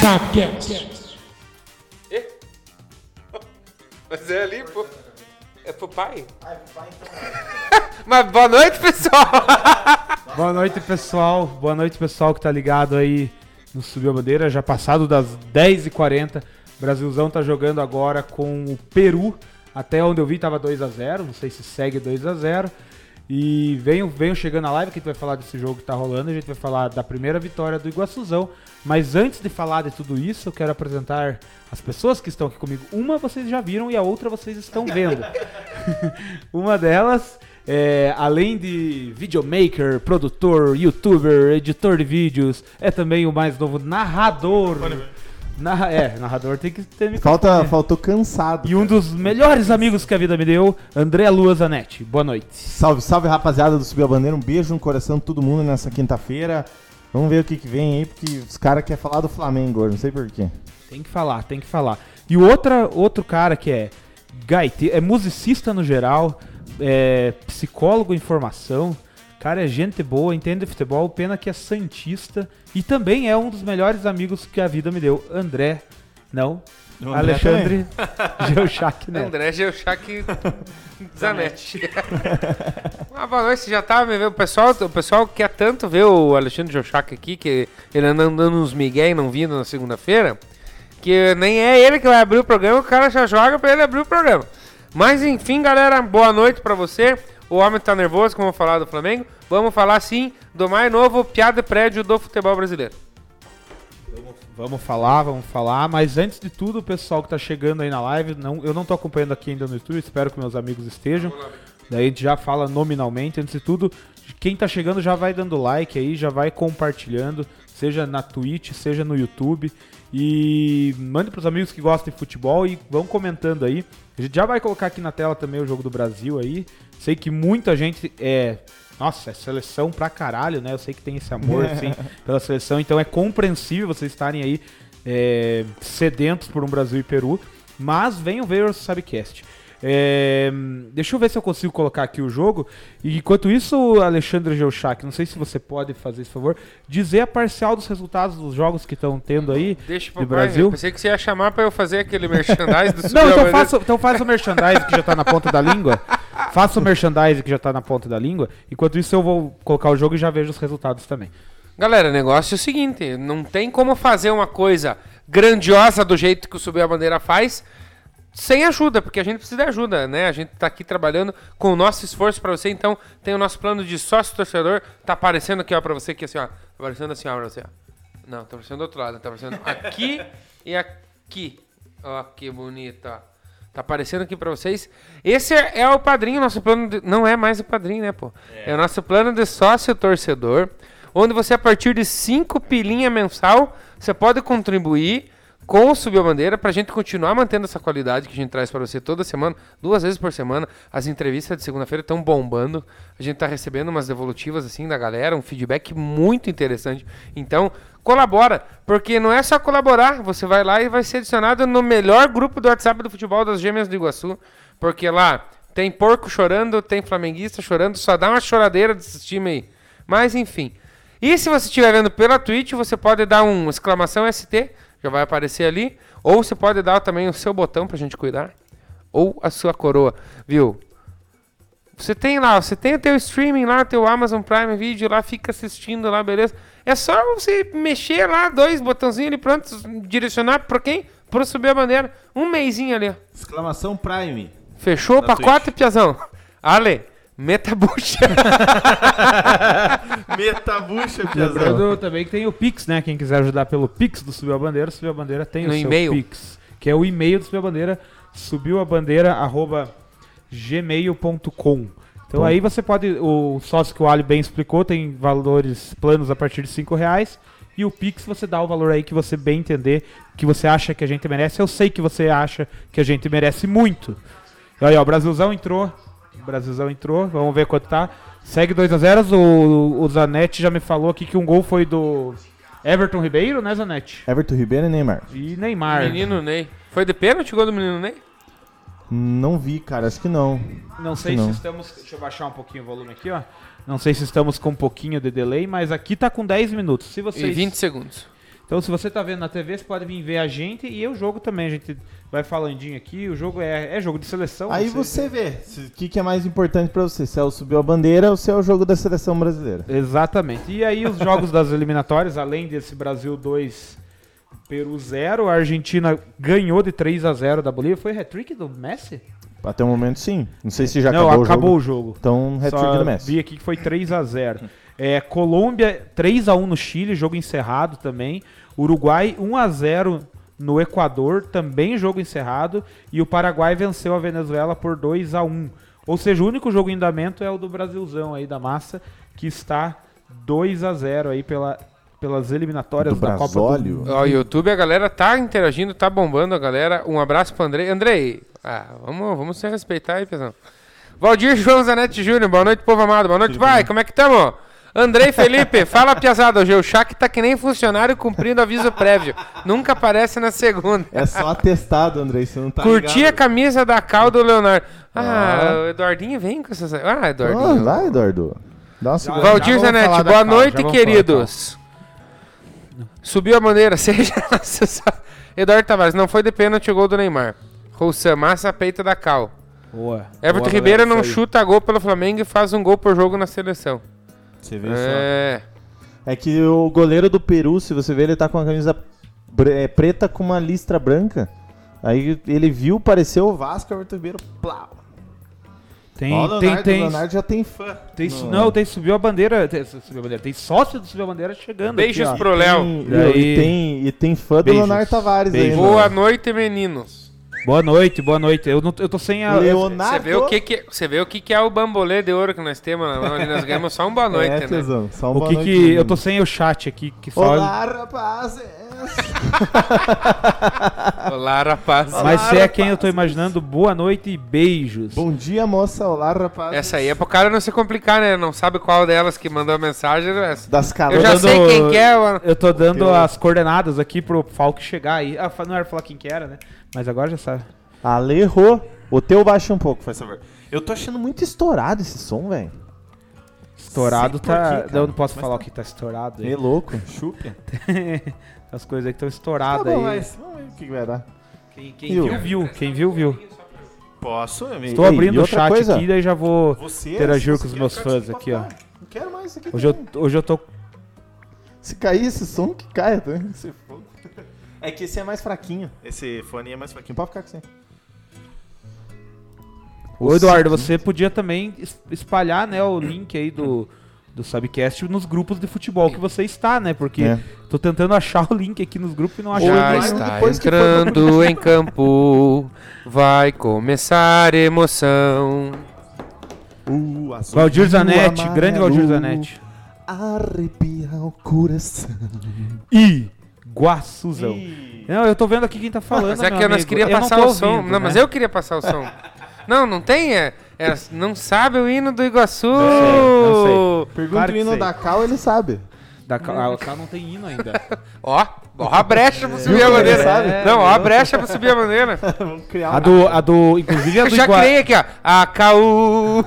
Sapcast. Ê? Mas é ali, pô. É pro pai? então. Mas boa noite, pessoal! Boa noite, pessoal. Boa noite, pessoal que tá ligado aí no Subiu a Bandeira. Já passado das 10h40. O Brasilzão tá jogando agora com o Peru. Até onde eu vi tava 2x0. Não sei se segue 2x0. E venho, venho chegando na live que a gente vai falar desse jogo que tá rolando. A gente vai falar da primeira vitória do Iguaçuzão. Mas antes de falar de tudo isso, eu quero apresentar as pessoas que estão aqui comigo. Uma vocês já viram e a outra vocês estão vendo. Uma delas, é, além de videomaker, produtor, youtuber, editor de vídeos, é também o mais novo narrador. Narra- é, narrador tem que ter microfone. Falta, faltou cansado. E um dos melhores amigos que a vida me deu, André Luas Zanetti. Boa noite. Salve, salve rapaziada do Subiu a Bandeira. Um beijo no coração de todo mundo nessa quinta-feira. Vamos ver o que, que vem aí, porque os caras querem falar do Flamengo hoje, não sei porquê. Tem que falar, tem que falar. E outra, outro cara que é gaite, é musicista no geral, é psicólogo em formação, cara é gente boa, entende futebol, pena que é santista e também é um dos melhores amigos que a vida me deu, André, não, O André Alexandre Geuchac, né? André Geuchac Zanetti. Uma boa noite, você já tá me vendo? O pessoal, o pessoal quer tanto ver o Alexandre Geuchac aqui, que ele anda andando uns migué e não vindo na segunda-feira, que nem é ele que vai abrir o programa, o cara já joga pra ele abrir o programa. Mas enfim, galera, boa noite pra você. O homem tá nervoso, como eu vou falar do Flamengo. Vamos falar sim do mais novo piada e prédio do futebol brasileiro. Vamos falar, vamos falar, mas antes de tudo, o pessoal que tá chegando aí na live, não, eu não tô acompanhando aqui ainda no YouTube, espero que meus amigos estejam. Daí a gente já fala nominalmente, antes de tudo, quem tá chegando já vai dando like aí, já vai compartilhando, seja na Twitch, seja no YouTube. E mande pros amigos que gostam de futebol e vão comentando aí. A gente já vai colocar aqui na tela também o jogo do Brasil aí. Sei que muita gente é. Nossa, é seleção pra caralho, né? Eu sei que tem esse amor, assim, pela seleção, então é compreensível vocês estarem aí é, sedentos por um Brasil e Peru. Mas venham ver o Sabcast. É, deixa eu ver se eu consigo colocar aqui o jogo. E enquanto isso, Alexandre Geuchac, não sei se você pode fazer esse favor, dizer a parcial dos resultados dos jogos que estão tendo aí Deixa pro do pai, Brasil. Eu pensei que você ia chamar pra eu fazer aquele merchandising do Subiu Não, a então Bandeira. faça, então faça o merchandising que já tá na ponta da língua. Faça o merchandising que já tá na ponta da língua. Enquanto isso, eu vou colocar o jogo e já vejo os resultados também. Galera, o negócio é o seguinte: não tem como fazer uma coisa grandiosa do jeito que o Subir a Bandeira faz sem ajuda, porque a gente precisa de ajuda, né? A gente tá aqui trabalhando com o nosso esforço pra você, então tem o nosso plano de sócio torcedor, tá aparecendo aqui, ó, pra você, aqui assim, ó. Tá Aparecendo assim, ó, pra você, ó. Não, tá aparecendo do outro lado, tá aparecendo aqui e aqui. Ó, que bonito, ó. Tá aparecendo aqui pra vocês. Esse é é o padrinho, nosso plano. de- Não é mais o padrinho, né, pô? É. o nosso plano de sócio torcedor, onde você, a partir de 5 pilinha mensal, você pode contribuir com o Subiu a Bandeira pra gente continuar mantendo essa qualidade que a gente traz pra você toda semana, duas vezes por semana. As entrevistas de segunda-feira estão bombando. A gente tá recebendo umas devolutivas assim da galera, um feedback muito interessante. Então, colabora, porque não é só colaborar, você vai lá e vai ser adicionado no melhor grupo do WhatsApp do futebol das Gêmeas do Iguaçu, porque lá tem porco chorando, tem flamenguista chorando, só dá uma choradeira desse time aí. Mas enfim. E se você estiver vendo pela Twitch, você pode dar um exclamação ST, já vai aparecer ali, ou você pode dar também o seu botão pra gente cuidar, ou a sua coroa, viu? Você tem lá, você tem o teu streaming lá, teu Amazon Prime Video lá, fica assistindo lá, beleza? É só você mexer lá, dois botãozinhos ali, pronto, direcionar pra quem? Pro subir a bandeira. Um meizinho ali, ó. Exclamação Prime. Fechou o pacote, Piazão? Ale, meta a bucha. Metabucha, Lembrando também que tem o Pix, né? Quem quiser ajudar pelo Pix do Subiu a Bandeira, Subiu a Bandeira tem No o seu e-mail. Pix. Que é o e-mail do Subiu a Bandeira, subiuabandeira.gmail.com. Então aí você pode, o sócio que o Ali bem explicou, tem valores planos a partir de 5 reais. E o Pix você dá o valor aí que você bem entender, que você acha que a gente merece. Eu sei que você acha que a gente merece muito. E aí, ó, o Brasilzão entrou. O Brasilzão entrou. Vamos ver quanto tá. Segue 2x0. O, o Zanetti já me falou aqui que um gol foi do Everton Ribeiro, né, Zanetti? Everton Ribeiro e Neymar. E Neymar. Menino Ney. Foi de pênalti o gol do menino Ney? Não vi, cara, acho que não. Não sei Não. se estamos. Deixa eu baixar um pouquinho o volume aqui, ó. Não sei se estamos com um pouquinho de delay, mas aqui tá com 10 minutos. Se E vocês, 20 segundos. Então, se você tá vendo na TV, você pode vir ver a gente e o jogo também. A gente vai falandinho aqui. O jogo é, é jogo de seleção. Aí você vê se- o que, que é mais importante pra você, se é o subiu a bandeira ou se é o jogo da seleção brasileira. Exatamente. E aí os jogos das eliminatórias, além desse Brasil 2, Peru 0, a Argentina ganhou de 3 a 0 da Bolívia. Foi hat-trick do Messi? Até o momento, sim. Não sei se já Não, acabou, acabou o jogo. o jogo. Então, hat-trick Só do Messi. Vi aqui que foi 3 a 0 é, Colômbia 3 a 1 no Chile, jogo encerrado também. Uruguai 1 a 0 no Equador, também jogo encerrado. E o Paraguai venceu a Venezuela por 2 a 1 Ou seja, o único jogo em andamento é o do Brasilzão aí da massa, que está 2 a 0 aí pela, pelas eliminatórias Do da Copa do Brasólio? Mundo. Ó, o YouTube, a galera tá interagindo, tá bombando a galera. Um abraço pro Andrei. Andrei, ah, vamos, vamos se respeitar aí, pessoal. Valdir João Zanetti Júnior, boa noite, povo amado. Boa noite, vai, como é que tamo? Andrei Felipe, fala piazada, hoje o Chac tá que nem funcionário cumprindo aviso prévio. Nunca aparece na segunda. É só atestado, Andrei, você não tá Curti a ligado. camisa da Cal do Leonardo. Ah, Ah. o Eduardinho vem com essas... Ah, Ah, Eduardinho. vai, Eduardo. Dá uma segurada. Valdir Já vamos falar Zanetti, da boa Cal, já noite, vamos falar da queridos. Subiu a bandeira, seja acessado. Eduardo Tavares, não foi de pênalti o gol do Neymar. Roussan, massa peita da Cal. Boa. Everton Boa, Ribeiro galera, não isso aí. chuta gol pelo Flamengo e faz um gol por jogo na seleção. Você vê É. só. É que o goleiro do Peru, se você ver, ele tá com a camisa bre- é, preta com uma listra branca. Aí ele viu, pareceu o Vasco, é o Everton Ribeiro, plau. Tem, Ó, o tem, Leonardo, tem. o Leonardo já tem fã. tem no- su- não, tem subiu a bandeira. Tem, subiu a bandeira. Tem sócio do Subiu a Bandeira chegando. Beijos aqui, ó. pro Léo. Tem- Daí- E, tem, e tem fã do Beijos. Leonardo Tavares Beijos. aí. né? Boa noite, meninos. Boa noite, boa noite. Eu, não, eu tô sem a. Você Leonardo. vê, o que que, você vê o que que é o bambolê de ouro que nós temos, né? nós ganhamos só um boa noite, É, né? tesão. Só uma O boa que noite, que. Eu menino. tô sem o chat aqui, que só. Olá, rapazes. Olá, rapaz. Mas se é quem eu tô imaginando, boa noite e beijos. Bom dia, moça. Olá, rapazes. Essa aí é pro cara não se complicar, né? Não sabe qual delas que mandou a mensagem. né? Essa. Das Eu já calotas. dando- sei quem que é, mano. Eu tô dando Teu- as coordenadas aqui pro Falk chegar aí. Ah, fa- não era pra falar quem que era, né? Mas agora já tá sabe. Alerro. O teu baixa um pouco, faz favor. Eu tô achando muito estourado esse som, velho. Estourado Sei tá. por quê, cara. eu não posso Mas falar o que tá estourado aí. Meio louco. Chupa. As coisas aí que estão Tá estouradas bom, aí. mas vamos ver o que que vai dar. Quem, E o- Quem viu, viu. Quem viu, viu. Posso? amigo? Estou E- abrindo e o outra chat coisa, aqui, daí já vou você, interagir se com os você meus quer, fãs cara, aqui, você ó. pode falar. Não quero mais isso aqui. Hoje eu, também. hoje eu tô. Se cair esse som, que caia tá? também. Se for. É que esse é mais fraquinho. Esse fone é mais fraquinho. Pode ficar com você. Ô, Eduardo, você podia também es- espalhar, né, o link aí do, do Subcast nos grupos de futebol que você está, né? Porque É. tô tentando achar o link aqui nos grupos e não achar. Já Eduardo, está depois que foi pra entrando em campo, vai começar emoção. Uh, azul, Valdir azul, Zanetti, amarelo, grande Valdir Zanetti. Arrepia o coração. E Guaçuzão. Ih. Não, eu tô vendo aqui quem tá falando. Mas é meu que nós amigo. queria Eu não passar tô o som. ouvindo, Não, mas né? eu queria passar o som. Não, não tem? É, é- não sabe o hino do Iguaçu. Não sei, não Pergunta Claro o que hino sei. da Cal, ele sabe. Da ca- ah, o cara não tem hino ainda. Ó, ó a brecha pra subir a É, bandeira. sabe? Não, ó a brecha pra subir a bandeira. Vamos criar A do, a do, inclusive a Eu do já Igua- criei aqui, ó. A Caú.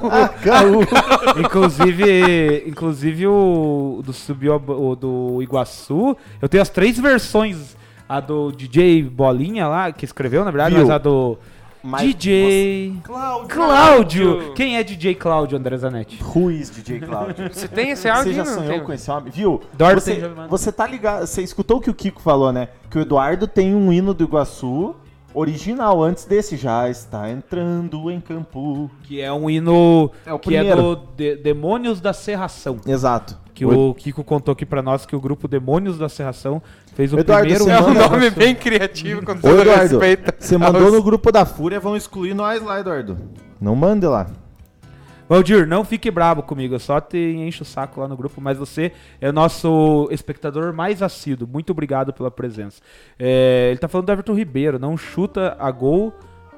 Inclusive, inclusive o do subiu a- o do Iguaçu, eu tenho as três versões, a do DJ Bolinha lá que escreveu, na verdade, Viu? mas a do Mas DJ Cláudio. Cláudio. Quem é DJ Cláudio André Zanetti? Ruiz, DJ Cláudio. Você tem esse áudio? Você já Não sonhou tem. com esse homem? um Viu? Dorten Você, já me manda. você tá ligado. Você escutou o que o Kiko falou, né? Que o Eduardo tem um hino do Iguaçu original, antes desse. Já está entrando em campo. Que é um hino É o que é primeiro. do De- Demônios da Serração. Exato. Que o Kiko contou aqui pra nós que o grupo Demônios da Serração fez o Eduardo, primeiro você É um Manda nome você. bem criativo, com Ô, todo Eduardo, respeito. você mandou no grupo da Fúria, vão excluir nós lá, Eduardo. Não mande lá. Valdir, não fique brabo comigo, eu só te encho o saco lá no grupo, mas você é o nosso espectador mais assíduo. Muito obrigado pela presença. É, ele tá falando do Everton Ribeiro, não chuta a gol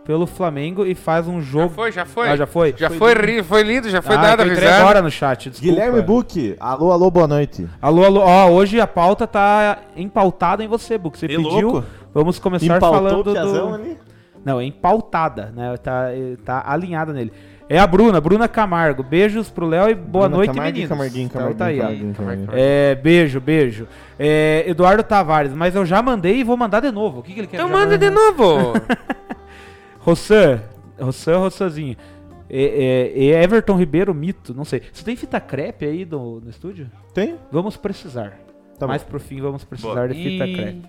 pelo Flamengo e faz um Já jogo. foi, já foi. Ah, já foi? Já foi, ri- foi lido, já foi Ah, dada a tem três risada. horas no chat, desculpa. Guilherme Buck, alô, alô, boa noite. Alô, alô, ó, hoje a pauta tá empautada em você, Buck. Você Ê, pediu. louco. Vamos começar Empautou falando o Piazão do. ali? Não, é empautada, né? Tá, eh, tá alinhada nele. É a Bruna, Bruna Camargo. Beijos pro Léo e boa Bruna noite, Camargo, meninos. Camarguinho, Então Camarguinho, tá aí, ó. Camarguinho, Camarguinho. É, beijo, beijo. É, Eduardo Tavares, mas eu já mandei e vou mandar de novo. O que, que ele quer? Então Já manda mandou? de novo. Rossan, Rossan, Rossanzinho. É, é, é Everton Ribeiro, mito, não sei. Você tem fita crepe aí no, no estúdio? Tem? Vamos precisar. Tá Mais pro fim, vamos precisar Boa. de fita Ih. crepe.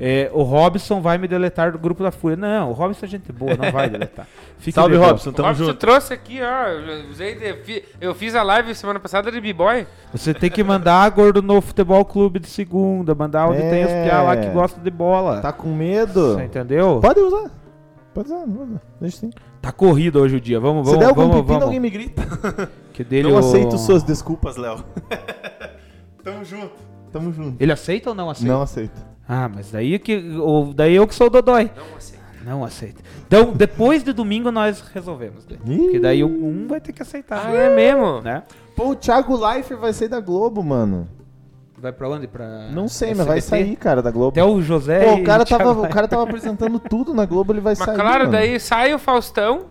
É, o Robson vai me deletar do grupo da Fúria. Não, o Robson é gente boa, não vai deletar. Fique Salve, legal. Robson. Tamo Robson junto. trouxe aqui, ó. eu Usei de- fi- eu fiz a live semana passada de B-Boy. Você tem que mandar gordo no futebol clube de segunda, mandar onde tem os piá lá que É. gostam de bola. Tá com medo? Você entendeu? Pode usar. Pode usar, não usa. Deixa sim. Tá corrido hoje o dia. Vamos, Se vamos, der algum vamos, pepino, vamos. alguém me grita. Que dele Eu o- aceito suas desculpas, Léo. Tamo junto. Tamo junto. Ele aceita ou não aceita? Não aceito. Ah, mas daí que o- daí eu que sou o Dodói. Não aceito. Não aceito. Então, depois de domingo nós resolvemos. né? Ih. Porque daí um- um vai ter que aceitar, Ah, é mesmo? né? Pô, o Thiago Leifert vai sair da Globo, mano. Vai pra onde? Pra Não sei, mas SBT? vai sair, cara, da Globo. Até É o José Pô, e o cara, Thiago tava, o Leifert. cara tava apresentando tudo na Globo, ele vai Mas sair. claro, mano. daí sai o Faustão.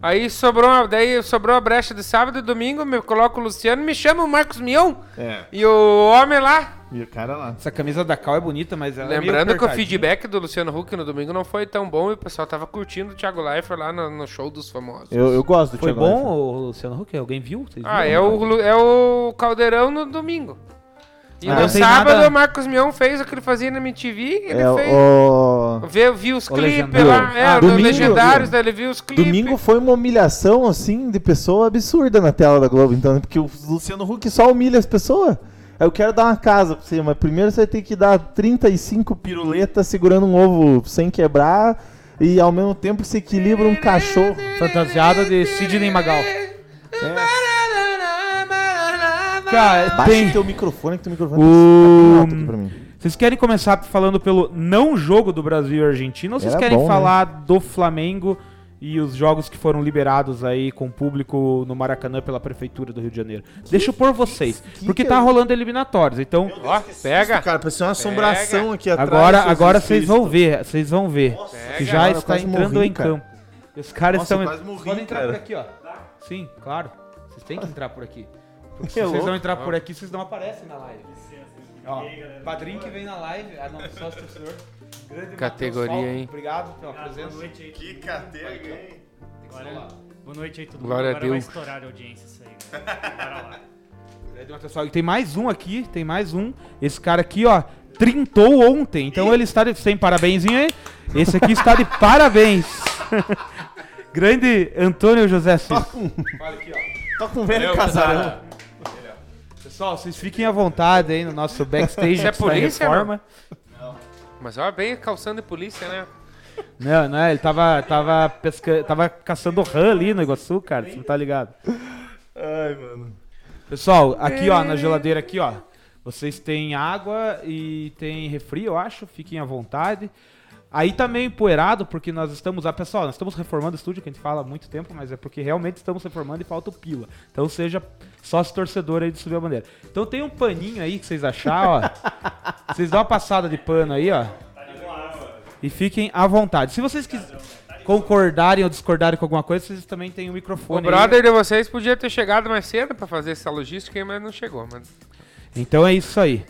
Aí sobrou, uma- daí sobrou a brecha de sábado e domingo, me coloco o Luciano, me chama o Marcos Mion É, e o homem lá. e o cara lá. Essa camisa da Cal é bonita, mas ela é meio Lembrando que o apertadinha. feedback do Luciano Huck no domingo não foi tão bom e o pessoal tava curtindo o Thiago Leifert lá no, no show dos famosos. Eu, eu gosto do Foi Thiago bom, Leifert. ô, Luciano Huck? Alguém viu? Vocês Ah, é viram? o, Lu- é o Caldeirão no domingo. E Ah, no não tem sábado nada- o Marcos Mion fez o que ele fazia na MTV, ele É, fez. o... Vê, viu os O clipes Legendário. lá, é, Ah, do domingo- Legendários, daí ele viu os clipes. Domingo foi uma humilhação, assim, de pessoa absurda na tela da Globo, então, né? porque o Luciano Huck só humilha as pessoas. Eu quero dar uma casa pra você, mas primeiro você vai ter que dar 35 piruletas segurando um ovo sem quebrar e ao mesmo tempo se equilibra um cachorro. Fantasiada de Sidney Magal. Cara, Baixa tem... o teu microfone que teu microfone tá O- alto aqui pra mim. Vocês querem começar falando pelo não jogo do Brasil e Argentina ou vocês Era querem bom, né? falar do Flamengo e os jogos que foram liberados aí com público no Maracanã pela prefeitura do Rio de Janeiro? Deixa eu por vocês, que porque que tá eu- rolando eliminatórias. Então, Ó, pega. Cara, parece uma assombração aqui agora, agora vocês vão ver, vocês vão ver que já Cara, eu está quase entrando morri, em cara. campo. Os caras Nossa, eu estão quase morri, Podem entrar cara. por aqui, ó. Sim, claro. Vocês têm que entrar por aqui. Porque se Que vocês louco. não entrar por aqui, vocês não aparecem na live. Ó, padrinho que vem na live, ah não, só os torcedor. Grande Categoria, Matheus Sol, hein? Obrigado pela presença. Que categoria, hein? Boa noite aí, todo mundo. Glória a Agora vai Deus. estourar a audiência isso aí. galera. Bora lá. Grande Matheus Sol. E tem mais um aqui, tem mais um. Esse cara aqui, ó, trintou ontem. Então ele está de... sem parabéns, hein? Esse aqui está de parabéns. Grande Antônio José Cis. Tá com velho casarão. Pessoal, vocês fiquem à vontade aí no nosso backstage. Isso é que está em polícia, reforma. Mas ó, bem calçando de polícia, né? Não, não, ele tava, tava, pesca... tava caçando rã ali no Iguaçu, cara, você não tá ligado. Ai, mano. Pessoal, aqui ó, na geladeira aqui ó, vocês têm água e tem refri, eu acho, fiquem à vontade. Aí tá meio empoeirado, porque nós estamos... Ah, pessoal, nós estamos reformando o estúdio, que a gente fala há muito tempo, mas é porque realmente estamos reformando e falta o pila. Então seja sócio torcedor aí do Subir a Bandeira. Então tem um paninho aí que vocês acharem, ó. vocês dão uma passada de pano aí, ó. E fiquem à vontade. Se vocês quis- concordarem ou discordarem com alguma coisa, vocês também têm o O microfone aí. brother de vocês podia ter chegado mais cedo pra fazer essa logística, aí, mas não chegou, mano. Então é isso aí.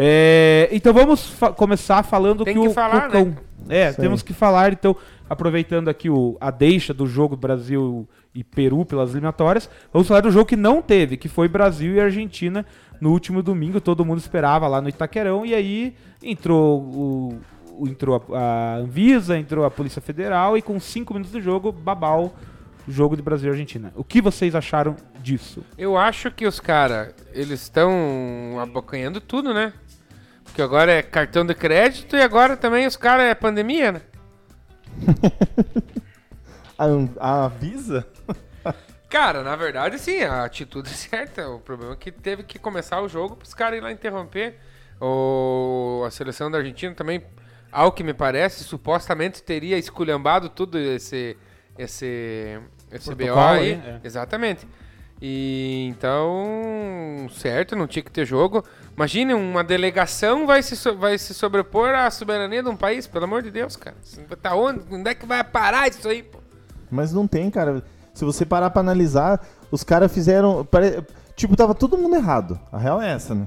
É, então vamos fa- começar falando Tem que, que o falar, Cucão. né? É, Isso aí. temos que falar, então, aproveitando aqui o, a deixa do jogo Brasil e Peru pelas eliminatórias, vamos falar do jogo que não teve, que foi Brasil e Argentina no último domingo, todo mundo esperava lá no Itaquerão, e aí entrou o. o- Entrou a, a Anvisa, entrou a Polícia Federal e com 5 minutos do jogo, babau, jogo de Brasil e Argentina. O que vocês acharam disso? Eu acho que os caras, eles estão abocanhando tudo, né? Porque agora é cartão de crédito e agora também os caras é pandemia, né? A, avisa? Cara, na verdade, sim, a atitude é certa. O problema é que teve que começar o jogo pros caras ir lá interromper. O... A seleção da Argentina também, ao que me parece, supostamente teria esculhambado tudo esse. esse. esse BO Protocolo, aí. né? É. Exatamente. E então, certo, não tinha que ter jogo. Imagine, uma delegação vai se, so- vai se sobrepor à soberania de um país, pelo amor de Deus, cara. Tá onde? Onde é que vai parar isso aí, pô? Mas não tem, cara. Se você parar pra analisar, os caras fizeram. pare- Tipo, tava todo mundo errado. A real é essa, né?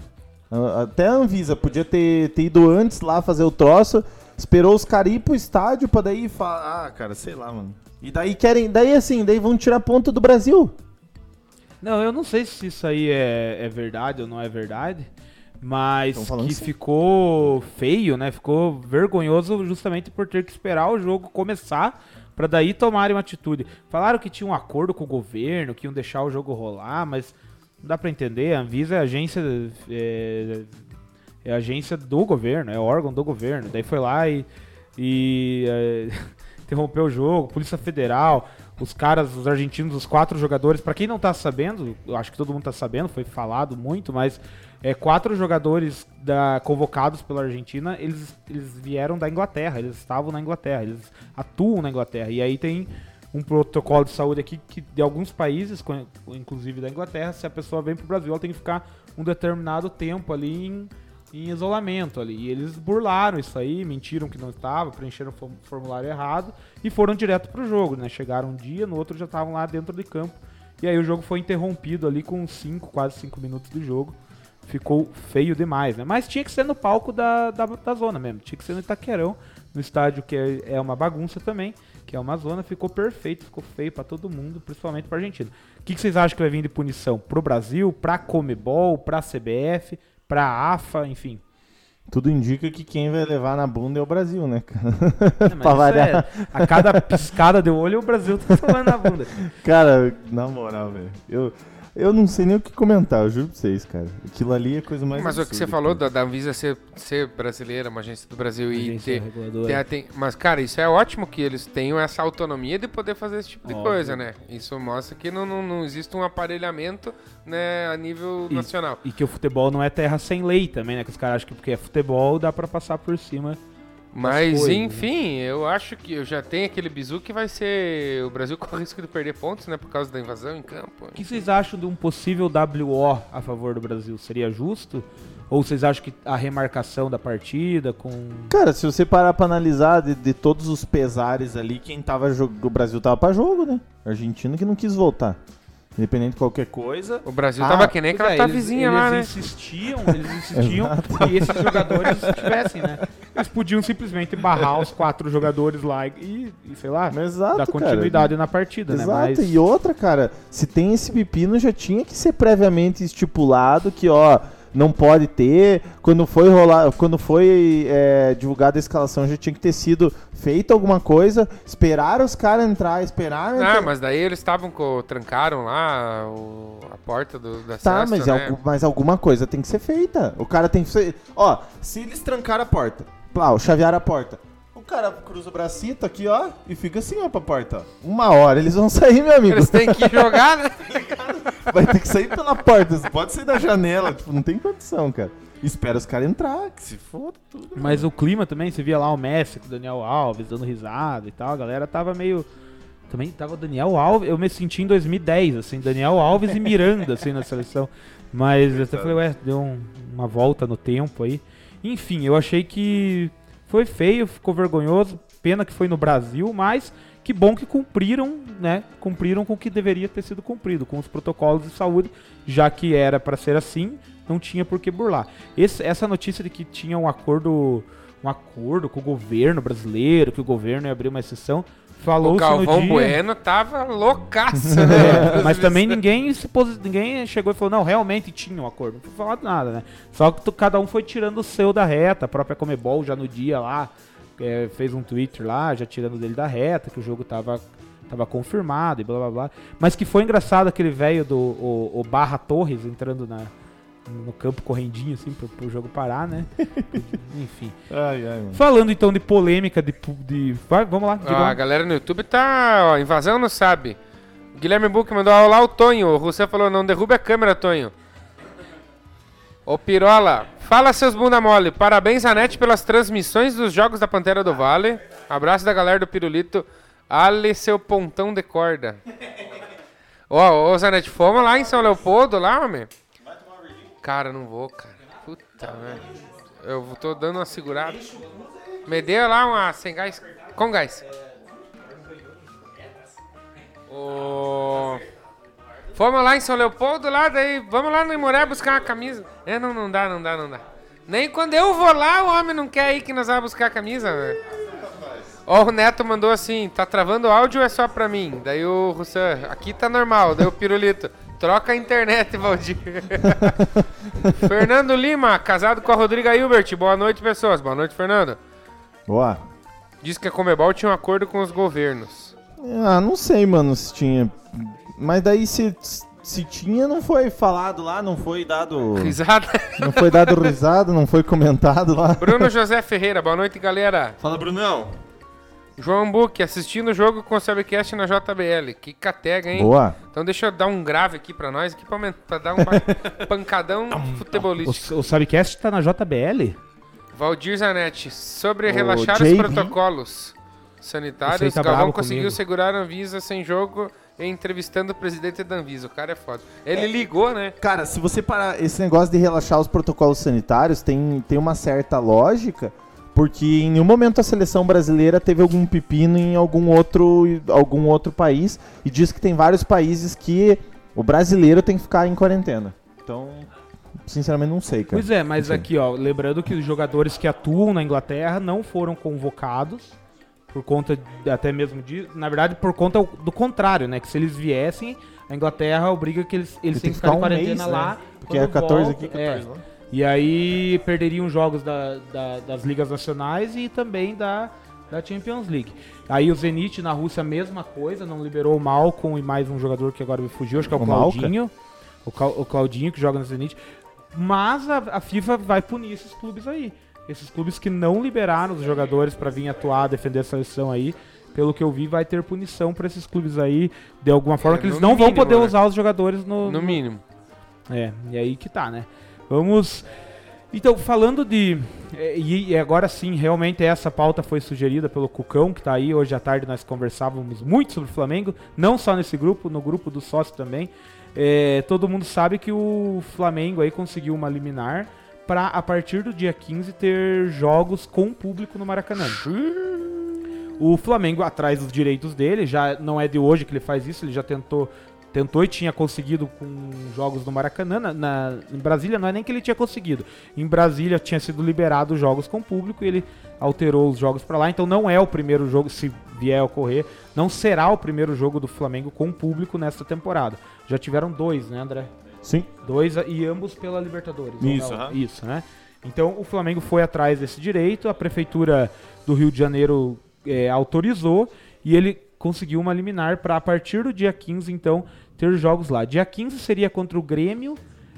A- Até a Anvisa podia ter, ter ido antes lá fazer o troço, esperou os caras ir pro estádio pra daí falar. Ah, cara, sei lá, mano. E daí querem. Daí assim, daí vão tirar ponto do Brasil. Não, eu não sei se isso aí é, é verdade ou não é verdade, mas Tão falando que sim. ficou feio, né? Ficou vergonhoso justamente por ter que esperar o jogo começar pra daí tomarem uma atitude. Falaram que tinha um acordo com o governo, que iam deixar o jogo rolar, mas não dá pra entender. A Anvisa é agência é, é agência do governo, é órgão do governo. Daí foi lá e, e é, interrompeu o jogo, Polícia Federal, os caras, os argentinos, os quatro jogadores. Pra quem não tá sabendo, eu acho que todo mundo tá sabendo, foi falado muito, mas é, quatro jogadores da- convocados pela Argentina, eles, eles vieram da Inglaterra, eles estavam na Inglaterra, eles atuam na Inglaterra. E aí tem um protocolo de saúde aqui que de alguns países, co- inclusive da Inglaterra, se a pessoa vem pro Brasil, ela tem que ficar um determinado tempo ali em, em isolamento ali. E eles burlaram isso aí, mentiram que não estava, preencheram o fo- formulário errado e foram direto pro jogo, né? Chegaram um dia, no outro já estavam lá dentro de campo. E aí o jogo foi interrompido ali com 5, quase 5 minutos de jogo. Ficou feio demais, né? Mas tinha que ser no palco da, da, da zona mesmo. Tinha que ser no Itaquerão, no estádio que é, é uma bagunça também, que é uma zona. Ficou perfeito, ficou feio pra todo mundo, principalmente pra Argentina. O que, que vocês acham que vai vir de punição? Pro Brasil, pra Comebol, pra CBF, pra AFA, enfim. Tudo indica que quem vai levar na bunda é o Brasil, né, cara? É, mas Pra isso variar. é- a cada piscada de olho, o Brasil tá tomando na bunda. Cara, na moral, velho. Eu, eu não sei nem o que comentar, eu juro pra vocês, cara. Aquilo ali é a coisa mais. Mas o que você absurda, falou cara. da, da Anvisa ser, ser brasileira, uma agência do Brasil e Agência ter, reguladora. ter a ten- Mas, cara, isso é ótimo que eles tenham essa autonomia de poder fazer esse tipo de Óbvio. coisa, né? Isso mostra que não, não, não existe um aparelhamento né, a nível E- nacional. E que o futebol não é terra sem lei também, né? Que os caras acham que porque é futebol dá pra passar por cima. Mas, coisas, né? enfim, eu acho que eu já tenho aquele bizu que vai ser o Brasil com risco de perder pontos, né? Por causa da invasão em campo. O que vocês acham de um possível WO a favor do Brasil? Seria justo? Ou vocês acham que a remarcação da partida com. Cara, se você parar pra analisar de, de todos os pesares ali, quem tava jogando. O Brasil tava pra jogo, né? Argentina que não quis voltar. Independente de qualquer coisa. O Brasil Ah, tava que nem Pois aquela é, tua eles- vizinha eles lá, né? insistiam, eles insistiam que esses jogadores estivessem, né? Eles podiam simplesmente barrar os quatro jogadores lá e, e, sei lá, Exato, dar continuidade na partida, Cara. né? Exato. Mas E outra, cara, se tem esse pepino, já tinha que ser previamente estipulado que, ó, não pode ter. Quando foi rolar, quando foi é, divulgada a escalação, já tinha que ter sido feita alguma coisa. Esperaram os caras entrar, esperaram. um Ah, entrar- mas daí eles estavam co- trancaram lá o- a porta do, da Tá, cesta, mas, é né? algu- mas alguma coisa tem que ser feita. O cara tem que ser. Ó, se eles trancaram a porta, plau, chavearam a porta. O cara cruza o bracito aqui, ó, e fica assim, ó, pra porta. ó. Uma hora eles vão sair, meu amigo. Eles têm que jogar, né? Vai ter que sair pela porta. Você pode sair da janela. Tipo, não tem condição, cara. Espera os caras entrar, que se foda tudo. Mas o clima também, você via lá o Messi com o Daniel Alves dando risada e tal, a galera tava meio. Também tava o Daniel Alves, eu me senti em 2010, assim, Daniel Alves e Miranda, assim, na seleção. Mas eu até falei, ué, deu um- uma volta no tempo aí. Enfim, eu achei que foi feio, ficou vergonhoso, pena que foi no Brasil, mas que bom que cumpriram, né? Cumpriram com o que deveria ter sido cumprido, com os protocolos de saúde, já que era pra ser assim, não tinha por que burlar. Esse- essa notícia de que tinha um acordo, um acordo com o governo brasileiro, que o governo ia abrir uma exceção, O falou-se no Galvão dia... Bueno tava loucaço, né? É, mas também ninguém se posi- ninguém chegou e falou, não, realmente tinha um acordo. Não foi falado nada, né? Só que tu- cada um foi tirando o seu da reta. A própria Comebol já no dia lá é, fez um Twitter lá, já tirando dele da reta, que o jogo tava, tava confirmado e blá blá blá. Mas que foi engraçado aquele velho do o, o Barra Torres entrando na, no campo correndinho, assim, pro, pro jogo parar, né? Enfim. Ai, ai, mano. Falando então de polêmica, de. pu- de vai, vamos lá, Ah, a diga. galera no YouTube tá, ó, invasão não sabe. Guilherme Buck mandou "Ah, olá o Tonho. O Rousseau falou, não derrube a câmera, Tonho. Ô Pirola, fala seus bunda mole. Parabéns, Anete, pelas transmissões dos jogos da Pantera do Vale. Abraço da galera do Pirulito. Ale seu pontão de corda. Ó, ô Zanetti, fomos lá em São Leopoldo, lá, homem? Cara, não vou, cara. Puta, velho. Eu vou- tô dando uma segurada. Me dê lá uma sem gás. Com gás. Ô, Fomos lá em São Leopoldo, lá daí, vamos lá no Imoré buscar uma camisa. É, não, não dá, não dá, não dá. Nem quando eu vou lá, o homem não quer ir que nós vamos buscar a camisa, né? Ó, o Neto mandou assim, tá travando o áudio ou é só pra mim? Daí o Russan, aqui tá normal, daí o Pirulito, troca a internet, Valdir. Fernando Lima, casado com a Rodriga Hilbert, boa noite, pessoas. Boa noite, Fernando. Boa. Diz que a Comebol tinha um acordo com os governos. Ah, não sei, mano, se tinha. Mas daí se, se tinha, não foi falado lá, não foi dado. Risada. Não foi dado risada, não foi comentado lá. Bruno José Ferreira, boa noite, galera. Fala, Brunão. João Buck, assistindo o jogo com o Celebcast na JBL. Que catega, hein? Boa. Então deixa eu dar um grave aqui pra nós, aqui pra, aumentar- pra dar um ba- pancadão um futebolístico. O, o Subcast tá na JBL? Valdir Zanetti, sobre O relaxar os JB? protocolos Esse aí sanitários, tá Galvão bravo conseguiu comigo. segurar a Anvisa sem jogo e entrevistando o presidente da Anvisa. O cara é foda. Ele ligou, né? Cara, se você parar esse negócio de relaxar os protocolos sanitários, tem, tem uma certa lógica, porque em nenhum momento a seleção brasileira teve algum pepino em algum outro, algum outro país, e diz que tem vários países que o brasileiro tem que ficar em quarentena. Então, sinceramente, não sei, cara. Pois é, mas Enfim. aqui, ó, lembrando que os jogadores que atuam na Inglaterra não foram convocados por conta de- até mesmo de, na verdade, por conta do contrário, né, que se eles viessem, a Inglaterra obriga que eles eles Ele têm que ficar em quarentena mês, lá. né? Porque é quando 14 volta- aqui, 14 é. lá. E aí perderiam jogos da- da- das ligas nacionais e também da, da Champions League. Aí o Zenit na Rússia, mesma coisa, não liberou o Malcom e mais um jogador que agora me fugiu, acho que é o, O Malca? Claudinho. O, Clau- o Claudinho que joga no Zenit. Mas a, a FIFA vai punir esses clubes aí. Esses clubes que não liberaram os jogadores pra vir atuar, defender a seleção aí. Pelo que eu vi, vai ter punição pra esses clubes aí, de alguma forma, É, que eles no não vão mínimo, poder né? usar os jogadores no, No mínimo. é, e aí que tá, né? Vamos. Então, falando de. é, E e agora sim, realmente essa pauta foi sugerida pelo Cucão, que tá aí. Hoje à tarde nós conversávamos muito sobre o Flamengo, não só nesse grupo, no grupo do sócio também. É, todo mundo sabe que o Flamengo aí conseguiu uma liminar para a partir do dia 15 ter jogos com público no Maracanã. O Flamengo atrás dos direitos dele, já não é de hoje que ele faz isso, ele já tentou tentou e tinha conseguido com jogos no Maracanã, na, na- em Brasília não é nem que ele tinha conseguido. Em Brasília tinha sido liberado os jogos com público e ele alterou os jogos pra lá, então não é o primeiro jogo se vier a ocorrer, não será o primeiro jogo do Flamengo com público nesta temporada. Já tiveram dois, né, André? Sim. Dois e ambos pela Libertadores. ou Isso, não? aham. isso, né? Então o Flamengo foi atrás desse direito, a prefeitura do Rio de Janeiro eh, autorizou e ele conseguiu uma liminar para a partir do dia 15, então, ter jogos lá. Dia 15 seria contra o Grêmio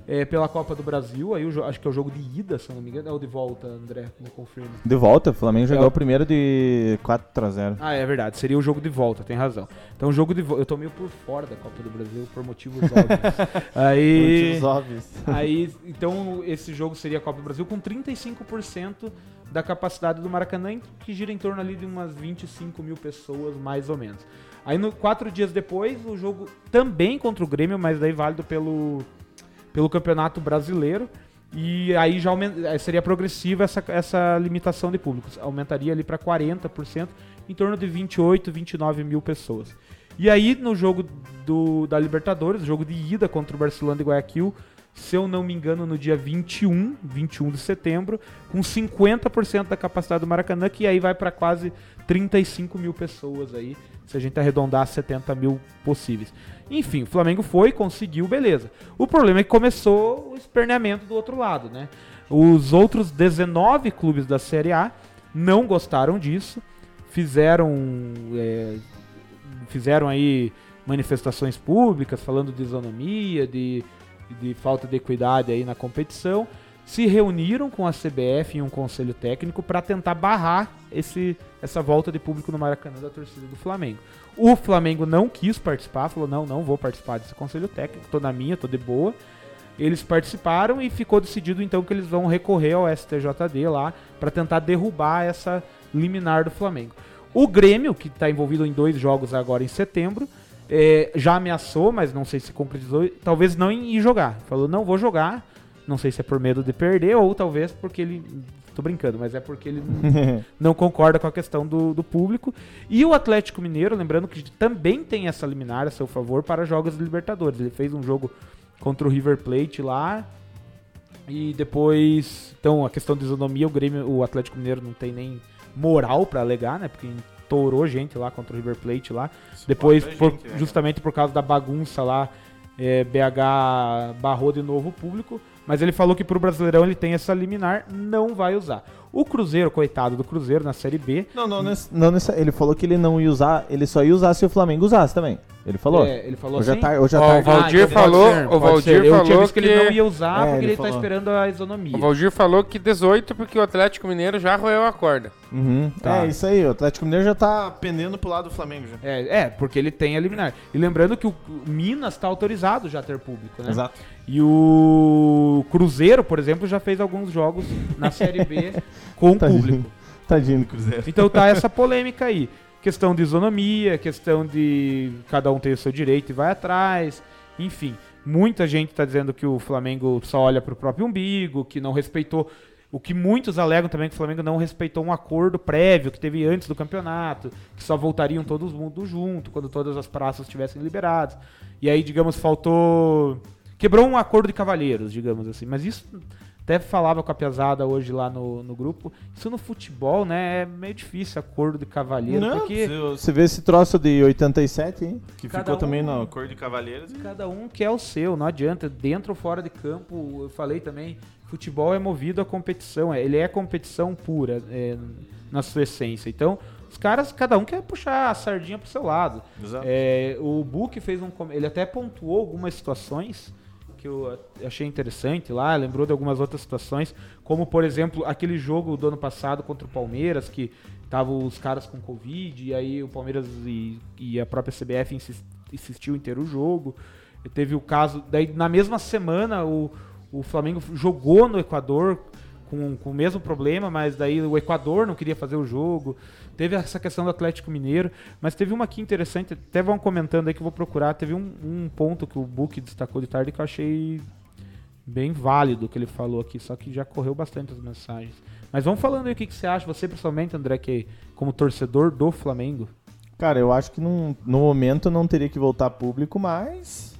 eh, pela Copa do Brasil, aí o jo- acho que é o jogo de ida, se eu não me engano, é o de volta, André, me confirma. De volta, o Flamengo jogou É. o primeiro de 4 a 0 Ah, é verdade. Seria o jogo de volta, tem razão. Então, o jogo de volta. Eu tô meio por fora da Copa do Brasil por motivos óbvios. Aí. Muitos óbvios. Aí, então, esse jogo seria a Copa do Brasil com 35% da capacidade do Maracanã, que gira em torno ali de umas 25 mil pessoas, mais ou menos. Aí, no, quatro dias depois, o jogo também contra o Grêmio, mas daí válido pelo, pelo Campeonato Brasileiro. E aí já aumen- eh, seria progressiva essa, essa limitação de públicos. Aumentaria ali para 40%, em torno de 28, 29 mil pessoas. E aí, no jogo do, da Libertadores, jogo de ida contra o Barcelona de Guayaquil, se eu não me engano, no dia 21, 21 de setembro, com 50% da capacidade do Maracanã, que aí vai para quase 35 mil pessoas aí, se a gente arredondar 70 mil possíveis. Enfim, o Flamengo foi, conseguiu, beleza. O problema é que começou o esperneamento do outro lado, né? Os outros 19 clubes da Série A não gostaram disso, fizeram é, fizeram aí manifestações públicas falando de isonomia, de, de falta de equidade aí na competição, se reuniram com a CBF e um conselho técnico para tentar barrar esse, essa volta de público no Maracanã da torcida do Flamengo. O Flamengo não quis participar, falou não, não vou participar desse conselho técnico, tô na minha, tô de boa. Eles participaram e ficou decidido então que eles vão recorrer ao STJD lá para tentar derrubar essa liminar do Flamengo. O Grêmio, que está envolvido em dois jogos agora em setembro, é, eh, já ameaçou, mas não sei se concretizou, talvez não em ir jogar. Falou, não vou jogar, Não sei se é por medo de perder ou talvez porque ele. Tô brincando, mas é porque ele n- não concorda com a questão do, do público. E o Atlético Mineiro, lembrando que também tem essa liminar a seu favor para jogos de Libertadores. Ele fez um jogo contra o River Plate lá. E depois, então, a questão de isonomia, o Grêmio, o Atlético Mineiro não tem nem moral pra alegar, né? Porque entourou gente lá contra o River Plate lá. depois, por- justamente por causa da bagunça lá, é, BH barrou de novo o público. Mas ele falou que pro Brasileirão ele tem essa liminar, não vai usar. O Cruzeiro, coitado do Cruzeiro, na Série B, Não, não, nesse- não nesse- ele falou que ele não ia usar, ele só ia usar se o Flamengo usasse também. Ele falou. é, ele falou hoje à assim... tar- hoje tá à Ó, tarde. o Valdir Ah, então falou, pode ser, o pode Valdir ser. Eu tinha falou visto que, que ele não ia usar É, porque ele ele, falou. tá esperando a isonomia. o Valdir falou que 18 porque o Atlético Mineiro já roeu a corda. Uhum. Tá. É isso aí, o Atlético Mineiro já tá pendendo pro lado do Flamengo já. né? É, é, porque ele tem a liminar. E lembrando que o o Minas tá autorizado já a ter público, né? Exato. E o Cruzeiro, por exemplo, já fez alguns jogos na Série B com Tadinho. público. Tadinho do Cruzeiro. Então tá essa polêmica aí. Questão de isonomia, questão de cada um ter o seu direito e vai atrás, enfim. Muita gente tá dizendo que o Flamengo só olha pro próprio umbigo, que não respeitou. O que muitos alegam também é que o Flamengo não respeitou um acordo prévio que teve antes do campeonato, que só voltariam todos mundo junto quando todas as praças estivessem liberadas. E aí, digamos, faltou. Quebrou um acordo de cavalheiros, digamos assim. Mas isso até falava com a Piazada hoje lá no, no grupo. Isso no futebol, né? É meio difícil acordo de cavalheiro. Não, porque Você vê esse troço de 87, hein? Que Cada ficou um- também na cor de Cavaleiros. e- cada um quer o seu, não adianta. Dentro ou fora de campo, eu falei também, futebol é movido à competição. é- Ele é competição pura é, na sua essência. Então, os caras, cada um quer puxar a sardinha pro seu lado. Exato. É, o Book fez um. com- Ele até pontuou algumas situações que eu a- achei interessante lá, lembrou de algumas outras situações, como por exemplo aquele jogo do ano passado contra o Palmeiras, que estavam os caras com Covid, e aí o Palmeiras e, e a própria CBF insis- insistiu em ter o jogo. E teve o caso. Daí na mesma semana o, o Flamengo jogou no Equador com, com o mesmo problema, mas daí o Equador não queria fazer o jogo. Teve essa questão do Atlético Mineiro, mas teve uma aqui interessante, até vão comentando aí que eu vou procurar. Teve um, um ponto que o Book destacou de tarde que eu achei bem válido que ele falou aqui, só que já correu bastante as mensagens. Mas vamos falando aí o que, que você acha, você principalmente, André, que é como torcedor do Flamengo. Cara, eu acho que num- no momento não teria que voltar público, mas.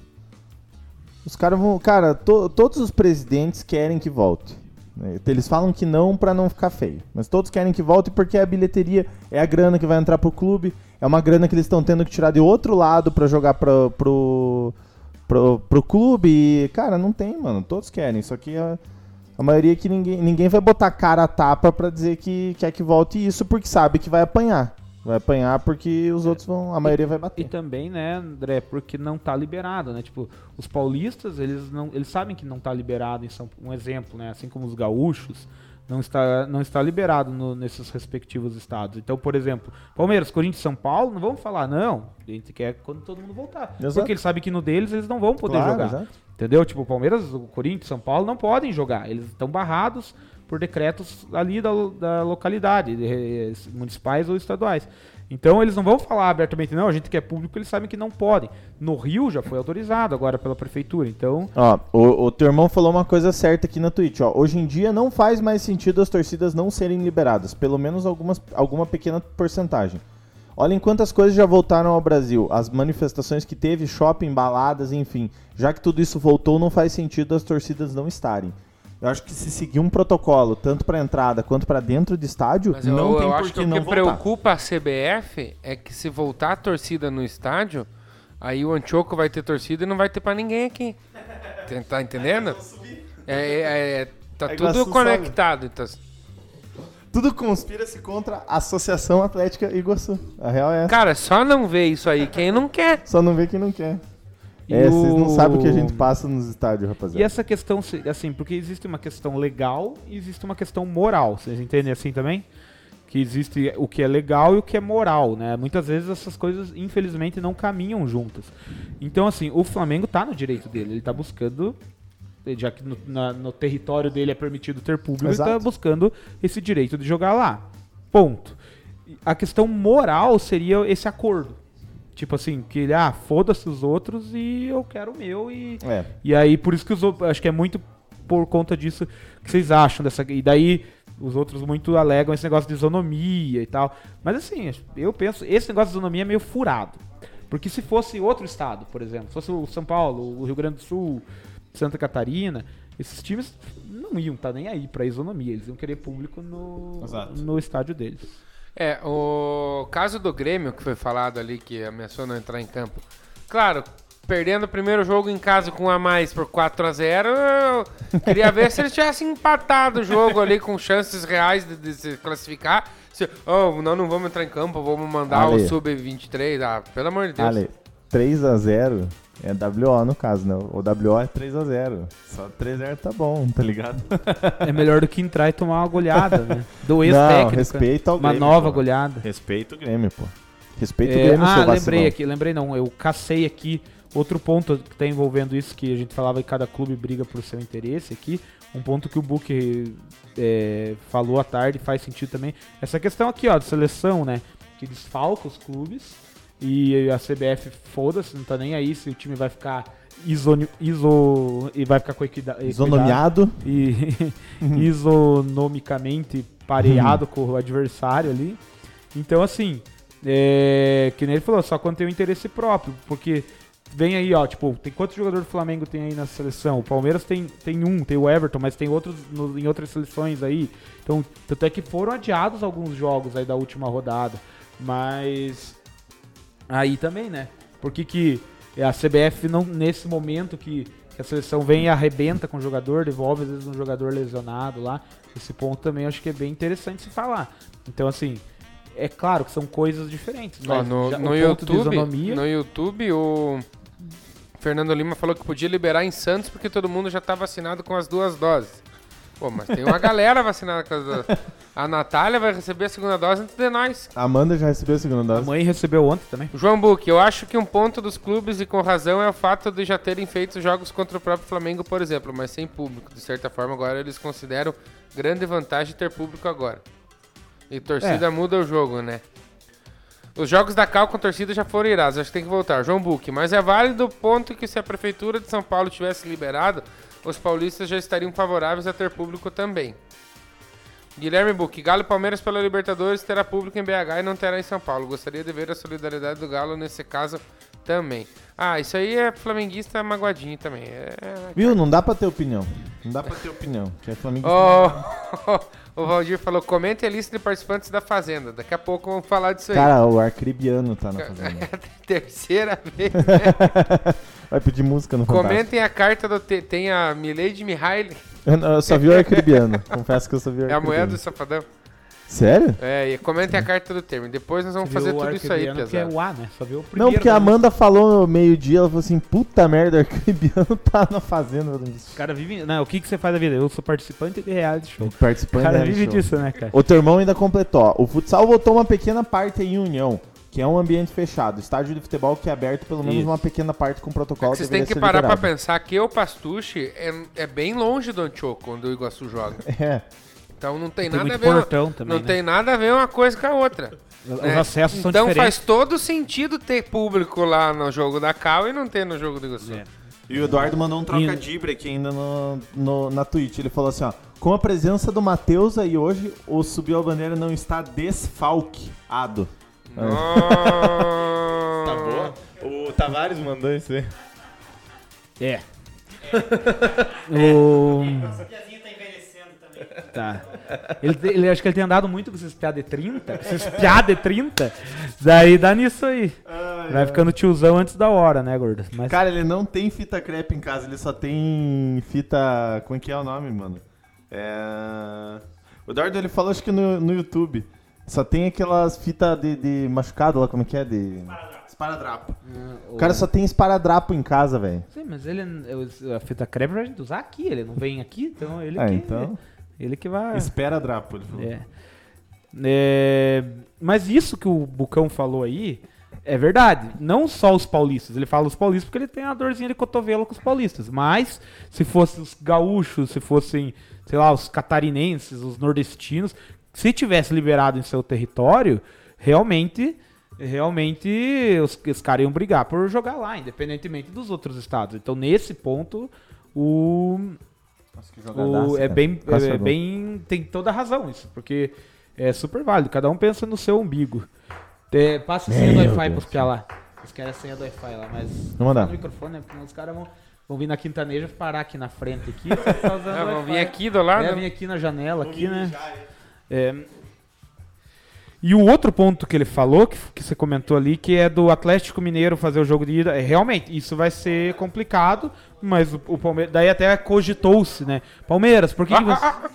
Os caras vão. Cara, to- todos os presidentes querem que volte. né? Eles falam que não pra não ficar feio. Mas todos querem que volte porque é a bilheteria, é a grana que vai entrar pro clube, é uma grana que eles estão tendo que tirar de outro lado pra jogar pra, pro, pro, pro clube. E, cara, não tem, mano. Todos querem. Só que a, a maioria é que ninguém, ninguém vai botar cara a tapa pra dizer que quer que volte isso porque sabe que vai apanhar. Vai apanhar porque os outros vão. A maioria vai E bater. também, né, André, porque não tá liberado, né? Tipo, os paulistas, eles não, eles sabem que não tá liberado em São um exemplo, né, assim como os gaúchos, não está não está liberado no- nesses respectivos estados. Então, por exemplo, Palmeiras, Corinthians, São Paulo, não vamos falar não, a gente quer quando todo mundo voltar. Exato. Porque eles sabem que no deles eles não vão poder Claro, jogar. exato. Entendeu? Tipo, o Palmeiras, o Corinthians, São Paulo não podem jogar. Eles estão barrados por decretos ali da, lo- da localidade, de- eh, municipais ou estaduais. Então eles não vão falar abertamente, não, a gente que é público, eles sabem que não podem. No Rio já foi autorizado agora pela prefeitura, então. Ó, o, o teu irmão falou uma coisa certa aqui na Twitch, ó. Hoje em dia não faz mais sentido as torcidas não serem liberadas, pelo menos algumas, alguma pequena porcentagem. Olha em quantas coisas já voltaram ao Brasil, as manifestações que teve, shopping, baladas, enfim. Já que tudo isso voltou, não faz sentido as torcidas não estarem. Eu acho que se seguir um protocolo, tanto pra entrada quanto pra dentro de estádio, Mas eu, não eu tem por acho que que o que não voltar. preocupa a CBF é que se voltar a torcida no estádio, aí o Antioco vai ter torcida e não vai ter pra ninguém aqui. Tá- Tá entendendo? É, é- é- tá Aí tudo Iguaçu conectado. Então, Tudo conspira-se contra a Associação Atlética Iguaçu. A real é essa. cara, só não vê isso aí quem não quer. Só não vê quem não quer. e é, vocês não o- sabem o que a gente passa nos estádios, rapaziada. E essa questão, se- assim, porque existe uma questão legal e existe uma questão moral. Vocês entendem assim também? Que existe o que é legal e o que é moral, né? Muitas vezes essas coisas, infelizmente, não caminham juntas. Então, assim, o Flamengo tá no direito dele. Ele tá buscando, já que no, na- no território dele é permitido ter público, ele tá Exato. buscando esse direito de jogar lá. Ponto. E A questão moral seria esse acordo. Tipo assim, que ele, ah, foda-se os outros e eu quero o meu e É. e aí, por isso que os, outros- acho que é muito por conta disso. O que vocês acham dessa. E daí os outros muito alegam esse negócio de isonomia e tal. Mas assim, eu penso, esse negócio de isonomia é meio furado. Porque se fosse outro estado, por exemplo, se fosse o São Paulo, o Rio Grande do Sul, Santa Catarina, esses times não iam estar nem aí pra isonomia. Eles iam querer público no, Exato. no estádio deles. É, o caso do Grêmio que foi falado ali, que ameaçou não entrar em campo. Claro, perdendo o primeiro jogo em casa com um a mais por 4 a 0 eu queria ver se eles tivessem empatado o jogo ali com chances reais de, de se classificar. Se, oh, não, não vamos entrar em campo, vamos mandar Ale. o sub-23. Ah, pelo amor de Deus. Ale, 3x0 é WO no caso, né? O WO é 3x0. Só 3x0 tá bom, tá ligado? É melhor do que entrar e tomar uma goleada, né? Do Não, ex-técnico. respeita ao Uma Grêmio. nova pô. goleada. Respeita o Grêmio, pô. Respeita o É, Grêmio, ah, seu lembrei vacilão. aqui, lembrei não. Eu cacei aqui outro ponto que tá envolvendo isso, que a gente falava que cada clube briga por seu interesse aqui. Um ponto que o Book é, falou à tarde faz sentido também. Essa questão aqui, ó, de seleção, né? Que desfalca os clubes e a CBF foda-se, não tá nem aí se o time vai ficar iso, iso e vai ficar com equida- equidade Zonomiado. e isonomicamente pareado com o adversário ali. Então, assim, é, que nem ele falou, só quando tem o interesse próprio, porque vem aí, ó, tipo, tem quantos jogadores do Flamengo tem aí na seleção? O Palmeiras tem, tem um, tem o Everton, mas tem outros no- em outras seleções aí. Então, tanto é que foram adiados alguns jogos aí da última rodada, mas aí também, né? Porque que a CBF não nesse momento que, que a seleção vem e arrebenta com o jogador, devolve às vezes um jogador lesionado lá. Esse ponto também acho que é bem interessante se falar. Então assim, é claro que são coisas diferentes, Ó, mas no, já- no o ponto de YouTube, isonomia, no YouTube, o Fernando Lima falou que podia liberar em Santos porque todo mundo já tá vacinado com as duas doses. Pô, mas tem uma galera vacinada com as duas. A Natália vai receber a segunda dose antes de nós. A Amanda já recebeu a segunda a dose. mãe recebeu ontem também. João Buck, eu acho que um ponto dos clubes, e com razão, é o fato de já terem feito jogos contra o próprio Flamengo, por exemplo, mas sem público. De certa forma, agora eles consideram grande vantagem ter público agora. E torcida muda o jogo, né? Os jogos da Cal com torcida já foram irados, acho que tem que voltar. João Buck, mas é válido o ponto que se a Prefeitura de São Paulo tivesse liberado, os paulistas já estariam favoráveis a ter público também. Guilherme Buck, Galo e Palmeiras pela Libertadores terá público em BH e não terá em São Paulo. Gostaria de ver a solidariedade do Galo nesse caso também. Ah, isso aí é flamenguista magoadinho também. É... Viu? Não dá pra ter opinião. Não dá pra ter opinião. Que é Flamengo. Oh, o Valdir falou, comente a lista de participantes da Fazenda. Daqui a pouco vamos falar disso aí. É Cara, o arcribiano tá na fazenda. Terceira vez. Vai pedir música no Fantástico. Comentem a carta do... Te... Tem a Milady Mihaly, Eu, não- eu só vi o arcribiano. Confesso que eu só vi o é a arcribiano. moeda do safadão. Sério? É, e comentem a carta do termo. Depois nós vamos fazer Viu o tudo isso aí, arquebiano, que é pesado. o A, né? Só viu o primeiro. Não, porque a né? Amanda falou no meio-dia, ela falou assim, puta merda, o arcribiano tá na fazenda. Eu não O disse. cara vive, não, o que que você faz da vida? Eu sou participante de reality show. O Participando cara da vive show. disso, né, cara? O teu irmão ainda completou. ó, O futsal botou uma pequena parte em União, que é um ambiente fechado. Estádio de futebol que é aberto pelo menos Isso. uma pequena parte com protocolo. Vocês têm É que deveria ser parar pra liberado. pensar que o Pastuche é, é bem longe do Antioco, onde o Iguaçu joga. É. Então não tem, Tem nada a muito ver. portão também, não né? tem nada a ver uma coisa com a outra. Os né? acessos são então diferentes. faz todo sentido ter público lá no jogo da Cal e não ter no jogo do Iguaçu. É. E o Eduardo mandou um trocadibre aqui ainda no, no- na Twitch. Ele falou assim, ó. Com a presença do Matheus aí hoje, o Subiu a Bandeira não está desfalqueado. Oh. Tá boa? O Tavares mandou isso aí. É. o... O Piazinho tá envelhecendo também. Tá. Ele, te- ele- acho que ele tem andado muito com esses piá de 30. Esses piá de 30. Daí dá nisso aí. Vai ficando tiozão antes da hora, né, gordo? Mas Cara, ele não tem fita crepe em casa, ele só tem fita. Como é que é o nome, mano? É. O Eduardo ele falou, acho que no, no YouTube. Só tem aquelas fitas de, de machucado lá, como é que é? De. Esparadrapo. O cara só tem esparadrapo em casa, velho. Sim, mas ele. eu- A fita crepe pra gente usar aqui, ele não vem aqui, então ele É, que. então. Ele que vai. Esperadrapo, ele falou. É. É, Mas isso que o Bucão falou aí é verdade. Não só os paulistas. Ele fala os paulistas porque ele tem a dorzinha de cotovelo com os paulistas. Mas se fossem os gaúchos, se fossem, sei lá, os catarinenses, os nordestinos, se tivesse liberado em seu território, realmente. Realmente os, os caras iam brigar por jogar lá, independentemente dos outros estados. Então, nesse ponto, o, assim, O- é bem, Caçador. é bem, tem toda a razão isso, porque é super válido. Cada um pensa no seu umbigo. Te- passa a senha do Meu Wi-Fi Deus. pros piá lá. Os caras senha do Wi-Fi lá, mas Vou mandar. no microfone, né? Porque os caras vão, vão vir na quintaneja parar aqui na frente aqui. só que tá usando Ah, o vamos vir Wi-Fi. aqui do É, lado. vem né? aqui na janela, aqui, né? É. E o outro ponto que ele falou, que, que você comentou ali, que é do Atlético Mineiro fazer o jogo de ida. É, realmente, isso vai ser complicado, mas o, Palmeiras. Daí até cogitou-se, né? Palmeiras, por que, que você. Ah,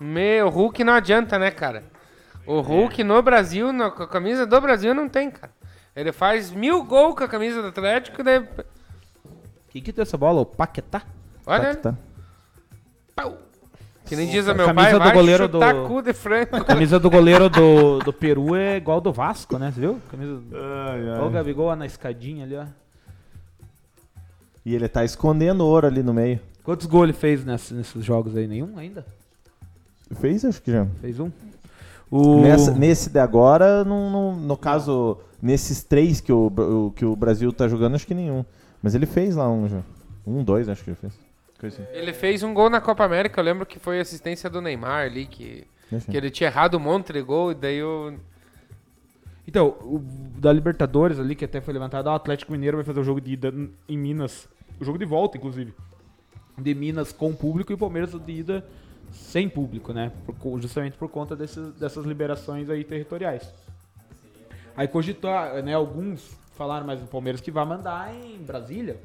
Meu, o Hulk não adianta, né, cara? O Hulk É. no Brasil, no- com a camisa do Brasil, não tem, cara. Ele faz mil gols com a camisa do Atlético, daí. Tá Que que deu essa bola? O Paquetá? Olha, Tá, tá. pau. Que nem diz o A meu camisa pai, do vai goleiro chutar do- cu de frango. A camisa do goleiro do, do Peru é igual do Vasco, né? Você viu? Camisa do... Olha o Gabigol ó, na escadinha ali, ó. E ele tá escondendo ouro ali no meio. Quantos gols ele fez nessa- nesses jogos aí? Nenhum ainda? Fez, acho que já. Fez um? O... Nessa- nesse de agora, não, não- no caso, nesses três que o, Bra- o- que o Brasil tá jogando, acho que nenhum. Mas ele fez lá um já. Um, dois, acho que ele fez. Coisa assim. Ele fez um gol na Copa América, eu lembro que foi assistência do Neymar ali, que, É, Deixa. que ele tinha errado um monte de gol, e daí o. Então, o da Libertadores ali, que até foi levantado, ah, o Atlético Mineiro vai fazer o jogo de ida em Minas. O jogo de volta, inclusive. De Minas com público e o Palmeiras de ida sem público, né? Por co- justamente por conta desses- dessas liberações aí territoriais. Aí cogitou, né? Alguns falaram, mas o Palmeiras que vai mandar em Brasília.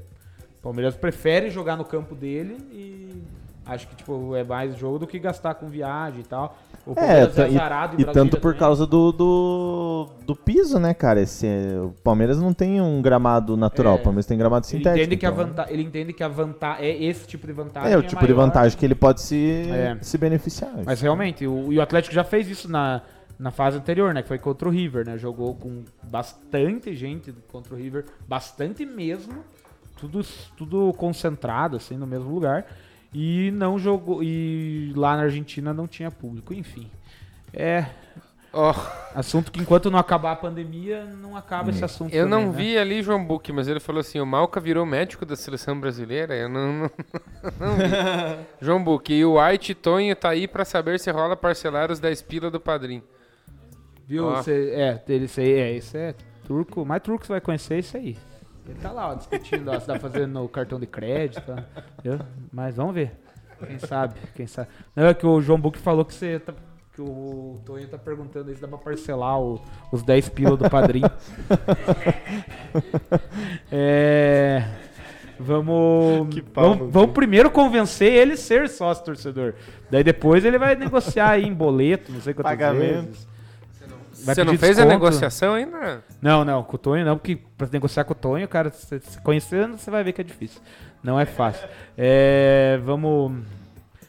O Palmeiras prefere jogar no campo dele e acho que tipo, é mais jogo do que gastar com viagem e tal. O É, Palmeiras ta- e, azarado em e Brasília tanto por também. causa do, do, do piso, né, cara? Esse, o Palmeiras não tem um gramado natural, É. o Palmeiras tem gramado Ele sintético. entende, que a então- vanta... ele entende que a vantagem é esse tipo de vantagem. É, o tipo de maior. vantagem que ele pode se, É. se beneficiar. Mas realmente, o, e o Atlético já fez isso na, na fase anterior, né? Que foi contra o River, né? Jogou com bastante gente contra o River, bastante mesmo, tudo, tudo concentrado, assim, no mesmo lugar. E não jogou. E lá na Argentina não tinha público, enfim. É. Ó, Assunto que enquanto não acabar a pandemia, não acaba Hum. esse assunto. eu também, não né? vi ali João Buck, mas ele falou assim: o Malca virou médico da seleção brasileira. Eu não, não, não vi. João Buck, e o White Tonho tá aí pra saber se rola parcelar os 10 pila do padrinho. Viu? Ó. Cê- é, ele isso aí, é, isso é turco. Mais turco você vai conhecer isso aí. Ele tá lá, ó, discutindo, ó, se dá fazendo no cartão de crédito. ó, entendeu? Mas vamos ver. Quem sabe, quem sabe. Não, é que o João Buck falou que você tá. Que o Tonho tá perguntando aí se dá pra parcelar o- os 10 pila do padrinho. é. Vamos, Que pau no vamos, cu. vamos primeiro convencer ele a ser sócio torcedor. Daí depois ele vai negociar aí em boleto, não sei quantas Pagamento. vezes. Vai Você não pedir fez a desconto? negociação ainda? Não, não, com o Tonho não, porque pra negociar com o Tonho, cara, cê- se conhecendo, você vai ver que é difícil. Não é fácil. É, vamos.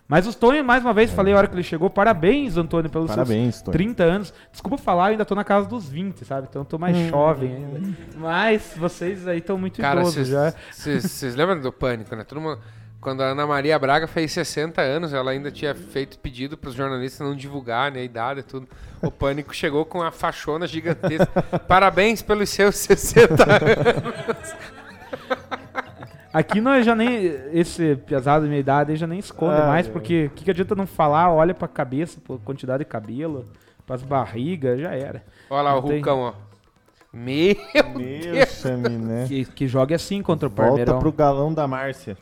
Mas o Tonho, mais uma vez, falei a hora que ele chegou. Parabéns, Antônio, pelos Parabéns, seus Tonho. 30 anos. Desculpa falar, eu ainda tô na casa dos 20, sabe? Então eu tô mais jovem ainda. Mas vocês aí estão muito Hum. Cara, idosos já. vocês lembram do pânico, né? Todo mundo- quando a Ana Maria Braga fez 60 anos, ela ainda tinha feito pedido para os jornalistas não divulgarem a idade e tudo. O pânico chegou com uma faixona gigantesca. Parabéns pelos seus 60 anos. Aqui nós já nem. Esse pesado de minha idade aí já nem Ah, esconde mais, é. porque o que, que adianta não falar? Olha pra cabeça, pra quantidade de cabelo, pras barrigas, já era. Olha lá o Não tem. Rucão, ó. Meu! um, Meu. Meu chaminé. Que, que jogue assim contra o Volta Palmeirão. pro galão da Márcia.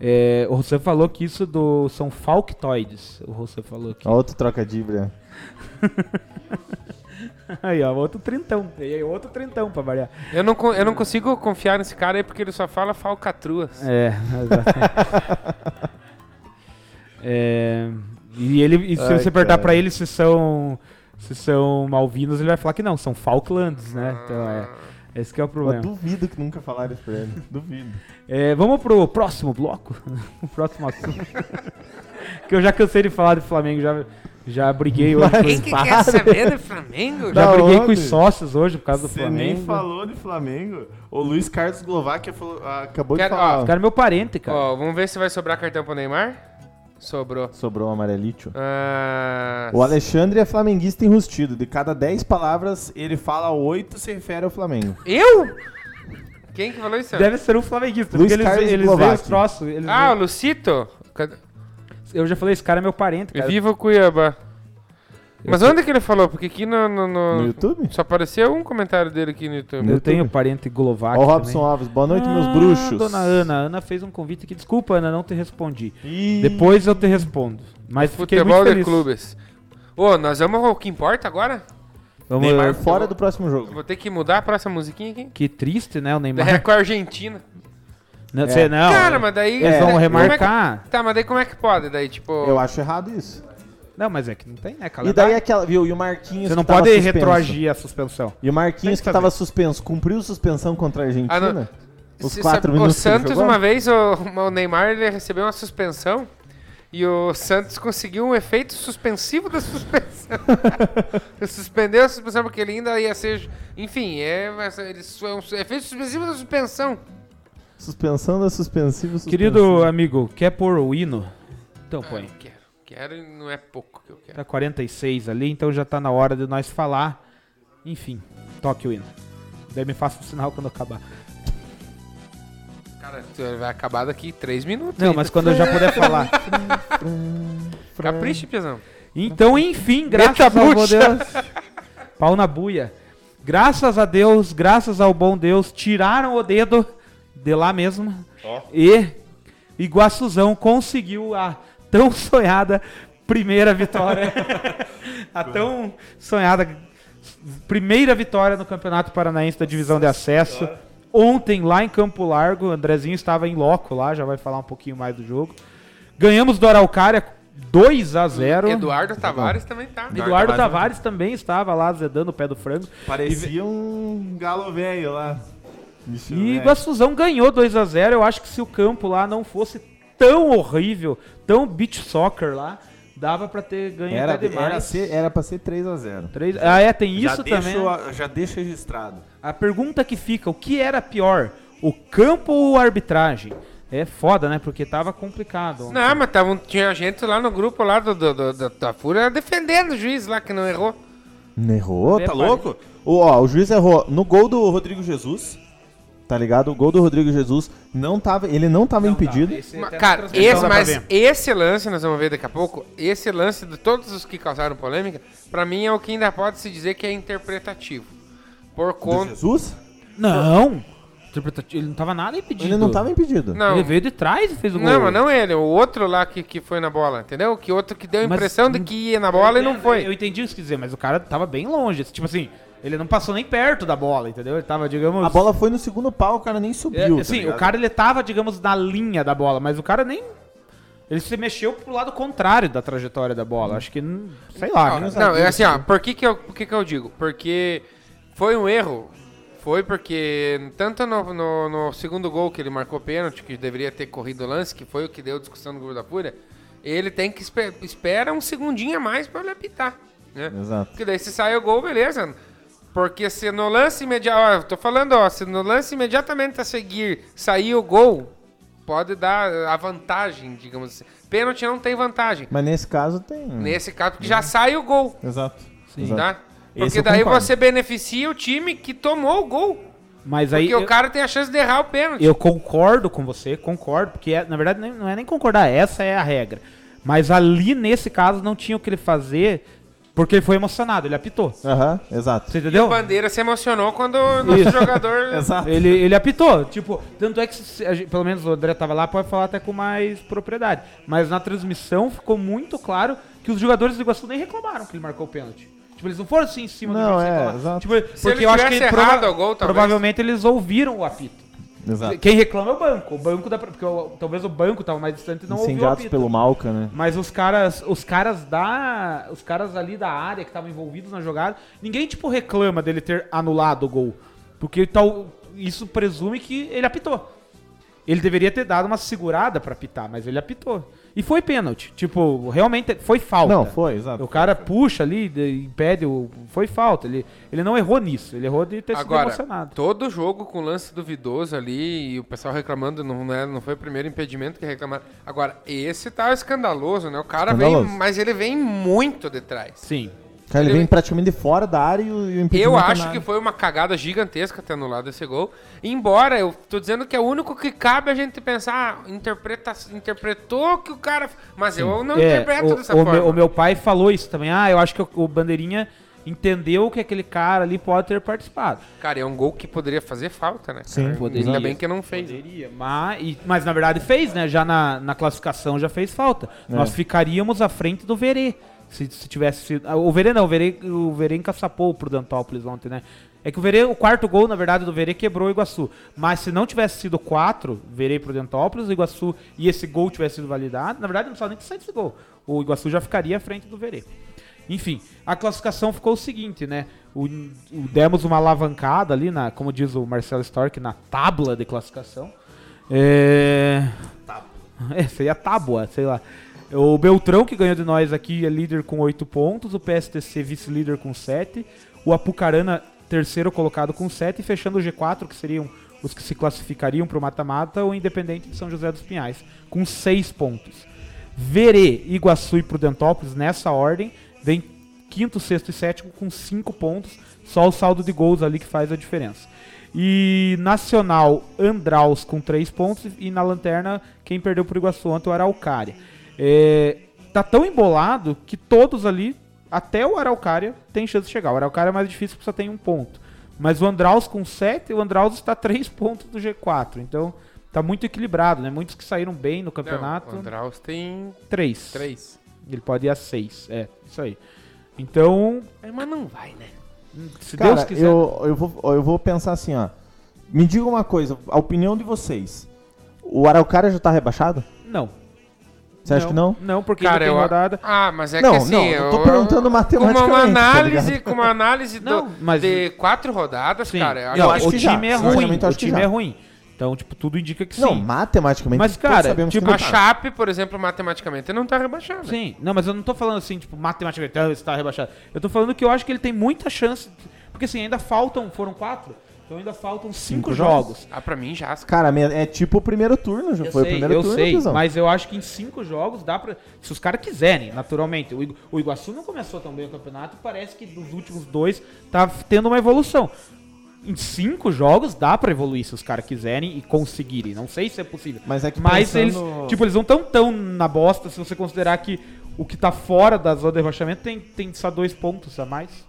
É, o Rousseau falou que isso do, são falctoides. O Rousseau falou que. Ó, Outro troca dibra. Aí, ó, outro trintão. E aí, outro trintão pra variar. Eu não, con- eu não consigo confiar nesse cara aí porque ele só fala falcatruas. É, exato. É, e ele, e se Ai, você perguntar cara. pra ele se são, se são Malvinas, ele vai falar que não, são Falklands, né? Então é. Esse que é o Eu problema. duvido que nunca falaram isso pra ele. Duvido. É, vamos pro próximo bloco. o próximo assunto. que eu já cansei de falar do Flamengo, já, já briguei hoje com Quem que quer saber do Flamengo? Já Da briguei com onde? os sócios hoje por causa do Você Flamengo. nem falou de Flamengo. O Luiz Carlos Glovac falou- ah, acabou Quero- de falar. ó, O cara é meu parente, cara. Ó, vamos ver se vai sobrar cartão pro Neymar? Sobrou. Sobrou um amarelito. Ah, O Alexandre é flamenguista enrustido. De cada 10 palavras, ele fala 8 se refere ao Flamengo. Eu? Quem que falou isso? Deve ser um flamenguista, porque Luiz eles, Carlos eles veem os Slovak. troços. eles Ah, o veem- Lucito? Cadê- Eu já falei, esse cara é meu parente, cara. Viva o Cuiabá. Mas onde que ele falou? Porque aqui no, no- Ah, no- No YouTube? Só apareceu um comentário dele aqui no YouTube. Eu tenho parente Golovac Ó, o Robson também. Alves. Boa noite, meus Ah, bruxos. Dona Ana, a Ana fez um convite aqui. Desculpa, Ana, não te respondi. Ih, Depois eu te respondo. Mas fiquei Futebol muito de feliz. clubes. Ô, nós vamos ao que importa agora? Vamos, Neymar fora do próximo Eu jogo. Vou ter que mudar a próxima musiquinha aqui. Que triste, né, o Neymar. É com a Argentina. Não, você não. Cara, mas daí. Eles vão como é que- remarcar. Tá, mas daí como é que pode? Daí, tipo. Eu acho errado isso. Não, mas é que não tem, né, cara? E daí aquela, viu? E o Marquinhos. Você não que tava pode suspenso. retroagir a suspensão. E o Tem Marquinhos que que tava suspenso, cumpriu suspensão contra a Ah, não. Argentina? Os Cê quatro sabe, minutos. O que ele Santos, jogou? uma vez, o, o Neymar ele recebeu uma suspensão e o Santos conseguiu um efeito suspensivo da suspensão. Ele Suspendeu a suspensão porque ele ainda ia ser. Enfim, é, mas ele foi um efeito suspensivo da suspensão. Suspensão da suspensiva. suspensiva. Querido amigo, quer pôr o hino? Então põe. Quero. Quero e não é pouco que eu quero. Tá 46 ali, então já tá na hora de nós falar. Enfim, toque o hino. Daí me faça um sinal quando acabar. Cara, tu vai acabar daqui três minutos. Não, ainda. mas quando eu já puder falar. Capricha, Piazão. Então, enfim, graças Meta ao bom bucha. Deus. Pau na buia. Graças a Deus, graças ao bom Deus, tiraram o dedo de lá mesmo. E Iguaçuzão conseguiu a tão sonhada primeira vitória. a tão sonhada primeira vitória no Campeonato Paranaense da Divisão de Acesso. Ontem, lá em Campo Largo, o Andrezinho estava em loco lá, já vai falar um pouquinho mais do jogo. Ganhamos do Araucária 2 a 0 Eduardo Tavares também tá. Eduardo Tavares também estava lá zedando o pé do frango. Parecia um galo velho lá. Bicho E é. velho. Iguaçuzão ganhou 2 a 0 Eu acho que se o campo lá não fosse tão horrível, tão beach soccer lá, dava pra ter ganho Era, até era, tá demais. ser, era pra ser 3x0. Três- Ah, é, tem isso já também. Deixo, a- já deixa registrado. A pergunta que fica, o que era pior, o campo ou a arbitragem? É foda, né? Porque tava complicado. Tá, ontem. Não, mas tava, um- tinha gente lá no grupo lá do, do, do- da- da FURA defendendo o juiz lá que não errou. Não Errou, É, tá pare- louco? O, ó, o juiz errou no gol do Rodrigo Jesus. Tá ligado? O gol do Rodrigo Jesus não tava. Ele não tava impedido. Ma- Cara, dá esse, pra mas ver. esse lance, nós vamos ver daqui a pouco, esse lance de todos os que causaram polêmica, pra mim é o que ainda pode se dizer que é interpretativo. Por Do conta... Jesus? Não! Interpretati- Ele não tava nada impedido. Ele não tava impedido. Não, Ele veio de trás e fez o gol. não, mas não ele, o outro lá que, que foi na bola, entendeu? Que outro que deu a Mas- impressão de que ia na bola e não Eu foi. entendi o que você quis dizer, mas o cara tava bem longe. Tipo assim, ele não passou nem perto da bola, entendeu? Ele tava, digamos. A bola foi no segundo pau, o cara nem É, subiu. tá assim, o ligado? cara ele tava, digamos, na linha da bola, mas o cara nem. Ele se mexeu pro lado contrário da trajetória da bola. Acho que. hum, Sei lá. né? Não, é assim, ó, por que que eu, por que que eu digo? Porque foi um erro, foi porque tanto no, no, no segundo gol que ele marcou pênalti, que deveria ter corrido o lance, que foi o que deu discussão no grupo da Fúria, ele tem que espe- espera um segundinho a mais pra ele apitar, né? Exato. Porque daí se sai o gol, beleza. Porque se no lance imediato, ó, eu tô falando, ó, se no lance imediatamente a seguir sair o gol, pode dar a vantagem, digamos assim. Pênalti não tem vantagem. Mas nesse caso tem. Nesse caso, porque já sai o gol. Exato. Exato. Tá? Esse Porque eu daí concordo. você beneficia o time que tomou o gol. Mas aí. Porque Eu, o cara tem a chance de errar o pênalti. eu concordo com você, concordo, porque é- na verdade nem- não é nem concordar, essa é a regra. Mas ali, nesse caso, não tinha o que ele fazer, porque ele foi emocionado, ele apitou. Aham, exato. Você entendeu? O Bandeira se emocionou quando o nosso jogador. Exato. Ele, ele apitou, tipo, tanto é que, se- a gente- pelo menos o André tava lá, pode falar até com mais propriedade. Mas na transmissão ficou muito claro que os jogadores do Iguaçu nem reclamaram que ele marcou o pênalti. Tipo, eles não foram assim em cima Não, do juiz é, reclamar. exato. Tipo, Se ele porque eu acho que tivesse ele prova- errado o gol, talvez. provavelmente eles ouviram o apito. Exato. Quem reclama é o banco. O banco da, porque o- talvez o banco tava mais distante e não ouviu o Incendiados apito. pelo Malca, né? Mas os caras, os caras da, os caras ali da área que estavam envolvidos na jogada, ninguém tipo reclama dele ter anulado o gol, porque tal, isso presume que ele apitou. Ele deveria ter dado uma segurada pra apitar, mas ele apitou. E foi pênalti. Tipo, realmente foi falta. Não, foi, exato. O cara puxa ali, de- impede o. Foi falta. Ele, ele não errou nisso. Ele errou de ter Agora, sido emocionado. todo jogo com lance duvidoso ali e o pessoal reclamando, não, né, não foi o primeiro impedimento que reclamaram. Agora, esse tá escandaloso, né? O cara Escandaloso. vem, mas ele vem muito de trás. Sim. Cara, ele, vem praticamente de fora da área e o, e o impedimento Eu é acho na que área. foi uma cagada gigantesca ter anulado esse gol. Embora eu tô dizendo que é o único que cabe a gente pensar, ah, interpreta, interpretou que o cara. Mas eu não É, interpreto o, dessa o forma. Meu, o meu pai falou isso também. Ah, eu acho que o, o Bandeirinha entendeu que aquele cara ali pode ter participado. Cara, é um gol que poderia fazer falta, né? Sim, cara? poderia. Ainda bem que não fez. Poderia, mas, e- mas na verdade fez, né? Já na, na classificação já fez falta. Nós ficaríamos à frente do Verê. Se, se tivesse sido. ah, O Verê não, o Verê, o Verê encaçapou o Prudentópolis ontem, né? É que o Verê, o quarto gol, na verdade, do Verê quebrou o Iguaçu. Mas se não tivesse sido quatro, Verê e Prudentópolis, o Iguaçu e esse gol tivesse sido validado, na verdade não precisava nem ter saído esse gol. O Iguaçu já ficaria à frente do Verê. Enfim, a classificação ficou o seguinte, né? O, o- demos uma alavancada ali, na, como diz o Marcelo Stork, na tábua de classificação. É... É, seria tábua, sei lá. O Beltrão, que ganhou de nós aqui, é líder com 8 pontos. O PSTC, vice-líder com 7. O Apucarana, terceiro colocado com 7. E fechando o G4, que seriam os que se classificariam para o mata-mata, o Independente de São José dos Pinhais, com 6 pontos. Verê, Iguaçu e Prudentópolis, nessa ordem, vem quinto, sexto e sétimo com 5 pontos. Só o saldo de gols ali que faz a diferença. E Nacional, Andraus com 3 pontos. E na lanterna, quem perdeu pro Iguaçu ontem, o Araucária. É, tá tão embolado que todos ali, até o Araucária, tem chance de chegar. O Araucária é mais difícil porque só tem um ponto. Mas o Andraus com 7, o Andraus está 3 pontos do G4. Então tá muito equilibrado, né? Muitos que saíram bem no campeonato. Não, o Andraus tem Três. três. Ele pode ir a seis. É, isso aí. Então, É, Mas não vai, né? se Cara, Deus quiser. Eu, eu, vou, ó, eu vou pensar assim, ó. Me diga uma coisa, a opinião de vocês. O Araucária já tá rebaixado? Não. Você acha que não? Não, porque Cara, ele eu. tem rodada. Ah, mas é Não, que assim. não, eu tô eu- perguntando com matematicamente, uma tá análise, ligado? com uma análise do- Não, mas- de quatro rodadas, Sim. cara. eu acho Não, que- acho o que já. time é ruim. Sinceramente, eu O acho que time já. é ruim. Então, tipo, tudo indica que Não, sim. matematicamente. Mas, todos cara, sabemos que tipo, não A tá. Chape, por exemplo, matematicamente não tá rebaixada. Sim. Não, mas eu não tô falando assim, tipo, matematicamente, ah, está rebaixado. Eu tô falando que eu acho que ele tem muita chance. Porque assim, ainda faltam, foram quatro. Então ainda faltam cinco, Cinco jogos. Ah, pra mim já. cara. Cara, me- é tipo o primeiro turno, já Eu foi sei, o primeiro eu turno, sei, Guizão. mas eu acho que em cinco jogos dá pra. Se os caras quiserem, naturalmente. O, Igu- o Iguaçu não começou tão bem o campeonato, parece que dos últimos dois tá tendo uma evolução. Em cinco jogos dá pra evoluir se os caras quiserem e conseguirem. Não sei se é possível. Mas é que Mas pensando- eles, tipo, eles não tão tão na bosta se você considerar que o que tá fora da zona de rebaixamento tem, tem só dois pontos a mais.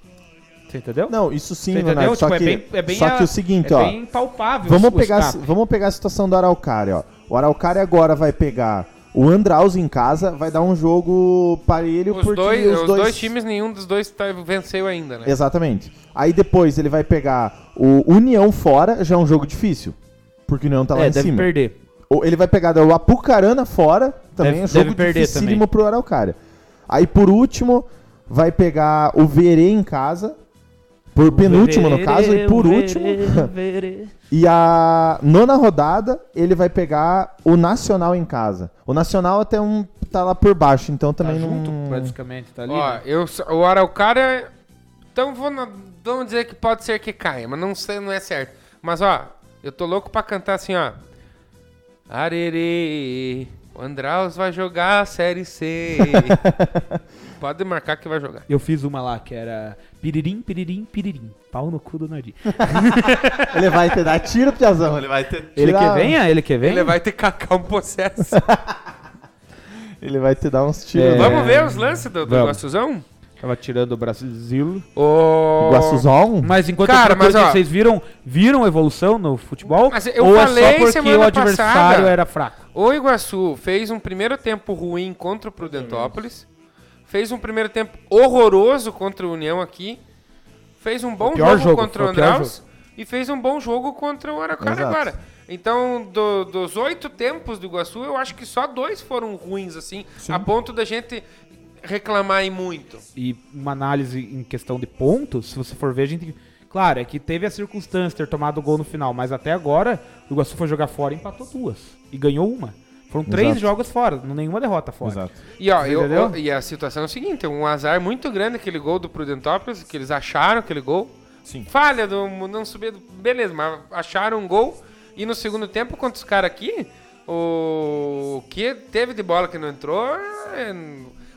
Você entendeu? Não, isso sim, Você Leonardo. entendeu? Só, Tipo, é que, bem- é bem só que a- o seguinte, é ó. bem palpável. Vamos os- os pegar, caras. vamos pegar a situação do Araucária, ó. O Araucária agora vai pegar o Andraus em casa, vai dar um jogo parelho Os, porque dois, os, dois, times, nenhum dos dois tá- venceu ainda, né? Exatamente. Aí depois ele vai pegar o União fora, já é um jogo difícil. Porque o União tá lá É, em deve cima. perder. Ou ele vai pegar o Apucarana fora, também Deve- é um jogo deve perder dificílimo também. pro Araucária. Aí por último, vai pegar o Verê em casa, por penúltimo no caso, e por último, e a nona rodada, ele vai pegar o Nacional em casa. O Nacional até um tá lá por baixo, então tá também não... junto, praticamente, tá ali. Ó, né? eu, s- o Araucária. Então vou na- vamos dizer que pode ser que caia, mas não sei, não é certo. Mas ó, eu tô louco pra cantar assim, ó. Arerê, o Andraus vai jogar a Série C. pode marcar que vai jogar. Eu fiz uma lá que era piririm, piririm, piririm. Pau no cu do Nadir. Hum, Ele vai te dar tiro, Piazão. Ele vai ter. Ele que é? Tira- venha? Ele que venha? Ele vai ter que cacar um processo. Ele vai te dar uns tiros. É. né? Vamos ver os lances do, do Vamos. Guaçuzão? Tava tirando o Brasil. O... Guaçuzon? Mas enquanto Cara, outra coisa, mas, ó- vocês viram, viram evolução no futebol? Mas eu Ou é falei só porque semana o adversário passada. era fraco? O Iguaçu fez um primeiro tempo ruim contra o Prudentópolis. Fez um primeiro tempo horroroso contra o União aqui. Fez um bom pior jogo, jogo, contra o foi o pior Andraus. E fez um bom jogo contra o Araucária Exato. agora. Então, do- dos oito tempos do Iguaçu, eu acho que só dois foram ruins, assim, a ponto da gente reclamar e muito. E uma análise em questão de pontos, se você for ver, a gente... Claro, é que teve a circunstância de ter tomado o gol no final, mas até agora o Iguaçu foi jogar fora e empatou duas. E ganhou uma. Foram três Exato. jogos fora, nenhuma derrota fora. Exato. E, ó, eu- Entendeu? eu- e a situação é o seguinte, um azar muito grande aquele gol do Prudentópolis, que eles acharam aquele gol. Sim. Falha do não subir, do- beleza, mas acharam um gol. E no segundo tempo, contra os caras aqui, o que teve de bola que não entrou, é,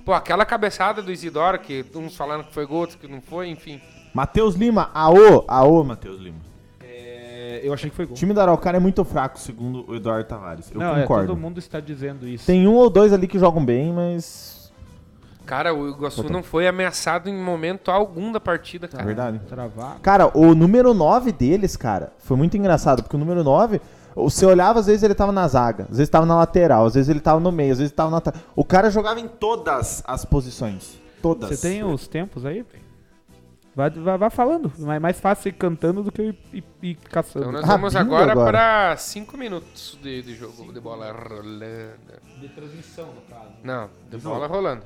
Pô, aquela cabeçada do Isidoro, que uns falaram que foi gol, outros que não foi, enfim. Matheus Lima, aô, aô, Matheus Lima. É, eu achei que foi O gol. time da Araucária é muito fraco, segundo o Eduardo Tavares. Eu não, é, concordo. todo mundo está dizendo isso. Tem um ou dois ali que jogam bem, mas. Cara, o Iguaçu não foi ameaçado em momento algum da partida, É Tá. cara. verdade. Travar. Cara, o número 9 deles, cara, foi muito engraçado, porque o número 9, você olhava, às vezes ele tava na zaga, às vezes tava na lateral, às vezes ele tava no meio, às vezes tava na. ta- O cara jogava em todas as posições. Todas. Você tem os tempos aí? Vai, vai, vai falando. É mais fácil ir cantando do que ir, ir, ir caçando. Então nós Rapidinho vamos agora, agora. para 5 minutos de, de jogo de bola rolando. De transmissão, no caso. Não, de bola rolando.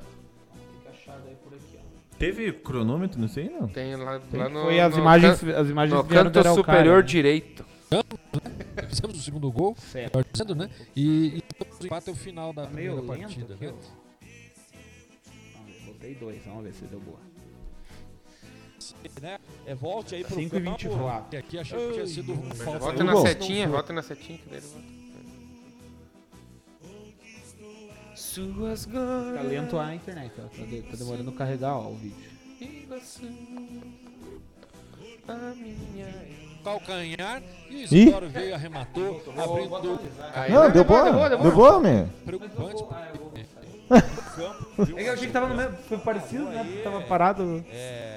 Teve cronômetro, não sei não. Tem lá, lá no. Foi as no imagens, can- as imagens No vieram canto da Araucária, superior né? direito. Fizemos o segundo gol, Certo. melhor dizendo, né? E, e o empate é o final da Meio primeira lento partida, aqui, né? ó. Ah, Botei dois, vamos ver se deu boa. né? É, volte aí pro 5 e 24. que aqui achei que tinha sido um falta. Volta na setinha, volta na setinha que daí ele volta. Suas Tá lento a internet, ó. Tá, de- tá demorando a carregar ó, o vídeo. gordas. A minha. Calcanhar e o Ih. Isidoro veio, arrematou, abrindo Aí, né? Não, deu boa, deu boa, meu. preocupante. É que eu achei que tava no mesmo. Foi parecido, né? Tava parado.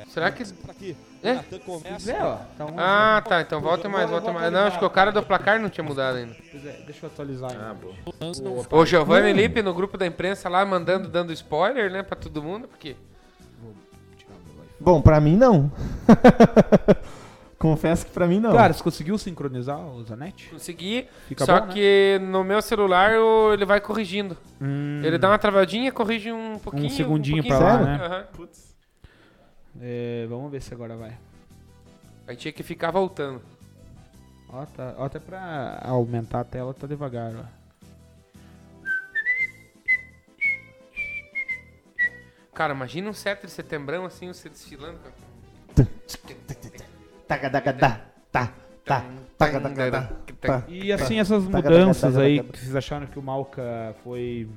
Será que. Pra quê? É? Natan começa. É, ó. Tá um, Ah, tá, então volta mais, volta mais. Não, acho que o cara do placar não tinha mudado ainda. Pois é, deixa eu atualizar ainda. Lance não O Giovanni Lipe no grupo da imprensa lá mandando, dando spoiler, né, pra todo mundo, porque. Bom, pra mim não. Confesso que pra mim não. Cara, você conseguiu sincronizar o Zanetti? Consegui, Fica só bom, né? que no meu celular eu- ele vai corrigindo. Ele dá uma travadinha, corrige um pouquinho. Hum. segundinho pouquinho, pra lá, sabe? né? Aham. É, vamos ver se agora vai. Aí tinha que ficar voltando. Ó, tá, ó, até pra aumentar a tela tá devagar, ó. Cara, imagina um 7 de setembrão assim, você desfilando. Tagadagada, tá, tá, tagadagada, tá. E assim, essas mudanças aí que vocês acharam que o Malca foi.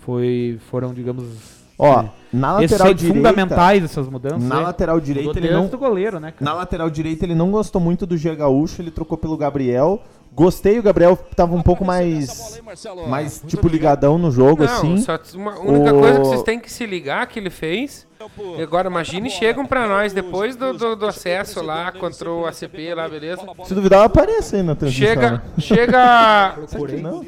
foi foram, digamos. Ó, na lateral essenciais- direita, fundamentais essas mudanças. na né? lateral Mudou direita ele desde não, do goleiro, né, Na cara? lateral direita ele não gostou muito do Gia Gaúcho, ele trocou pelo Gabriel. Gostei, o Gabriel tava um pouco mais, mais tipo, ligadão no jogo, Não, assim. só uma única O- coisa que vocês têm que se ligar que ele fez. E agora imagine, chegam pra nós depois do, do, do acesso lá contra o ACP lá, beleza? Se duvidar, aparece aí na transmissão. Chega, né? chega, Será que não?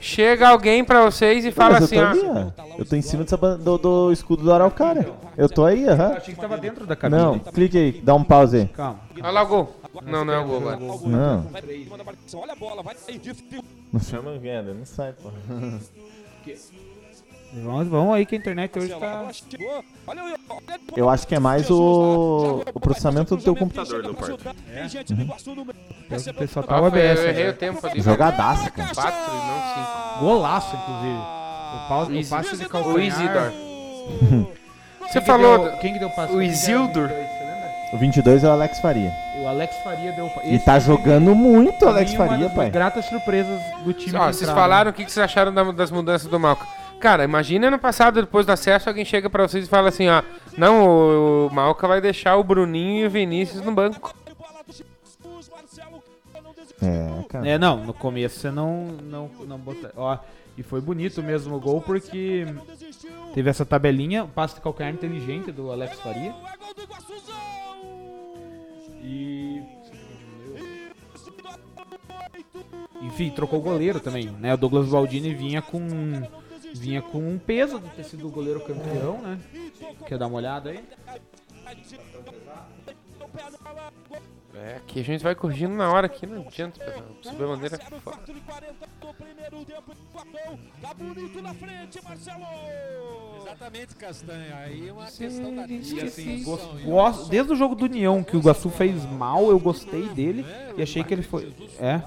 chega alguém pra vocês e fala Mas assim, eu ó. tô ah, ali, ó. Eu tô em cima dessa ban- do, do escudo do Araucária. Eu tô aí, aham. Achei que tava dentro da cabine. Não, clique aí, dá um pause aí. Calma. Olha lá o gol. Não, não é o gol agora. Não, Olha a bola, vai sair de não chama venda, não sai, pô. Vamos, vamos aí que a internet hoje tá. Chegou. Olha o- olha né? o- Eu acho que é mais o, o tá processamento do teu computador. do parque. Tem gente do Iguaçu no meio. O tá É. Uhum. pessoal Ah, tava foi, eu aberto. errei o tempo ali. Jogadaça, cara. Quatro e não Golaço, inclusive. O, pau, o passe de cinco. O Isidor. calcanhar. Você Quem falou. que deu- Quem que deu o passe? o Quem que deu Isildur. Você lembra? O 22 é o Alex Faria. E O Alex Faria deu é o passe. E tá jogando muito o Pra Alex mim, uma Faria, das pai. Gratas surpresas do time. Ó, que vocês entraram. falaram o que que vocês acharam da- das mudanças do Malca. Cara, imagina ano passado, depois do acesso, alguém chega pra vocês e fala assim, ó. Não, o, o Malca vai deixar o Bruninho e o Vinícius no banco. É, cara. É, não, no começo você não, não, não bota. Ó, e foi bonito mesmo o gol, porque teve essa tabelinha, o passe de calcanhar inteligente do Alex Faria. É E. Enfim, trocou o goleiro também, né? O Douglas Baldini vinha com. Vinha com um peso de ter sido o goleiro campeão, né? Quer dar uma olhada aí? É, que a gente vai corrigindo na hora aqui, não adianta, pessoal. Subir a bandeira é foda. Exatamente, Castanha. Aí é uma questão da Assim, assim, Gosto- gosto- desde o jogo do União, que o Iguaçu fez mal, eu gostei dele e achei que ele foi. É.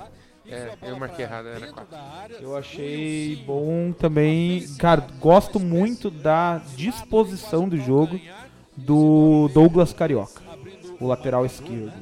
É, eu marquei errado, era quatro. Eu achei bom também. Cara, gosto muito da disposição do jogo do Douglas Carioca, o lateral esquerdo.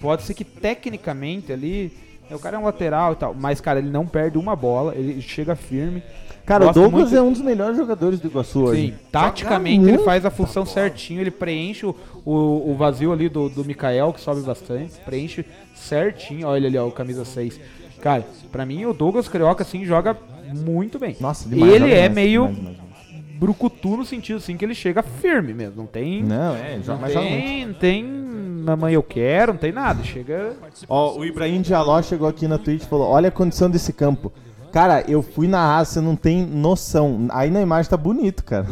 Pode ser que tecnicamente ali. né, O cara é um lateral e tal, mas, cara, ele não perde uma bola, ele chega firme. Cara, o Gosto Douglas muito- é um dos melhores jogadores do Iguaçu Sim, hoje. taticamente Joga ele muito. faz a função certinho, ele preenche o, o, o vazio ali do, do Mikael, que sobe bastante, preenche certinho. Olha ele ali, ó, o camisa 6. Cara, pra mim o Douglas Carioca, assim, joga muito bem. Nossa, ele joga é demais, meio demais, demais, demais. brucutu no sentido, assim, que ele chega firme mesmo. Não tem... Não, Não, é, joga, mas joga muito. tem, não tem mamãe eu quero, não tem nada. Chega... Ó, o Ibrahim Dialó chegou aqui na Twitch e falou: Olha a condição desse campo. Cara, eu fui na raça, você não tem noção. Aí na imagem tá bonito, cara.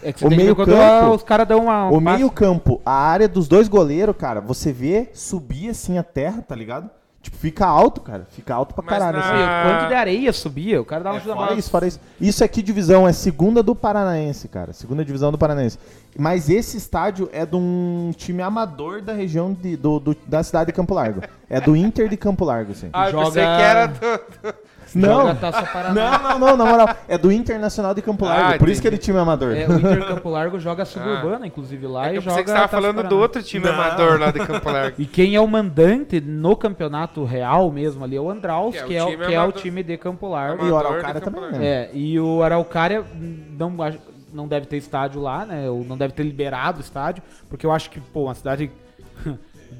É que tem que O ver meio quando campo- os caras dão uma... o um passe- meio-campo, a área dos dois goleiros, cara, você vê subir assim a terra, tá ligado? Tipo, fica alto, cara. Fica alto pra Mas caralho. na- assim. Ah, Quanto de areia subia, o cara dava um chute na Fora bola. É isso, fora isso. Isso aqui divisão é segunda do Paranaense, cara. Segunda divisão do Paranaense. Mas esse estádio é de um time amador da região de, do, do- da cidade de Campo Largo. É do Inter de Campo Largo, assim. Ah, eu pensei Joga- que era do... não, Joga tá a taça Paraná. não, não, não, na moral. É do Internacional de Campo Largo. né? Ah, por isso que ele é entendi. time amador. É, o Inter Campo Largo joga suburbana, inclusive, lá É que e eu joga. pensei que você tava Taça falando Paraná. do outro time amador lá de Campo Largo. E quem é o mandante no campeonato real mesmo ali é o Andraus, Que é o que, é, o- time É que é o amador. time de Campo Largo. e o amador de Araucária Campo também, Largo. né? É, e o Araucária não, acho- não deve ter estádio lá, né? Ou não deve ter liberado o estádio, porque eu acho que, pô, uma cidade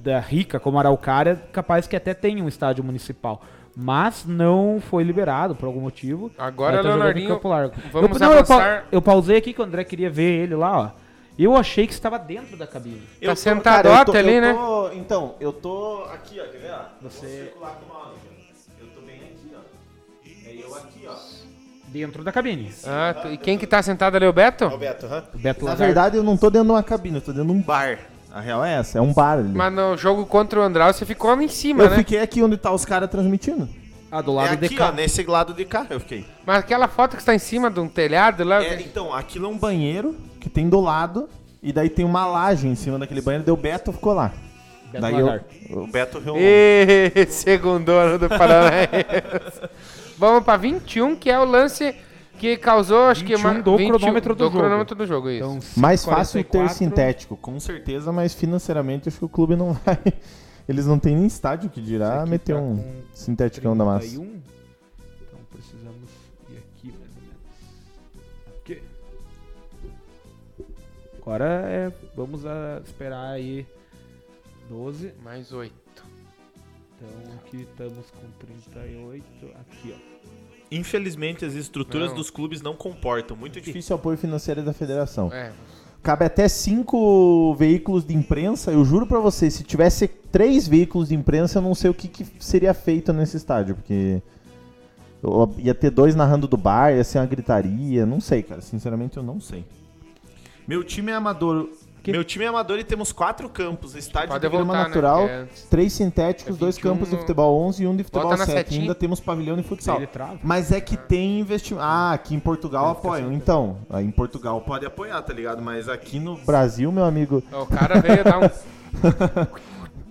da rica como Araucária, capaz que até tem um estádio municipal. Mas não foi liberado por algum motivo. Agora, Vai tá jogando em Leonardinho, Campo Largo. vamos eu, não, eu pa- avançar. eu pausei aqui que o André queria ver ele lá, ó. Eu achei que estava dentro da cabine. Tá sentadote ali, né? né? Então, eu tô aqui, ó. Quer ver? ó? Vou circular com o mouse. Eu tô bem aqui, ó. É eu aqui, ó. Dentro da cabine. Ah, tu- e quem que tá sentado ali, é o Beto? Roberto, aham. O Beto Na Lazar- verdade, eu não tô dentro de uma cabine, eu tô dentro de um bar. A real é essa, é um bar ali. Mas no jogo contra o Andral você ficou lá em cima, eu né? fiquei aqui onde tá os caras transmitindo. Ah, do lado é de aqui, cá. ó, nesse lado de cá eu fiquei. Mas aquela foto que está em cima de um telhado lá. É, então, aquilo é um banho. Banheiro que tem do lado, e daí tem uma laje em cima daquele banheiro, deu Beto ficou lá. Beto daí Lazar. eu, O Beto Rio. E segundo ano do Paraná. Vamos pra 21, que é o lance que causou, acho que 21 do cronômetro do jogo. cronômetro um do jogo, isso. Então, Mais fácil ter 44. sintético, com certeza, mas financeiramente acho que o clube não vai. Eles não tem nem estádio que dirá aqui meter tá um com sintético da massa. 31. Então precisamos ir aqui né, mais ou menos. Aqui. Agora é, vamos ah, esperar aí 12. Mais 8. Então aqui estamos com 38. Aqui, ó. um. Infelizmente, as estruturas Não. dos clubes não comportam. Muito difícil. É Difícil apoio financeiro da federação. É. Cabe até cinco veículos de imprensa. Eu juro pra você, se tivesse três veículos de imprensa, eu não sei o que, que seria feito nesse estádio, porque eu- ia ter dois narrando do bar, ia ser uma gritaria, não sei, cara. Sinceramente, eu não sei. Meu time é amador. Que- Meu time é amador e temos quatro campos. Estádio Pode de voltar, Grama né? natural, É antes. três sintéticos, É dois 21 campos de no- futebol 11 e um de futebol Bota na 7. setinha. Ainda temos pavilhão de futsal. Ele trava. Mas é que tem investimento. Ah, aqui em Portugal apoiam. Então, aí em Portugal pode apoiar, tá ligado? Mas aqui no Brasil, meu amigo, O cara veio dar um.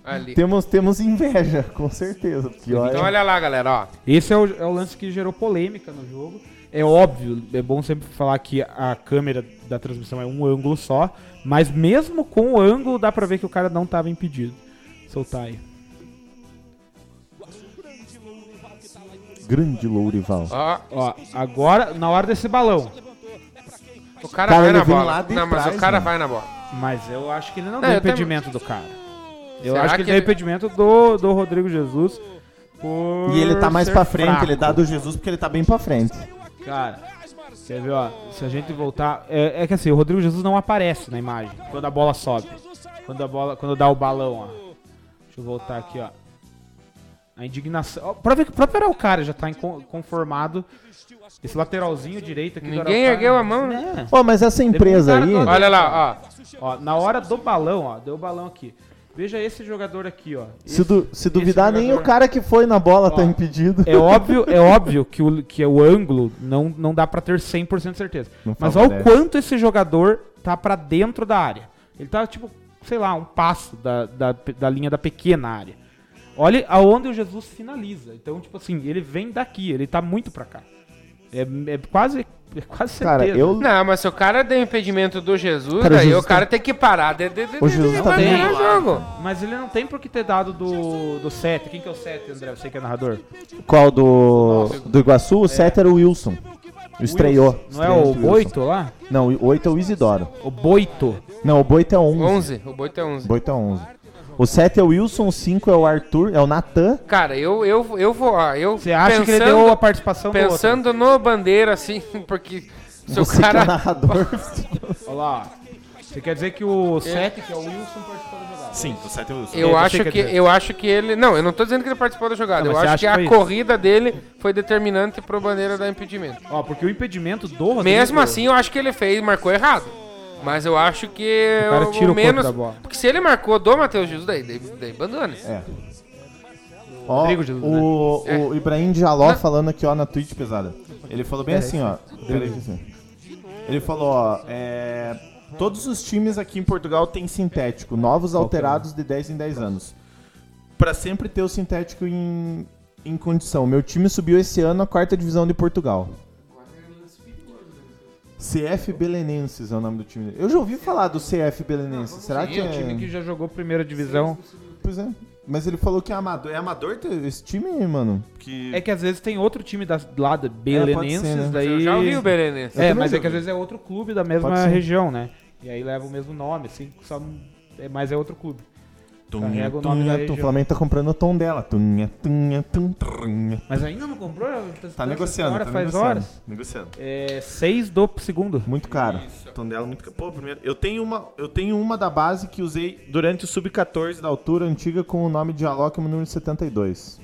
Ali. temos, temos inveja, com certeza. um é Porque olha- Então olha lá, galera, ó. Esse é o, é o lance que gerou polêmica no jogo. É óbvio, é bom sempre falar que a câmera da transmissão é um ângulo só, mas mesmo com o ângulo dá pra ver que o cara não tava impedido. Soltar aí. Grande Lourival. Ó, Ó, agora, na hora desse balão. o cara, Cara, vai ele na vem bola. lá de Não, mas trás, o cara né? mano. vai na bola. Mas eu acho que ele não, Não, deu eu também- impedimento do cara. Eu Será acho que, que ele deu ele- impedimento do, do Rodrigo Jesus. por E ele tá mais ser pra frente, fraco. ele dá do Jesus porque ele tá bem pra frente. Cara, você vê, ó, se a gente voltar. É, é que assim, o Rodrigo Jesus não aparece na imagem quando a bola sobe. Quando a bola. Quando dá o balão, ó. Deixa eu voltar aqui, ó. A indignação. ó, Pra ver que o próprio Araucária já tá incon- conformado. Esse lateralzinho direito aqui Ninguém ergueu a mão, né? né? Ó, mas essa empresa cara aí. todo- Olha lá, ó. Ó, na hora do balão, ó, deu o balão aqui. Veja esse jogador aqui, ó. Se, du- se esse duvidar, nem jogador- o cara que foi na bola tá Ó, impedido. É óbvio, é óbvio que o, que é o ângulo não, não dá pra ter 100% de certeza. Não Mas olha o favorece. quanto esse jogador tá pra dentro da área. Ele tá, tipo, sei lá, um passo da, da, da linha da pequena área. Olha aonde o Jesus finaliza. Então, tipo assim, ele vem daqui, ele tá muito pra cá. É, é quase, é quase certeza. Cara, eu. Não, mas se o cara deu impedimento do Jesus, Cara, o aí Jesus tá- o cara tem que parar. De, de, de, O Jesus de- de- tá de- bem. de- jogo. Mas ele não tem por que ter dado do, do 7. Quem que é o 7, André? Você que é narrador. Qual do. Do Iguaçu? O 7 era o Wilson. Estreou. Não é o Estreante Boito lá? Wilson. Não, o 8 é o Isidoro. O Boito. Não, o Boito é 11. 11, o Boito é 11. Boito é 11. O 7 é o Wilson, o 5 é o Arthur, é o Natan. Cara, eu, eu, eu vou. Ó, eu Você acha que ele deu a participação do outro? Pensando no bandeira, assim, porque se o Você que é o cara. narrador. é Olha lá. Você quer dizer que o 7, que é o Wilson, participou da jogada? Sim, o 7 é o Wilson. Eu Você acho quer que, dizer. eu acho que ele. Não, eu não tô dizendo que ele participou da jogada. eu Não, mas acho que você acha que a foi isso? corrida dele foi determinante pro bandeira dar impedimento. Ó, porque o impedimento do Rodrigo... É. Mesmo assim, eu acho que ele fez, marcou errado. Mas eu acho que O cara o tira o corpo menos. da bola. Porque se ele marcou do Matheus Jesus, daí, daí, daí abandona. É. Ó, Rodrigo Jesus, né? o, o Ibrahim Jaló falando aqui, ó, na Twitch pesada. Ele falou bem assim, ó. Peraí, assim. Ele falou, ó, é, todos os times aqui em Portugal têm sintético, novos é? alterados de 10 em 10 anos. Pra sempre ter o sintético em, em condição. Meu time subiu esse ano à quarta divisão de Portugal. CF Belenenses é o nome do time. dele. Eu já ouvi falar do CF Belenenses. Será que Sim, é... o Ah, time que já jogou primeira divisão. Pois é. Mas ele falou que é amador. É amador ter esse time, mano? Que... É que às vezes tem outro time da, lá, da Belenenses, É, ser, né? daí... Eu já ouvi o Berenense. Eu É, também mas já é que às vi. vezes é outro clube da Pode mesma ser. região, né? E aí leva o mesmo nome, assim, só... É, mas é outro clube. Carrega o nome da Tunha, tum, o região. Flamengo tá comprando o tom dela. Tunha, tunha, tum, trunha. Mas ainda não comprou? Tá, Tá negociando, Hora, tá faz negociando. horas. Negociando. É, seis do segundo. Muito caro. Tondela muito... Pô, primeiro... Eu tenho, uma, eu tenho uma da base que usei durante o Sub-14 da altura antiga com o nome de Alok no número 72.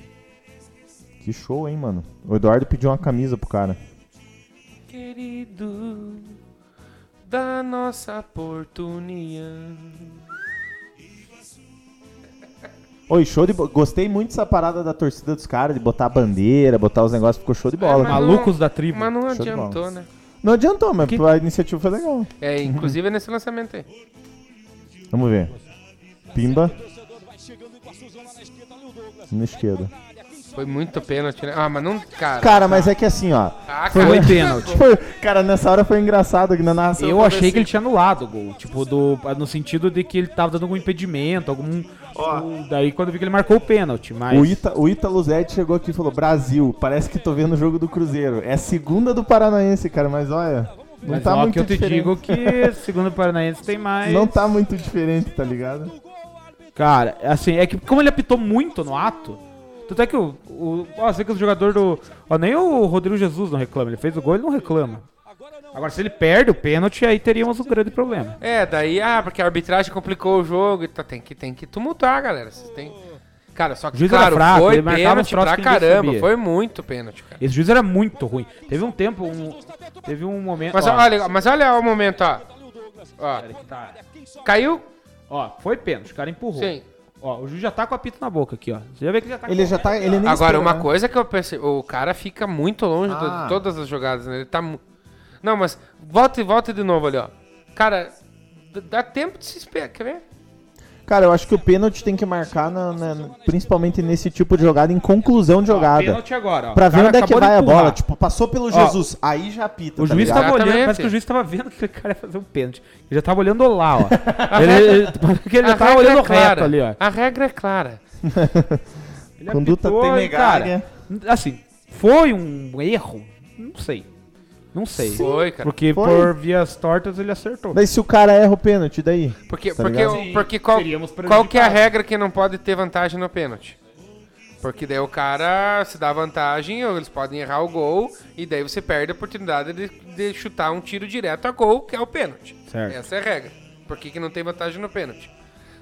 Que show, hein, mano? O Eduardo pediu uma camisa pro cara. Querido da nossa oportunidade. Oi, show de bo... Gostei muito dessa parada da torcida dos caras, de botar a bandeira, botar os negócios, ficou É, show de bola. mas cara. Malucos da tribo. Mas não Show de bola. adiantou, né? Não adiantou, mas a iniciativa foi legal. É, inclusive é nesse lançamento aí. Vamos ver. Pimba. Na esquerda. Foi muito pênalti, né? Ah, mas não. Cara. Cara, mas é que assim, ó. Ah, Foi cara. pênalti. Foi- cara, nessa hora foi engraçado que na narração. Eu falei achei que assim, ele tinha anulado o gol. Tipo, do, no sentido de que ele tava dando algum impedimento, algum. o- daí quando eu vi que ele marcou o pênalti, mas. O Ita, o Ita Luzetti chegou aqui e falou: Brasil, parece que tô vendo o jogo do Cruzeiro. É a segunda do Paranaense, cara, mas olha. Não mas tá ó, muito que eu te diferente. digo é que, segundo o Paranaense, tem mais. Não tá muito diferente, tá ligado? Cara, assim, é que como ele apitou muito no ato. Tanto é que o. o ó, você que o jogador do. Ó, nem o Rodrigo Jesus não reclama. Ele fez o gol, ele não reclama. Agora, se ele perde o pênalti, aí teríamos um grande problema. É, daí, ah, porque a arbitragem complicou o jogo e tá, tem, que, tem que tumultuar, galera. Vocês tem... Cara, só que, O juiz era claro, fraco, foi ele marcava uns pênalti troços pra que ninguém caramba. sabia. Foi muito pênalti, cara. Esse juiz era muito ruim. Teve um tempo, um. Teve um momento. Mas ó, olha, mas olha o momento, ó. ó tá. caiu? Ó, foi pênalti, o cara empurrou. Sim. Ó, o Ju já tá com a pito na boca aqui, ó. Você já vê que ele já tá Ele com já tá. Ele nem Agora, espera, uma né? coisa que eu percebi, o cara fica muito longe do- Ah. de todas as jogadas, né? Ele tá. mu- Não, mas volta e volta de novo ali, ó. Cara, d- dá tempo de se esperar, quer ver? Cara, eu acho que o pênalti tem que marcar, na- na- principalmente nesse tipo de jogada, em conclusão de jogada. Pênalti agora, ó. tá Pra O ver cara onde é que acabou de vai a empurrar. bola. Tipo, passou pelo Jesus, aí já apita. O tá juiz ligado? tava olhando, Exatamente. parece que o juiz tava vendo que o cara ia fazer um pênalti. Ele já tava olhando lá, ó. ele, ele, porque ele já tava olhando reto ali, ó. é A regra é clara. Ele Conduta apitou e, temerária. cara, Assim, foi um erro? Não sei. Não sei. Foi, cara. Porque Foi. por vias tortas ele acertou. Daí se o cara erra o pênalti, daí? Porque, Tá porque, ligado? o- porque qual, seríamos qual que é a prejudicados. regra que não pode ter vantagem no pênalti? Porque daí o cara se dá vantagem, ou eles podem errar o gol, e daí você perde a oportunidade de, de chutar um tiro direto a gol, que é o pênalti. Certo. Essa é a regra. Por que, que não tem vantagem no pênalti?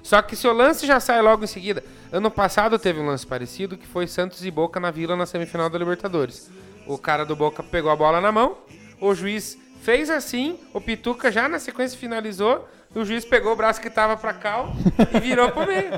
Só que se o lance já sai logo em seguida. Ano passado teve um lance parecido, que foi Santos e Boca na Vila na semifinal da Libertadores. O cara do Boca pegou a bola na mão, o juiz fez assim, o Pituca já na sequência finalizou, e o juiz pegou o braço que tava pra cá e virou pro meio.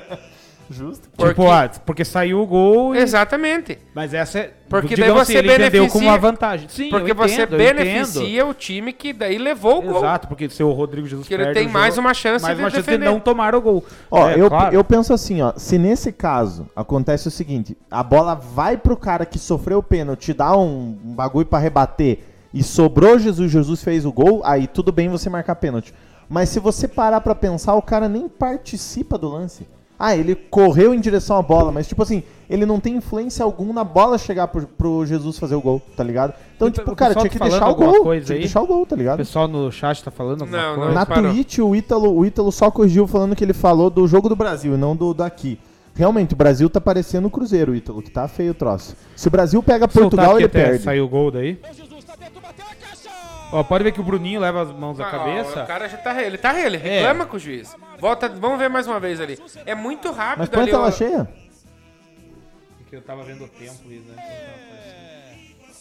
Justo. Porque- Tipo, ah, porque saiu o gol e... Exatamente. Mas essa é... Porque daí digamos você ele entendeu beneficia- como uma vantagem. Sim, Porque eu você entendo, eu entendo. beneficia o time que daí levou o gol. Exato, porque se o Rodrigo Jesus Que ele perde tem o mais uma chance mais de uma chance defender. de não tomar o gol. Ó, É, eu, claro. eu penso assim, ó. Se nesse caso acontece o seguinte, a bola vai pro cara que sofreu o pênalti, dá um, um bagulho pra rebater e sobrou Jesus, Jesus fez o gol, aí tudo bem você marcar pênalti. Mas se você parar pra pensar, o cara nem participa do lance. Ah, ele correu em direção à bola, mas tipo assim, ele não tem influência alguma na bola chegar pro, pro Jesus fazer o gol, tá ligado? Então, O pe- tipo, o cara, pessoal tinha tá que falando deixar o alguma gol. coisa tinha aí? que deixar o gol, tá O ligado? pessoal no chat tá falando alguma Não, coisa? não. Na parou. Twitch, o Ítalo, o Ítalo só corrigiu falando que ele falou do jogo do Brasil e não do daqui. Realmente, o Brasil tá parecendo o Cruzeiro, Ítalo, que tá feio o troço. Se o Brasil pega Vou soltar Portugal, aqui ele até perde. Saiu o gol daí. O Jesus tá dentro, bateu a caixa! Ó, pode ver que o Bruninho leva as mãos Ah, à cabeça. É. O cara já tá. Ele tá ele, reclama com o juiz. Volta, vamos ver mais uma vez ali. É muito rápido Mas põe a ali. tela o- cheia? Porque eu tava vendo o tempo e né?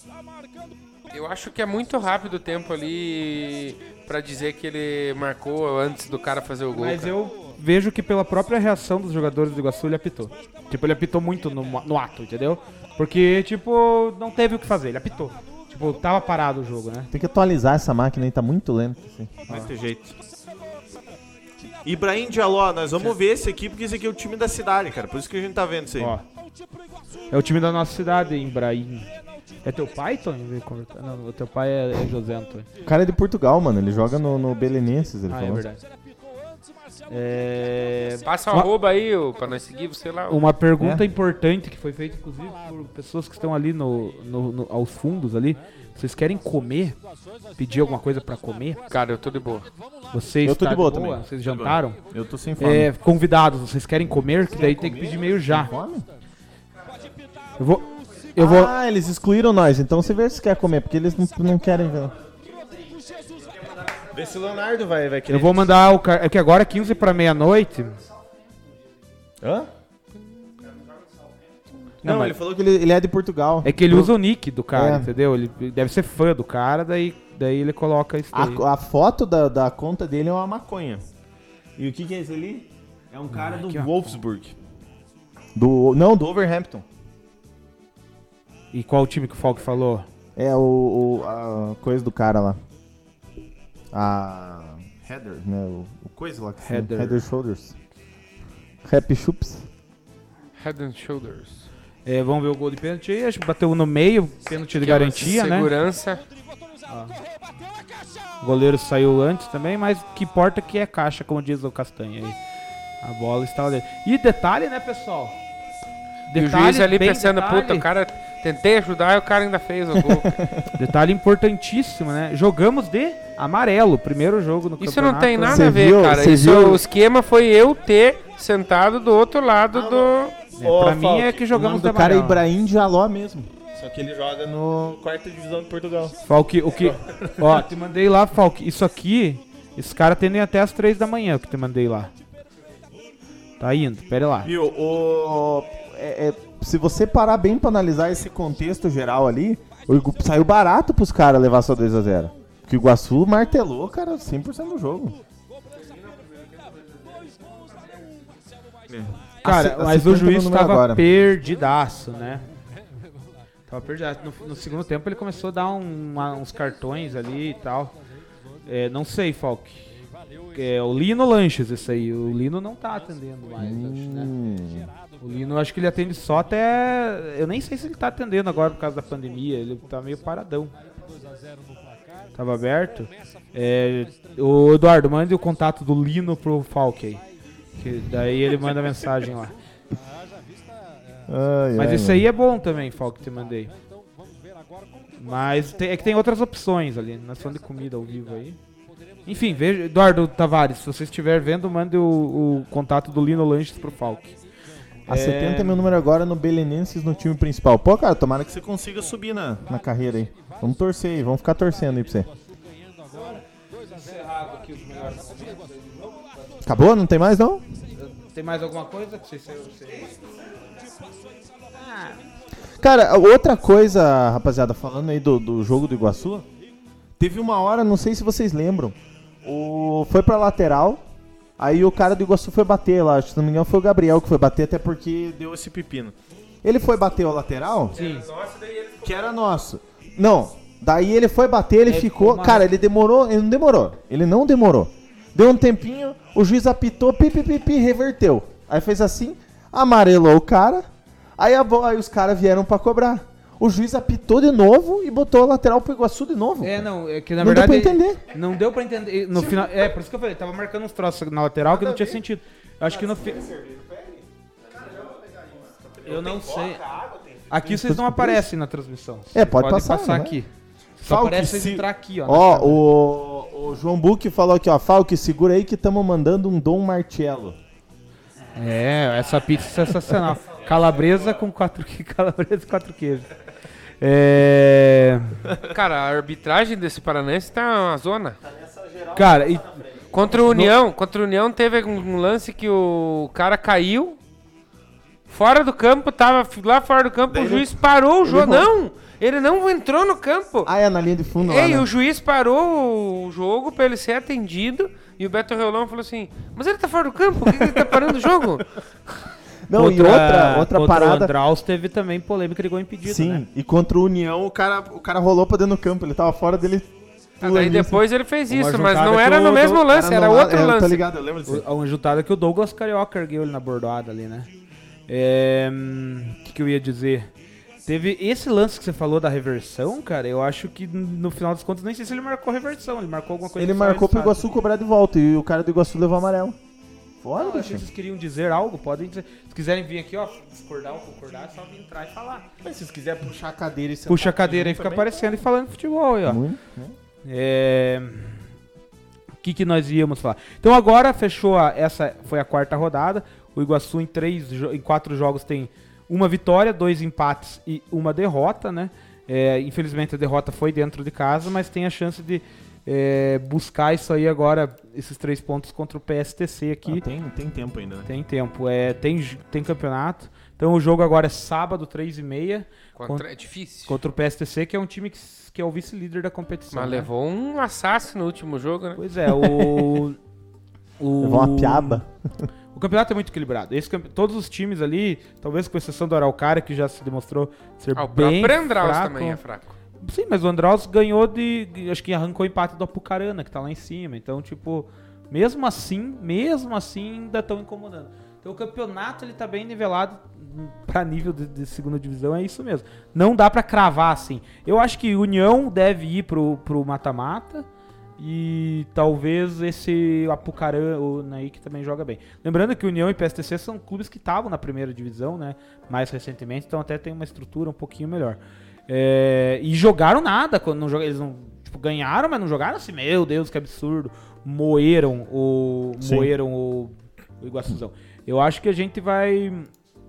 Tá marcando. Eu acho que é muito rápido o tempo ali pra dizer que ele marcou antes do cara fazer o gol. Mas cara. eu vejo que pela própria reação dos jogadores do Iguaçu, ele apitou. Tipo, ele apitou muito no, no ato, entendeu? Porque, tipo, não teve o que fazer, ele apitou. Tipo, tava parado o jogo, né? Tem que atualizar essa máquina aí, tá muito lento. assim. Não tem jeito. Ibrahim Diallo, nós vamos ver esse aqui, porque esse aqui é o time da cidade, cara. Por isso que a gente tá vendo isso aí. Ó. É o time da nossa cidade, Embraim. É teu pai, Tony? Não, o teu pai é, é José Antônio. O cara é de Portugal, mano, ele joga no, no Belenenses, ele Ah, é falou. verdade. É, Passa um arroba aí ô, pra nós seguir, sei lá. Uma É? pergunta importante que foi feita, inclusive, por pessoas que estão ali no, no- no- aos fundos ali. Vocês querem comer? Pedir alguma coisa pra comer? Cara, eu tô de boa. Vocês Eu tô de tá boa também. Vocês jantaram? Eu tô sem É, convidados, vocês querem comer? Que daí tem que pedir meio já. Eu vou. Eu vou. Ah, eles excluíram nós, então você vê se quer comer, porque eles não, não querem ver. Vê se o Leonardo vai, vai Eu vou mandar o cara. É que agora é 15 pra meia-noite. Hã? Não, ele falou que ele, ele é de Portugal. É que ele usa o nick do cara, É. entendeu? Ele deve ser fã do cara, daí, daí ele coloca isso daí. A, a foto da, da conta dele é uma Maconha. E o que, que é esse ali? É um Hum, cara do Wolfsburg. Do, não, do Overhampton. E qual o time que o Falk falou? É o, o- a coisa do cara lá. A. Header. Né, o, o Coisa lá que Header. Head and Shoulders. Happy Chups. Head and shoulders. É, vamos ver o gol de pênalti aí. Acho que bateu no meio, pênalti de garantia, né? é Segurança. O goleiro saiu antes também, mas que importa que é caixa, como diz o Castanha aí. A bola estava dentro. E detalhe, né, pessoal? e o juiz ali bem pensando, detalhe, puta, o cara tentei ajudar e o cara ainda fez o gol. Detalhe importantíssimo, né? Jogamos de amarelo, primeiro jogo no Isso campeonato. né? não tem nada Cê a ver, viu? cara. Cê Isso, viu? O esquema foi eu ter sentado do outro lado do. É, pra mim é que jogamos de do cara é amarelo. Ibrahim Diallo mesmo. Só que ele joga no quarta divisão de Portugal. Falk, o que. Ó, te mandei lá, Falk. Isso aqui, esse cara atendem até as três da manhã, o que te mandei lá. Tá indo, pera lá. Viu? O. É- é, se você parar bem pra analisar esse contexto geral ali, o Igu- saiu barato pros caras levar só 2x0. Porque o Iguaçu martelou, cara, 100% no jogo. Cara, Ace- mas o aceitando juiz o número tava agora. perdidaço, né? Tava perdidaço. No, no segundo tempo ele começou a dar um- uma- uns cartões ali e tal. É, não sei, Falk. É o Lino Lanches, esse aí. O Lino não tá atendendo mais, acho, né? Hum. O Lino acho que ele atende só até. Eu nem sei se ele tá atendendo agora por causa da pandemia. Ele tá meio paradão. Tava aberto. É, o Eduardo, mande o contato do Lino pro Falk aí. Que daí ele manda mensagem lá. Ai, Mas ai, isso mano. aí é bom também, Falk, que te mandei. Mas tem- é que tem outras opções ali, nós falando de comida ao vivo aí. Enfim, veja, Eduardo Tavares, se você estiver vendo, mande o, o contato do Lino Lanches pro Falk. A 70 é meu número agora no Belenenses no time principal. Pô, cara, tomara que Você consiga subir na. na carreira aí. Vamos torcer aí, vamos ficar torcendo aí pra você. Acabou? Não tem mais não? Tem mais alguma coisa que vocês Cara, outra coisa, rapaziada, falando aí do, do jogo do Iguaçu, teve uma hora, não sei se vocês lembram, o foi pra lateral, aí o cara do Iguaçu foi bater lá, se não me engano foi o Gabriel que foi bater, até porque Deu esse pepino. ele foi bater o lateral, Sim. que era nosso. Não, daí ele foi bater, ele ficou. ficou mal. Cara, ele demorou, ele não demorou. Ele não demorou. Deu um tempinho, o juiz apitou, pi, pi, pi, pi, reverteu. Aí fez assim, amarelou o cara. Aí, a bo- aí os caras vieram pra cobrar. O juiz apitou de novo e botou o lateral pro Iguaçu de novo. É, não, é que na Não deu verdade. pra entender. Não deu pra entender. No final, é, por isso que eu falei, tava marcando uns troços na lateral que não tinha sentido. Eu acho que no fi- Eu não sei. Aqui vocês não aparecem na transmissão. É, pode Podem passar, né? aqui. Só Falque, aparece vocês se- entrar aqui, ó. na Ó, o, o João Buque falou aqui, ó. Falque, segura aí que estamos mandando um Dom Marcello. É, essa pizza é sensacional. Calabresa com quatro que calabresa e quatro queijos. É, Cara, a arbitragem desse Paranense tá uma zona. cara, e- Contra o União, contra o União teve um um lance que o cara caiu fora do campo, tava f- lá fora do campo, o juiz parou o jogo. Não! Ele não entrou no campo. Ah, é na linha de fundo lá, Ei, né? o juiz parou o jogo pra ele ser atendido e o Beto Reolão falou assim: Mas ele tá fora do campo? Por que que ele tá parando o jogo? Não, e contra- outra, outra contra O parada. Andraus teve também polêmica de gol impedido, Sim, né? e contra o União, o cara, o cara rolou pra dentro do campo. Ele tava fora dele. assim. Ah, daí depois ele fez isso, mas jogada não que era o no Dom- mesmo lance, era outro é, Tá lance. ligado, eu lembro disso. O- Uma juntada que o Douglas Carioca ergueu ele na bordoada ali, né? É, hum, O que, que eu ia dizer? Teve esse lance que você falou da reversão, cara. Eu acho que no final das contas, nem sei se ele marcou reversão. Ele marcou alguma coisa Ele que só marcou pro sabe. Iguaçu cobrar de volta e o cara do Iguaçu levou amarelo. Fora, Não, se bicho. vocês queriam dizer algo, podem dizer. Se quiserem vir aqui, ó, discordar ou concordar, é só vir entrar e falar. Mas se quiser puxar a cadeira e sentar Puxa a cadeira e junto fica também. aparecendo e falando futebol aí, ó. Muito, É... O que, que nós íamos falar? Então agora fechou a- essa foi a quarta rodada. O Iguaçu em três, jo- em quatro jogos tem uma vitória, dois empates e uma derrota, né? É, infelizmente a derrota foi dentro de casa, mas tem a chance de é, buscar isso aí agora, esses três pontos contra o PSTC aqui. Ah, tá. tem, tem tempo ainda, né? Tem tempo, é, tem, j- tem campeonato. Então o jogo agora é sábado, 3 e meia, Contra- É difícil. contra o PSTC, que é um time que, s- que é o vice-líder da competição. Mas né? levou um assassino no último jogo, né? Pois é, o. o Levou uma piaba. O campeonato é muito equilibrado. Esse campe- Todos os times ali, talvez com exceção do Araucária, que já se demonstrou ser Ah, o bem próprio Andraus fraco. também é fraco. Sim, mas o Andraus ganhou de. de- Acho que arrancou o empate do Apucarana, que tá lá em cima. Então, tipo, mesmo assim, mesmo assim, ainda estão incomodando. Então o campeonato ele tá bem nivelado hum, pra nível de, de segunda divisão, é isso mesmo. Não dá pra cravar assim. Eu acho que União deve ir pro pro mata-mata. E talvez esse Apucarana, o Naí, que também joga bem. Lembrando que União e PSTC são clubes que estavam na primeira divisão, né? Mais recentemente, então até tem uma estrutura um pouquinho melhor. É, e jogaram nada, quando não joga- eles não tipo, ganharam, mas não jogaram assim, meu Deus, que absurdo. Moeram o Sim. moeram o, o Iguaçuzão. Eu acho que a gente vai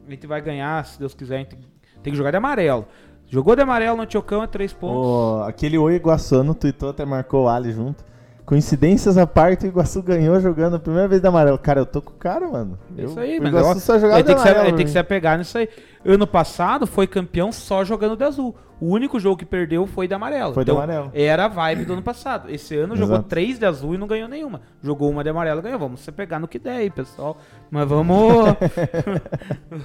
a gente vai ganhar, se Deus quiser, a gente tem que jogar de amarelo. Jogou de amarelo no Tiocão é três pontos. O- aquele Oi Iguaçuano tweetou, até marcou o Ali junto. Coincidências à parte, o Iguaçu ganhou jogando a primeira vez da amarelo. Cara, eu tô com o cara, mano. É isso Eu- aí, o mas Iguaçu ó, só jogava Aí de tem, que se, amarelo. aí tem que se né? apegar nisso aí. Ano passado foi campeão só jogando de azul. O único jogo que perdeu foi de amarelo. Então, Foi de amarelo. Era a vibe do ano passado. Esse ano jogou Exato. três de azul e não ganhou nenhuma. Jogou uma de amarelo e ganhou. Vamos se pegar no que der aí, pessoal. Mas vamos.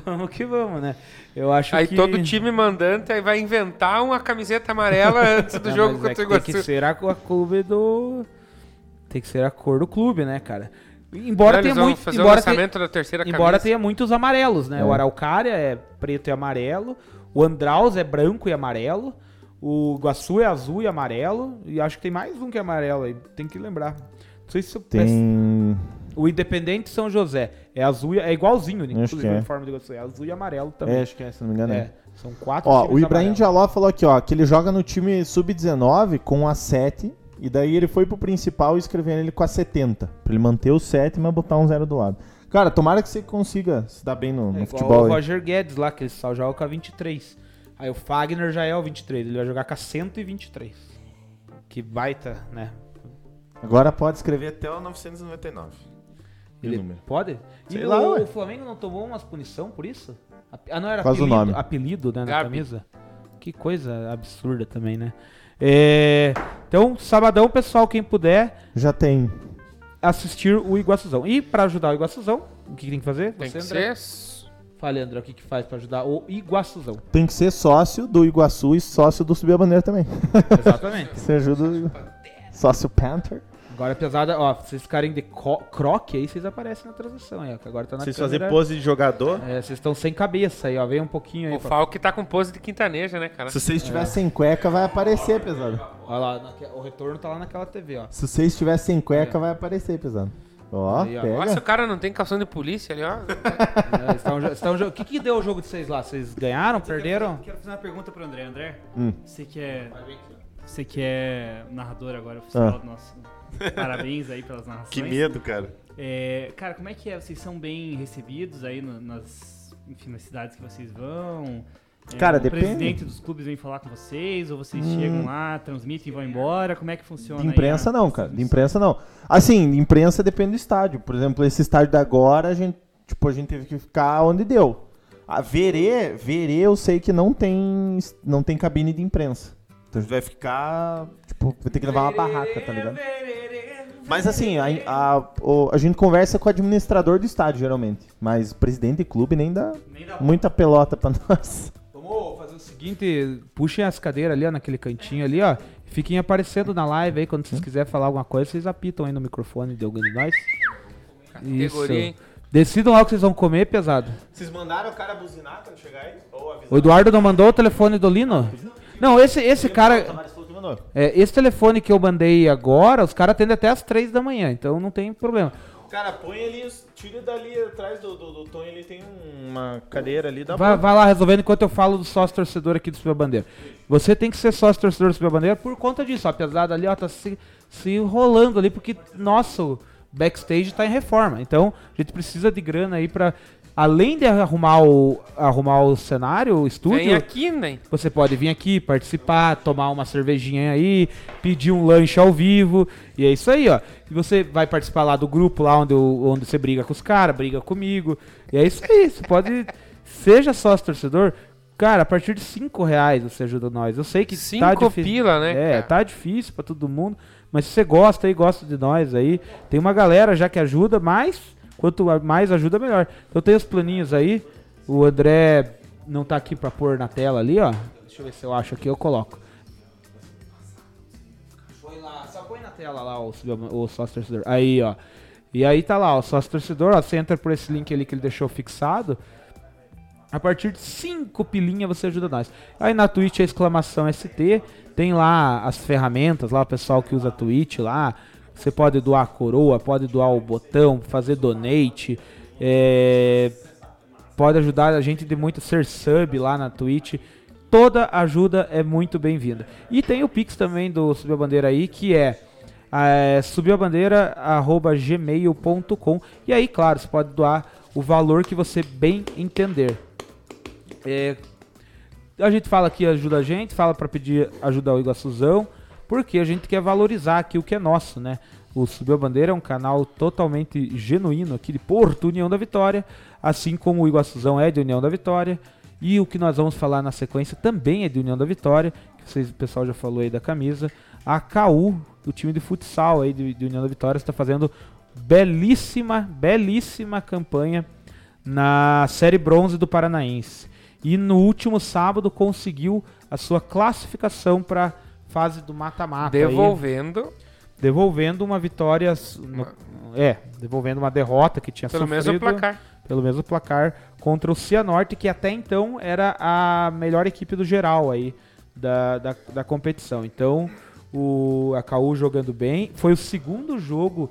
vamos que vamos, né? Eu acho Aí que. todo time mandante aí vai inventar uma camiseta amarela antes do Não, jogo mas é contra o que Tem que Iguaçu. ser a, co- a clube do. Tem que ser a cor do clube, né, cara? Embora Não, eles tenha vão muito. fazer o embora tenha- lançamento da terceira Embora camisa. tenha muitos amarelos, né? O Araucária é preto e amarelo. O Andraus é branco e amarelo. O Guaçu é azul e amarelo. E acho que tem mais um que é amarelo aí. Tem que lembrar. Não sei se eu peço- Tem. O Independente São José é azul e... É igualzinho, né? Acho Inclusive que o é. uniforme do Guaçu é azul e amarelo É, também. acho que é, se não me engano. É. é. São quatro Ó, times o Ibrahim amarelos. Jaló falou aqui, ó, que ele joga no time sub-19 com a 7, e daí ele foi pro principal e escreveram ele com a 70, pra ele manter o 7, mas botar um zero do lado. Cara, tomara que você consiga se dar bem no, no É igual futebol. o aí. Roger Guedes lá, que ele só joga com a 23. Aí o Fagner já é o 23. Ele vai jogar com a 123. Que baita, né? Agora pode escrever. Escrevi até o 999. Ele número? pode? E Sei o, lá, ué. o Flamengo não tomou umas punição por isso? Ap- Ah, não era Por causa do apelido, nome. apelido, né, na Gabi. camisa. Que coisa absurda também, né? É, então, sabadão, pessoal, quem puder Já tem. assistir o Iguaçuzão. E pra ajudar o Iguaçuzão, o que que tem que fazer? Tem que André? ser. Fale, André, o que que faz pra ajudar o Iguaçuzão? Tem que ser sócio do Iguaçu e sócio do Subir a Bandeira também. Exatamente. Você ajuda o sócio Panther. Agora, é pesada, ó, pra vocês ficarem de co- croque aí, vocês aparecem na transmissão aí, ó, que agora tá na Vocês câmera. fazem pose de jogador? É, vocês estão sem cabeça aí, ó, vem um pouquinho aí. O pra- Falque tá com pose de quintaneja, né, cara? Se vocês Se tiverem tiver sem cueca, vai aparecer, pesado. Olha lá, naque- o retorno tá lá naquela TV, ó. Se você estiver sem cueca, vai aparecer, pesado. Ó, Aí, ó. pega. Nossa, o cara não tem calção de polícia ali, ó. É, estão, jo- estão, jo- o que, que deu o jogo de vocês lá? Vocês ganharam? Perderam? Quero fazer uma pergunta pro André. André, Hum. você que é. Você que é narrador agora oficial Ah. do nosso. Parabéns aí pelas narrações. Que medo, cara. É, cara, como é que é? Vocês são bem recebidos aí no- nas, enfim, nas cidades que vocês vão? É, Cara, o depende. Hum. presidente dos clubes vem falar com vocês, ou vocês chegam lá, transmitem e vão embora? Como é que funciona? De aí né? imprensa a- não, cara. De imprensa não. Assim, de imprensa depende do estádio. Por exemplo, esse estádio da agora, a gente, tipo, a gente teve que ficar onde deu. A Verê, Verê eu sei que não tem, não tem cabine de imprensa. Então a gente vai ficar, tipo, vai ter que levar uma barraca, tá ligado? Mas assim, a, a, o- a gente conversa com o administrador do estádio, geralmente. Mas presidente de clube nem dá Nem dá muita pelota pra nós. Vamos fazer o seguinte: puxem as cadeiras ali, ó, naquele cantinho ali, ó. Fiquem aparecendo na live aí. Quando vocês quiserem falar alguma coisa, vocês apitam aí no microfone de alguém de nós. Isso. Categoria, hein? Decidam lá o que vocês vão comer, pesado. Vocês mandaram o cara buzinar quando chegar aí? Ou avisar? O Eduardo não mandou o telefone do Lino? Não, esse, esse cara. é, esse telefone que eu mandei agora, os caras atendem até as três da manhã, então não tem problema. Cara, põe ali, os- tira dali atrás do, do, do Tony, ele tem um- uma cadeira ali Tá da Vai, vai lá resolvendo enquanto eu falo do sócio torcedor aqui do Super Bandeira. Você tem que ser sócio torcedor do Super Bandeira por conta disso. ó. A pesada ali, ó, tá se, se enrolando ali, porque nosso backstage tá em reforma. Então, a gente precisa de grana aí pra. Além de arrumar o, arrumar o cenário, o estúdio. Vem aqui, né? Você pode vir aqui, participar, tomar uma cervejinha aí, pedir um lanche ao vivo. E é isso aí, ó. E você vai participar lá do grupo, lá onde, eu- onde você briga com os caras, briga comigo. E é isso aí. Você pode. Seja sócio torcedor. Cara, a partir de 5 reais você ajuda nós. Eu sei que tá Cinco difícil. pila, né? É, cara? tá difícil pra todo mundo. Mas se você gosta aí, gosta de nós aí. Tem uma galera já que ajuda, mas quanto a- mais ajuda, melhor. Então tem os planinhos aí. O André não tá aqui pra pôr na tela ali, ó. Deixa eu ver se eu acho aqui, eu coloco. Põe lá, só põe na tela lá o, o sócio torcedor. Aí, ó. E aí tá lá, ó, sócio torcedor, ó. Você entra por esse link ali que ele deixou fixado. A partir de 5 pilinha você ajuda nós. Aí na Twitch é exclamação ST, tem lá as ferramentas, lá o pessoal que usa a Twitch lá. Você pode doar a coroa, pode doar o botão, fazer donate. é, Pode ajudar a gente de muito ser sub lá na Twitch. Toda ajuda é muito bem-vinda. E tem o Pix também do Subiu a Bandeira aí, que é é, subiuabandeira.gmail.com E aí, claro, você pode doar o valor que você bem entender. É, a gente fala que ajuda a gente, fala pra pedir ajuda ao Iguaçuzão, porque a gente quer valorizar aqui o que é nosso, né? O Subiu a Bandeira é um canal totalmente genuíno aqui de Porto União da Vitória, assim como o Iguaçuzão é de União da Vitória. E o que nós vamos falar na sequência também é de União da Vitória, que vocês, o pessoal já falou aí da camisa. A KU, o time de futsal aí de, de União da Vitória, está fazendo belíssima, belíssima campanha na Série Bronze do Paranaense. E no último sábado conseguiu a sua classificação para fase do mata-mata. Ah, tá aí, Devolvendo, devolvendo uma vitória. su- no- é, devolvendo uma derrota que tinha pelo sofrido. mesmo placar. Pelo mesmo placar contra o Cianorte, que até então era a melhor equipe do geral aí da, da, da competição. Então, o a KU jogando bem. Foi o segundo jogo,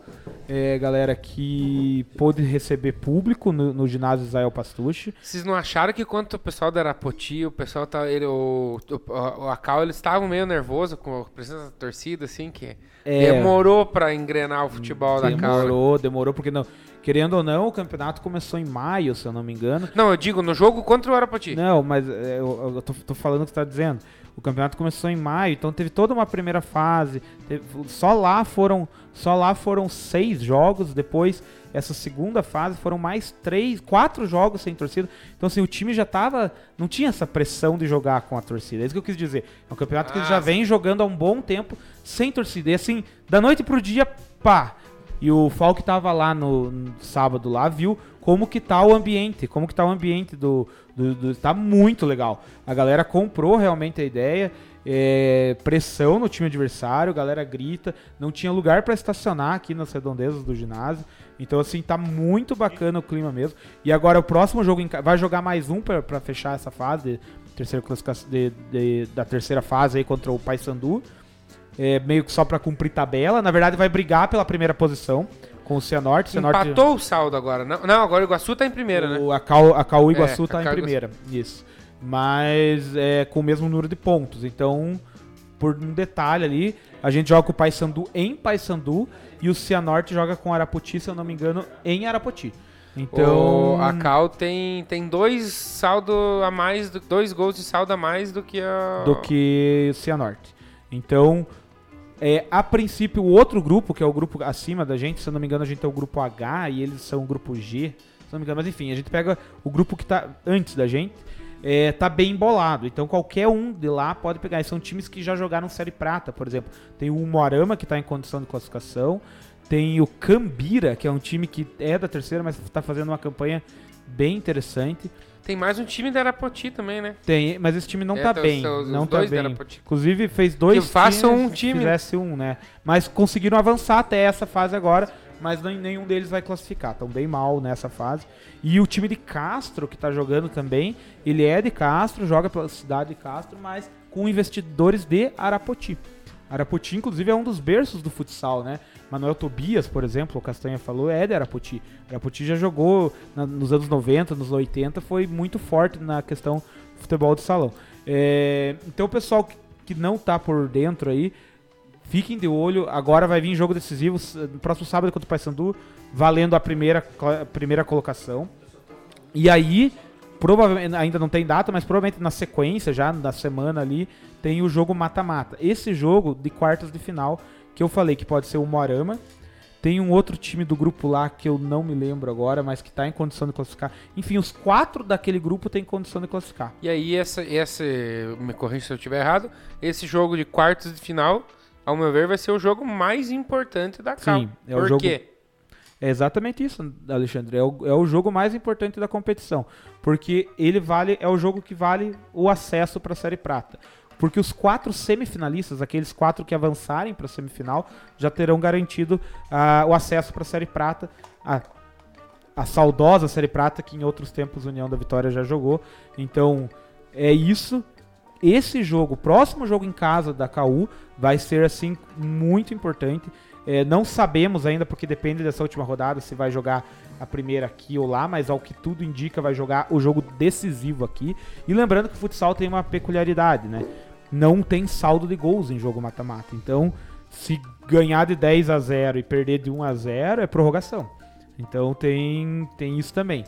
é, galera, que pôde receber público no, no ginásio Israel Pastucci. Vocês não acharam que quando o pessoal da Arapoti, o pessoal tá, ele, o, o, o Acau, eles estavam meio nervoso com a presença da torcida, assim, que É. Hum, demorou pra engrenar o futebol da Acau. Demorou, demorou, porque não. Querendo ou não, o campeonato começou em maio, se eu não me engano. Não, eu digo, no jogo contra o Arapoti. Não, mas é, eu, eu tô, tô falando o que você tá dizendo. O campeonato começou em maio, então teve toda uma primeira fase. teve- só lá foram só lá foram seis jogos. Depois, essa segunda fase foram mais três, quatro jogos sem torcida. Então, assim, o time já tava. Não tinha essa pressão de jogar com a torcida. É isso que eu quis dizer. É um campeonato que Ah, já vem jogando há um bom tempo sem torcida. E assim, da noite pro dia, pá! E o Falk tava lá no, no sábado lá, viu como que tá o ambiente, como que tá o ambiente do, do, do- Tá muito legal. A galera comprou realmente a ideia, é, pressão no time adversário, a galera grita, não tinha lugar pra estacionar aqui nas redondezas do ginásio. Então, assim, tá muito bacana o clima mesmo. E agora o próximo jogo em ca- vai jogar mais um pra pra fechar essa fase, de terceira classificação, de- de- da terceira fase aí contra o Paysandu é, meio que só pra cumprir tabela. Na verdade, vai brigar pela primeira posição com o Cianorte. Cianorte Empatou o saldo agora. Não, não, agora o Iguaçu tá em primeiro, né? o, a, Cau, a Cau Iguaçu É, tá a em Cau primeira. Isso. Mas é com o mesmo número de pontos. Então, por um detalhe ali, a gente joga com o Paysandu em Paysandu e o Cianorte joga com o Arapoti, se eu não me engano, em Arapoti. Então, O- a Cal tem, tem dois saldo a mais, do- dois gols de saldo a mais do que a. do que Cianorte. Então, é, a princípio, o outro grupo, que é o grupo acima da gente, se eu não me engano, a gente é o grupo H e eles são o grupo G, se eu não me engano, mas enfim, a gente pega o grupo que tá antes da gente, é, tá bem embolado. Então, qualquer um de lá pode pegar. E são times que já jogaram Série Prata, por exemplo. Tem o Moarama, que tá em condição de classificação. Tem o Cambira, que é um time que é da terceira, mas tá fazendo uma campanha bem interessante. Tem mais um time da Arapoti também, né? Tem, mas esse time não É, tá então bem. são os Não tá dois bem. deram pra ti- Inclusive, fez dois Que façam times, um time. Fizesse um, né? Mas conseguiram avançar até essa fase agora, mas nem- nenhum deles vai classificar. Estão bem mal nessa fase. E o time de Castro, que tá jogando também, ele é de Castro, joga pela cidade de Castro, mas com investidores de Arapoti. Arapoti, inclusive, é um dos berços do futsal, né? Manuel Tobias, por exemplo, o Castanha falou, é de Arapoti. Arapoti já jogou na- nos anos 90, nos 80, foi muito forte na questão do futebol de salão. É, então, o pessoal que, que não tá por dentro aí, fiquem de olho. Agora vai vir jogo decisivo, s- no próximo sábado contra o Paysandu, valendo a primeira, cla- primeira colocação. E aí, provavelmente, ainda não tem data, mas provavelmente na sequência, já na semana ali, tem o jogo mata-mata. Esse jogo de quartas de final, que eu falei que pode ser o Moarama. Tem um outro time do grupo lá que eu não me lembro agora, mas que tá em condição de classificar. Enfim, os quatro daquele grupo têm condição de classificar. E aí, essa, esse, me corrija se eu estiver errado, esse jogo de quartos de final, ao meu ver, vai ser o jogo mais importante da Cal. Sim, é o Por jogo- quê? É exatamente isso, Alexandre. É o, é o jogo mais importante da competição, porque ele vale é o jogo que vale o acesso para a Série Prata. Porque os quatro semifinalistas, aqueles quatro que avançarem para a semifinal, já terão garantido ah, o acesso para a Série Prata, a, a saudosa Série Prata que em outros tempos a União da Vitória já jogou. Então é isso. Esse jogo, o próximo jogo em casa da KU, vai ser assim muito importante. É, não sabemos ainda, porque depende dessa última rodada, se vai jogar a primeira aqui ou lá, mas ao que tudo indica, vai jogar o jogo decisivo aqui. E lembrando que o futsal tem uma peculiaridade, né? Não tem saldo de gols em jogo mata-mata. Então, se ganhar de 10 a 0 e perder de 1 a 0 é prorrogação. Então, tem, tem isso também.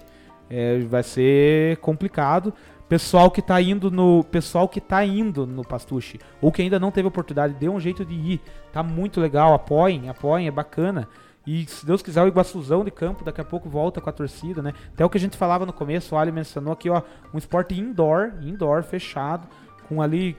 É, vai ser complicado. Pessoal que tá indo no. Pessoal que tá indo no Pastuche, ou que ainda não teve oportunidade, dê um jeito de ir. Tá muito legal, apoiem, apoiem, é bacana. E se Deus quiser, o Iguaçuzão de campo daqui a pouco volta com a torcida, né? Até o que a gente falava no começo, o Ali mencionou aqui, ó, um esporte indoor, indoor, fechado, com ali.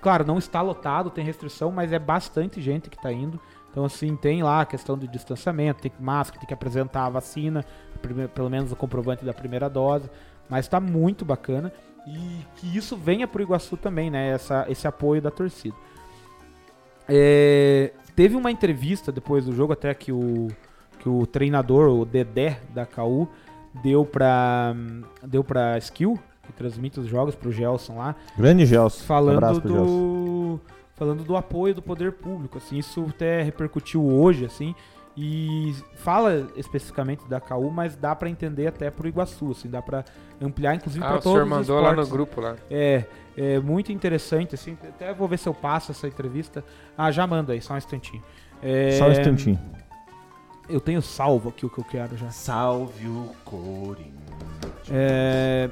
Claro, não está lotado, tem restrição, mas é bastante gente que tá indo. Então, assim, tem lá a questão do distanciamento, tem que máscara, tem que apresentar a vacina, prime- pelo menos o comprovante da primeira dose. Mas tá muito bacana. E que isso venha pro Iguaçu também, né? Essa, esse apoio da torcida. É, teve uma entrevista depois do jogo, até que o, que o treinador, o Dedé da KU, deu pra, deu pra Skill, que transmite os jogos pro Gelson lá Grande Gelson. falando Abraço pro Gelson. do falando do apoio do poder público, assim, isso até repercutiu hoje, assim, e fala especificamente da KU, mas dá pra entender até pro Iguaçu, assim, dá pra ampliar inclusive Ah, pra o todos senhor os mandou lá no esportes. grupo lá. É, é muito interessante, assim, até vou ver se eu passo essa entrevista. Ah, já manda aí, só um instantinho. É, Só um instantinho. Eu tenho salvo aqui o que eu quero já. Salve o Corinthians. É,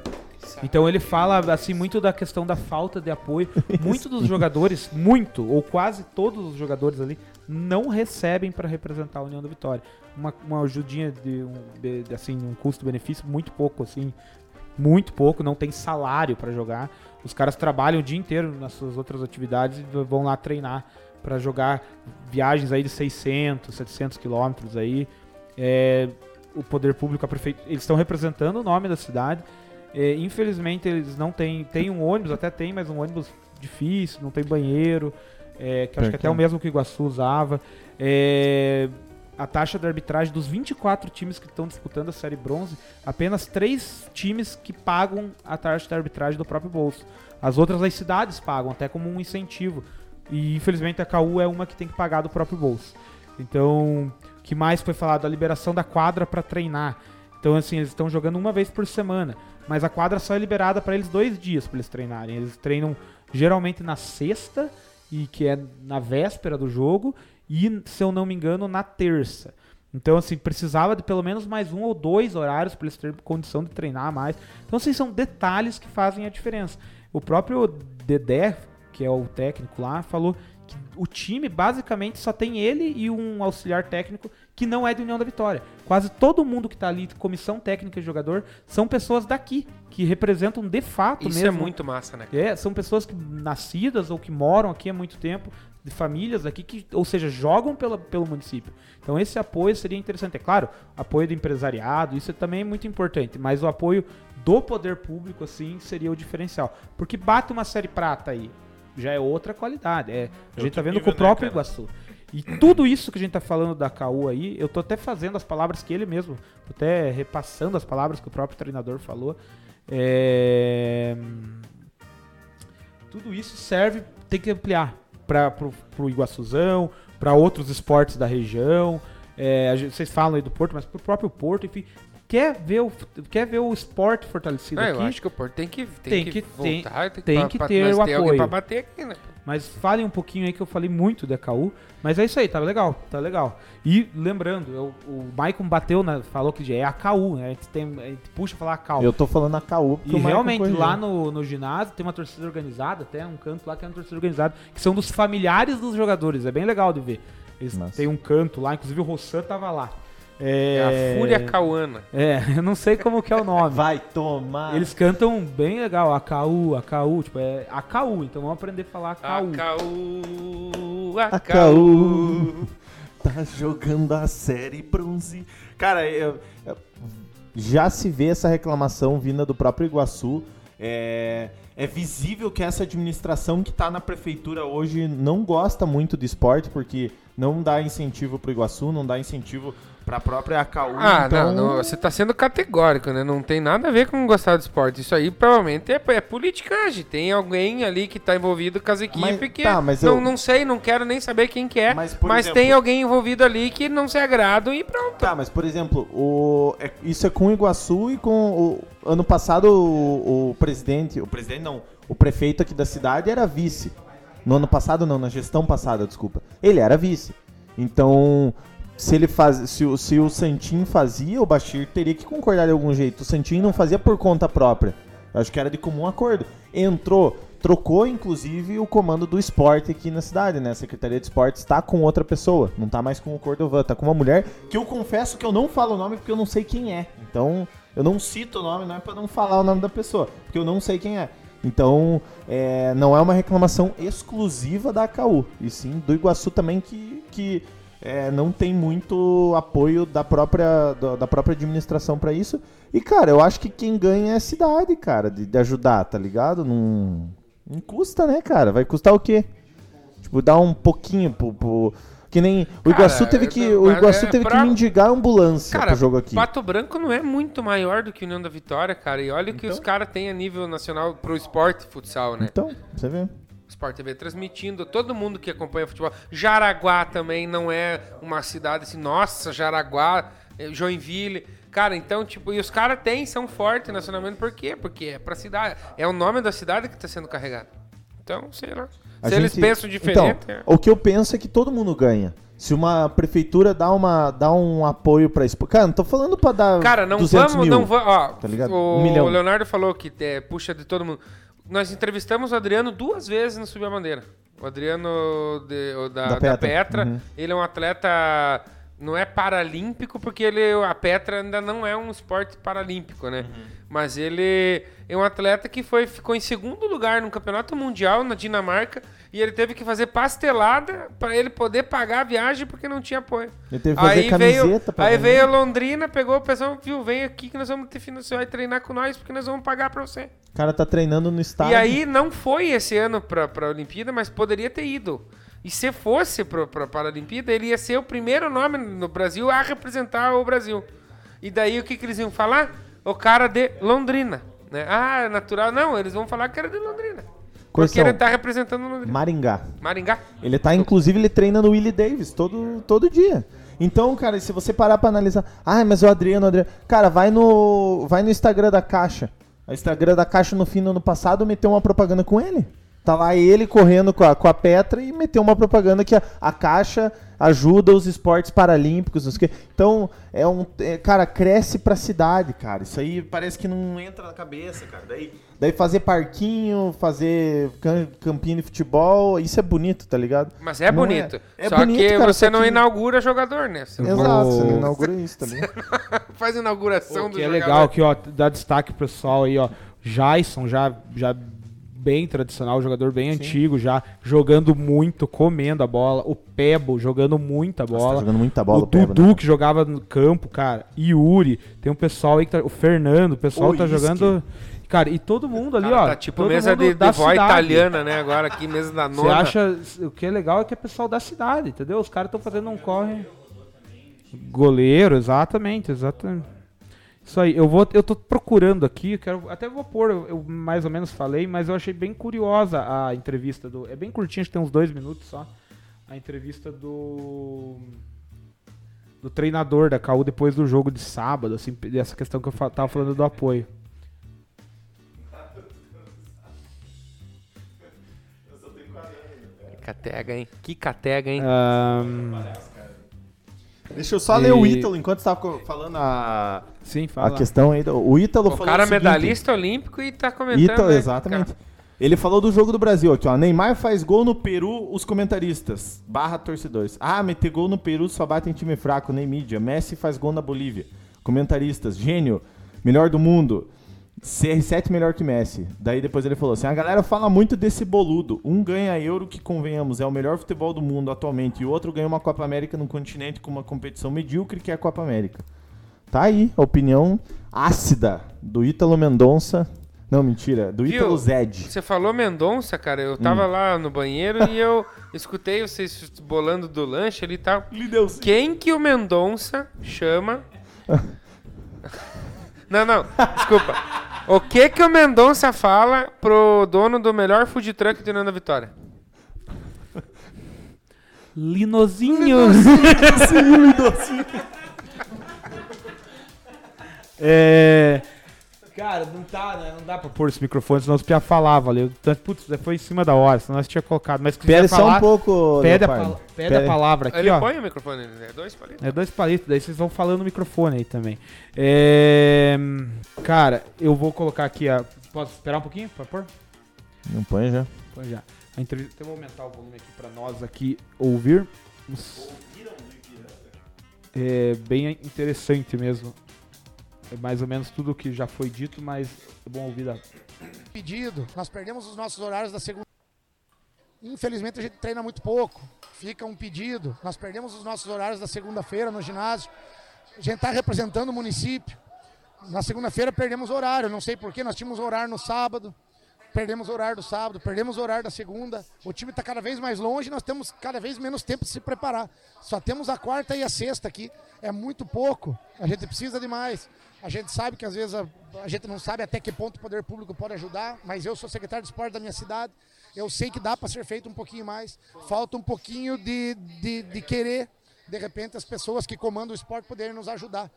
então ele fala assim muito da questão da falta de apoio. Muito dos jogadores, muito ou quase todos os jogadores ali não recebem para representar a União da Vitória. Uma, uma ajudinha de, um, de- de, assim um custo-benefício muito pouco assim, muito pouco. Não tem salário para jogar. Os caras trabalham o dia inteiro nas suas outras atividades e v- vão lá treinar para jogar viagens aí de 600, 700 quilômetros aí. É, o poder público, a prefeitura, eles estão representando o nome da cidade. É, infelizmente eles não têm, tem um ônibus, até tem, mas um ônibus difícil, não tem banheiro, é, que eu acho que até é o mesmo que o Iguaçu usava. É, a taxa de arbitragem dos 24 times que estão disputando a série bronze, apenas três times que pagam a taxa de arbitragem do próprio bolso. As outras as cidades pagam, até como um incentivo. E infelizmente a KU é uma que tem que pagar do próprio bolso. Então, o que mais foi falado? A liberação da quadra para treinar. Então, assim, eles estão jogando uma vez por semana. Mas a quadra só é liberada para eles dois dias para eles treinarem. Eles treinam geralmente na sexta, e que é na véspera do jogo, e, se eu não me engano, na terça. Então, assim, precisava de pelo menos mais um ou dois horários para eles terem condição de treinar mais. Então, assim, são detalhes que fazem a diferença. O próprio Dedé, que é o técnico lá, falou que o time basicamente só tem ele e um auxiliar técnico que não é de União da Vitória. Quase todo mundo que está ali, comissão técnica e jogador, são pessoas daqui, que representam de fato Isso mesmo. é muito massa, né? É, são pessoas que nascidas ou que moram aqui há muito tempo, de famílias aqui, que, ou seja, jogam pela, pelo município. Então esse apoio seria interessante. É claro, apoio do empresariado, isso também é muito importante, mas o apoio do poder público, assim, seria o diferencial. Porque bate uma série prata aí, já é outra qualidade. É, a gente tá vendo com o próprio Iguaçu. E tudo isso que a gente tá falando da Caú aí, eu tô até fazendo as palavras que ele mesmo, tô até repassando as palavras que o próprio treinador falou. É... Tudo isso serve, tem que ampliar para pro, pro Iguaçuzão, para outros esportes da região. É, a gente- vocês falam aí do Porto, mas pro próprio Porto, enfim, quer ver o, quer ver o esporte fortalecido Ah, aqui? eu acho que o Porto tem que, Tem tem que, que- tem- voltar, tem, tem pra- que pra- ter nós o alguém pra apoio. bater aqui, né? Mas falem um pouquinho aí que eu falei muito da KU. Mas é isso aí, tá legal, tá legal. E lembrando, eu- o Maicon bateu, na, falou que é a KU, né? A gente, tem, a gente puxa falar a KU. Eu tô falando a caô porque E o Maicon realmente, corrigiu. lá no, no ginásio tem uma torcida organizada, até um canto lá que é uma torcida organizada, que são dos familiares dos jogadores. É bem legal de ver. Eles Massa. têm um canto lá, inclusive o Rossan tava lá. É, É a Fúria Cauana. É, eu não sei como que é o nome. Vai Ah. tomar. Eles cantam bem legal, a KU, a KU, tipo, é a KU, então vamos aprender a falar a A KU. Caú. A A Caú. Caú tá jogando a série bronze. Cara, eu- eu- já se vê essa reclamação vinda do próprio Iguaçu. É, é visível que essa administração que tá na prefeitura hoje não gosta muito do esporte, porque não dá incentivo pro Iguaçu, não dá incentivo pra própria AKU. Ah, então... não, não, você tá sendo categórico, né? Não tem nada a ver com gostar do esporte. Isso aí provavelmente é, é politicagem. Tem alguém ali que tá envolvido com as equipes Mas- que tá, mas não, eu- não sei, não quero nem saber quem que é, mas, Mas, por exemplo- tem alguém envolvido ali que não se agrada e pronto. Tá, mas por exemplo, o, é- isso é com o Iguaçu e com o ano passado o, o presidente, o presidente não, o prefeito aqui da cidade era vice. No ano passado não, na gestão passada, desculpa. Ele era vice. Então, se ele faz, se, o- se o Santin fazia, o Bashir teria que concordar de algum jeito. O Santin não fazia por conta própria. Eu acho que era de comum acordo. Entrou, trocou inclusive o comando do esporte aqui na cidade, né? A Secretaria de Esportes está com outra pessoa, não tá mais com o Cordovan, tá com uma mulher que eu confesso que eu não falo o nome porque eu não sei quem é. Então, eu não cito o nome, não é pra não falar o nome da pessoa, porque eu não sei quem é. Então, é, não é uma reclamação exclusiva da AKU, e sim do Iguaçu também, que, que é, não tem muito apoio da própria, da, da própria administração pra isso. E, cara, eu acho que quem ganha é a cidade, cara, de, de ajudar, tá ligado? Não, não custa, né, cara? Vai custar o quê? Tipo, dar um pouquinho pro. pro- que nem. O Iguaçu Cara, teve que. não, o mas Iguaçu é teve pra- que mendigar a ambulância Cara, tá pro jogo aqui. Pato Branco não é muito maior do que União da Vitória, cara. E olha o que os caras têm a nível nacional pro esporte futsal, né? Então, você vê. Sport TV transmitindo, todo mundo que acompanha futebol. Jaraguá também não é uma cidade assim, nossa, Jaraguá, eh, Joinville. Cara, então, tipo, e os caras têm, são fortes nacionalmente, por quê? Porque é pra cidade, é o nome da cidade que tá sendo carregado. Então, sei lá. A Se eles gente- pensam diferente. Então, é. o que eu penso é que todo mundo ganha. Se uma prefeitura dá, uma, dá um apoio pra isso. Cara, não tô falando pra dar. Cara, não 200 vamos, mil. não vamos. Ó, tá ligado? O, Um milhão. o Leonardo falou que é, puxa de todo mundo. Nós entrevistamos o Adriano duas vezes no Subir a Bandeira. O Adriano de- o da, Da da Petra. Petra, Uhum. ele é um atleta. Não é paralímpico, porque ele, a Petra ainda não é um esporte paralímpico, né? Mas ele é um atleta que foi, ficou em segundo lugar no campeonato mundial na Dinamarca e ele teve que fazer pastelada para ele poder pagar a viagem porque não tinha apoio Ele teve que fazer veio, camiseta pra Aí ganhar. veio a Londrina, pegou o pessoal, viu, vem aqui que nós vamos te financiar e treinar com nós, porque nós vamos pagar pra você. O cara tá treinando no estádio. E aí não foi esse ano pra, pra Olimpíada, mas poderia ter ido. E se fosse pro, pra Paralimpíada, ele ia ser o primeiro nome no Brasil a representar o Brasil. E daí o que, que eles iam é falar? O cara de Londrina. Né? Ah, natural. Não, eles vão falar que era de Londrina. Porque Corção. ele tá representando o Maringá. Maringá. Ele tá, inclusive, ele treina no Willie Davis todo, todo dia. Então, cara, se você parar pra analisar, ah, mas o Adriano, o Adriano. Cara, vai no, vai no Instagram da Caixa. O Instagram da Caixa no fim do ano passado meteu uma propaganda com ele. Tá lá ele correndo com a, com a Petra e meteu uma propaganda que a, a Caixa ajuda os esportes paralímpicos, não sei o quê. Então, é um. é, cara, cresce pra cidade, cara. Isso aí parece que não entra na cabeça, cara. Daí, daí fazer parquinho, fazer cam- campinho de futebol, isso é bonito, tá ligado? Mas é Não é. bonito. É Só bonito, que cara, você só não que- inaugura jogador, né? Você Exato, você não inaugura isso tá também. faz inauguração Pô, do que é jogador. legal aqui, ó, dá destaque pro pessoal aí, ó. Jason, já, já bem tradicional, jogador bem antigo já, jogando muito, comendo a bola. O Pebo jogando muita Nossa, bola. tá jogando muita bola, o Pebo, Dudu né? que jogava no campo, cara. Yuri, tem um pessoal aí que tá, o Fernando, o pessoal O tá Isque. jogando Cara, e todo mundo ali, Cara, ó. tá tipo todo mesa mundo de, da de vó cidade. italiana, né? Agora aqui, mesa da Você nona. acha. O que é legal é que é pessoal da cidade, entendeu? Os caras estão fazendo um corre. Goleiro, exatamente, exatamente. Isso aí, eu vou. Eu tô procurando aqui, eu quero. Até vou pôr, eu eu mais ou menos falei, mas eu achei bem curiosa a entrevista do. É bem curtinha, acho que tem uns dois minutos só. A entrevista do. Do treinador da KU depois do jogo de sábado, assim, dessa questão que eu fa- tava falando do apoio. Catega, hein? Que catega, É. hein? Ahn, Deixa eu só ler o E- Ítalo enquanto você tava co- falando a, sim, a fala. questão aí. do- O Ítalo O falou cara é o seguinte, medalhista olímpico e tá comentando. Ítalo, né? exatamente. Cara, Ele falou do jogo do Brasil aqui, ó. Neymar faz gol no Peru, os comentaristas. Barra torcedores. Ah, meter gol no Peru só bate em time fraco, nem mídia. Messi faz gol na Bolívia. Comentaristas. Gênio. Melhor do mundo. CR7 melhor que Messi. Daí depois ele falou assim: a galera fala muito desse boludo. Um ganha euro, que convenhamos, é o melhor futebol do mundo atualmente, e o outro ganha uma Copa América no continente com uma competição medíocre que é a Copa América. Tá aí a opinião ácida do Ítalo Mendonça. Não, mentira, do Viu? Ítalo Zed. Você falou Mendonça, cara. Eu tava Hum. lá no banheiro e eu escutei vocês bolando do lanche ali e tal. Quem que o Mendonça chama? não, não, desculpa. O que que o Mendonça fala pro dono do melhor food truck de Nanda Vitória? Linozinho. É. Cara, não tá, né? Não dá pra pôr esse microfone, senão os pia falava valeu. Então, Putz, foi em cima da hora, senão nós tinha colocado. Mas se quiser Pera só falar, um pouco, Pede, a, Leopardo. pala- pede a Pera- palavra aqui, Ele ó. põe o microfone, é dois palitos. É dois palitos, daí vocês vão falando no microfone aí também. É, Cara, eu vou colocar aqui a. Posso esperar um pouquinho? Por favor? Não põe já. Põe é. já. A entrevista. Então eu vou aumentar o volume aqui pra nós aqui ouvir. Ouviram do É bem interessante mesmo. É mais ou menos tudo que já foi dito, mas é bom ouvir da pedido. Nós perdemos os nossos horários da segunda. Infelizmente a gente treina muito pouco. Fica um pedido. Nós perdemos os nossos horários da segunda-feira no ginásio. A gente está representando o município. Na segunda-feira perdemos horário, não sei porquê. Nós tínhamos horário no sábado, perdemos horário do sábado, perdemos horário da segunda. O time está cada vez mais longe, nós temos cada vez menos tempo de se preparar. Só temos a quarta e a sexta aqui. É muito pouco. A gente precisa de mais. A gente sabe que às vezes a, a gente não sabe até que ponto o poder público pode ajudar, mas eu sou secretário de esporte da minha cidade. Eu sei que dá para ser feito um pouquinho mais. Falta um pouquinho de, de, de querer, de repente, as pessoas que comandam o esporte poderem nos ajudar.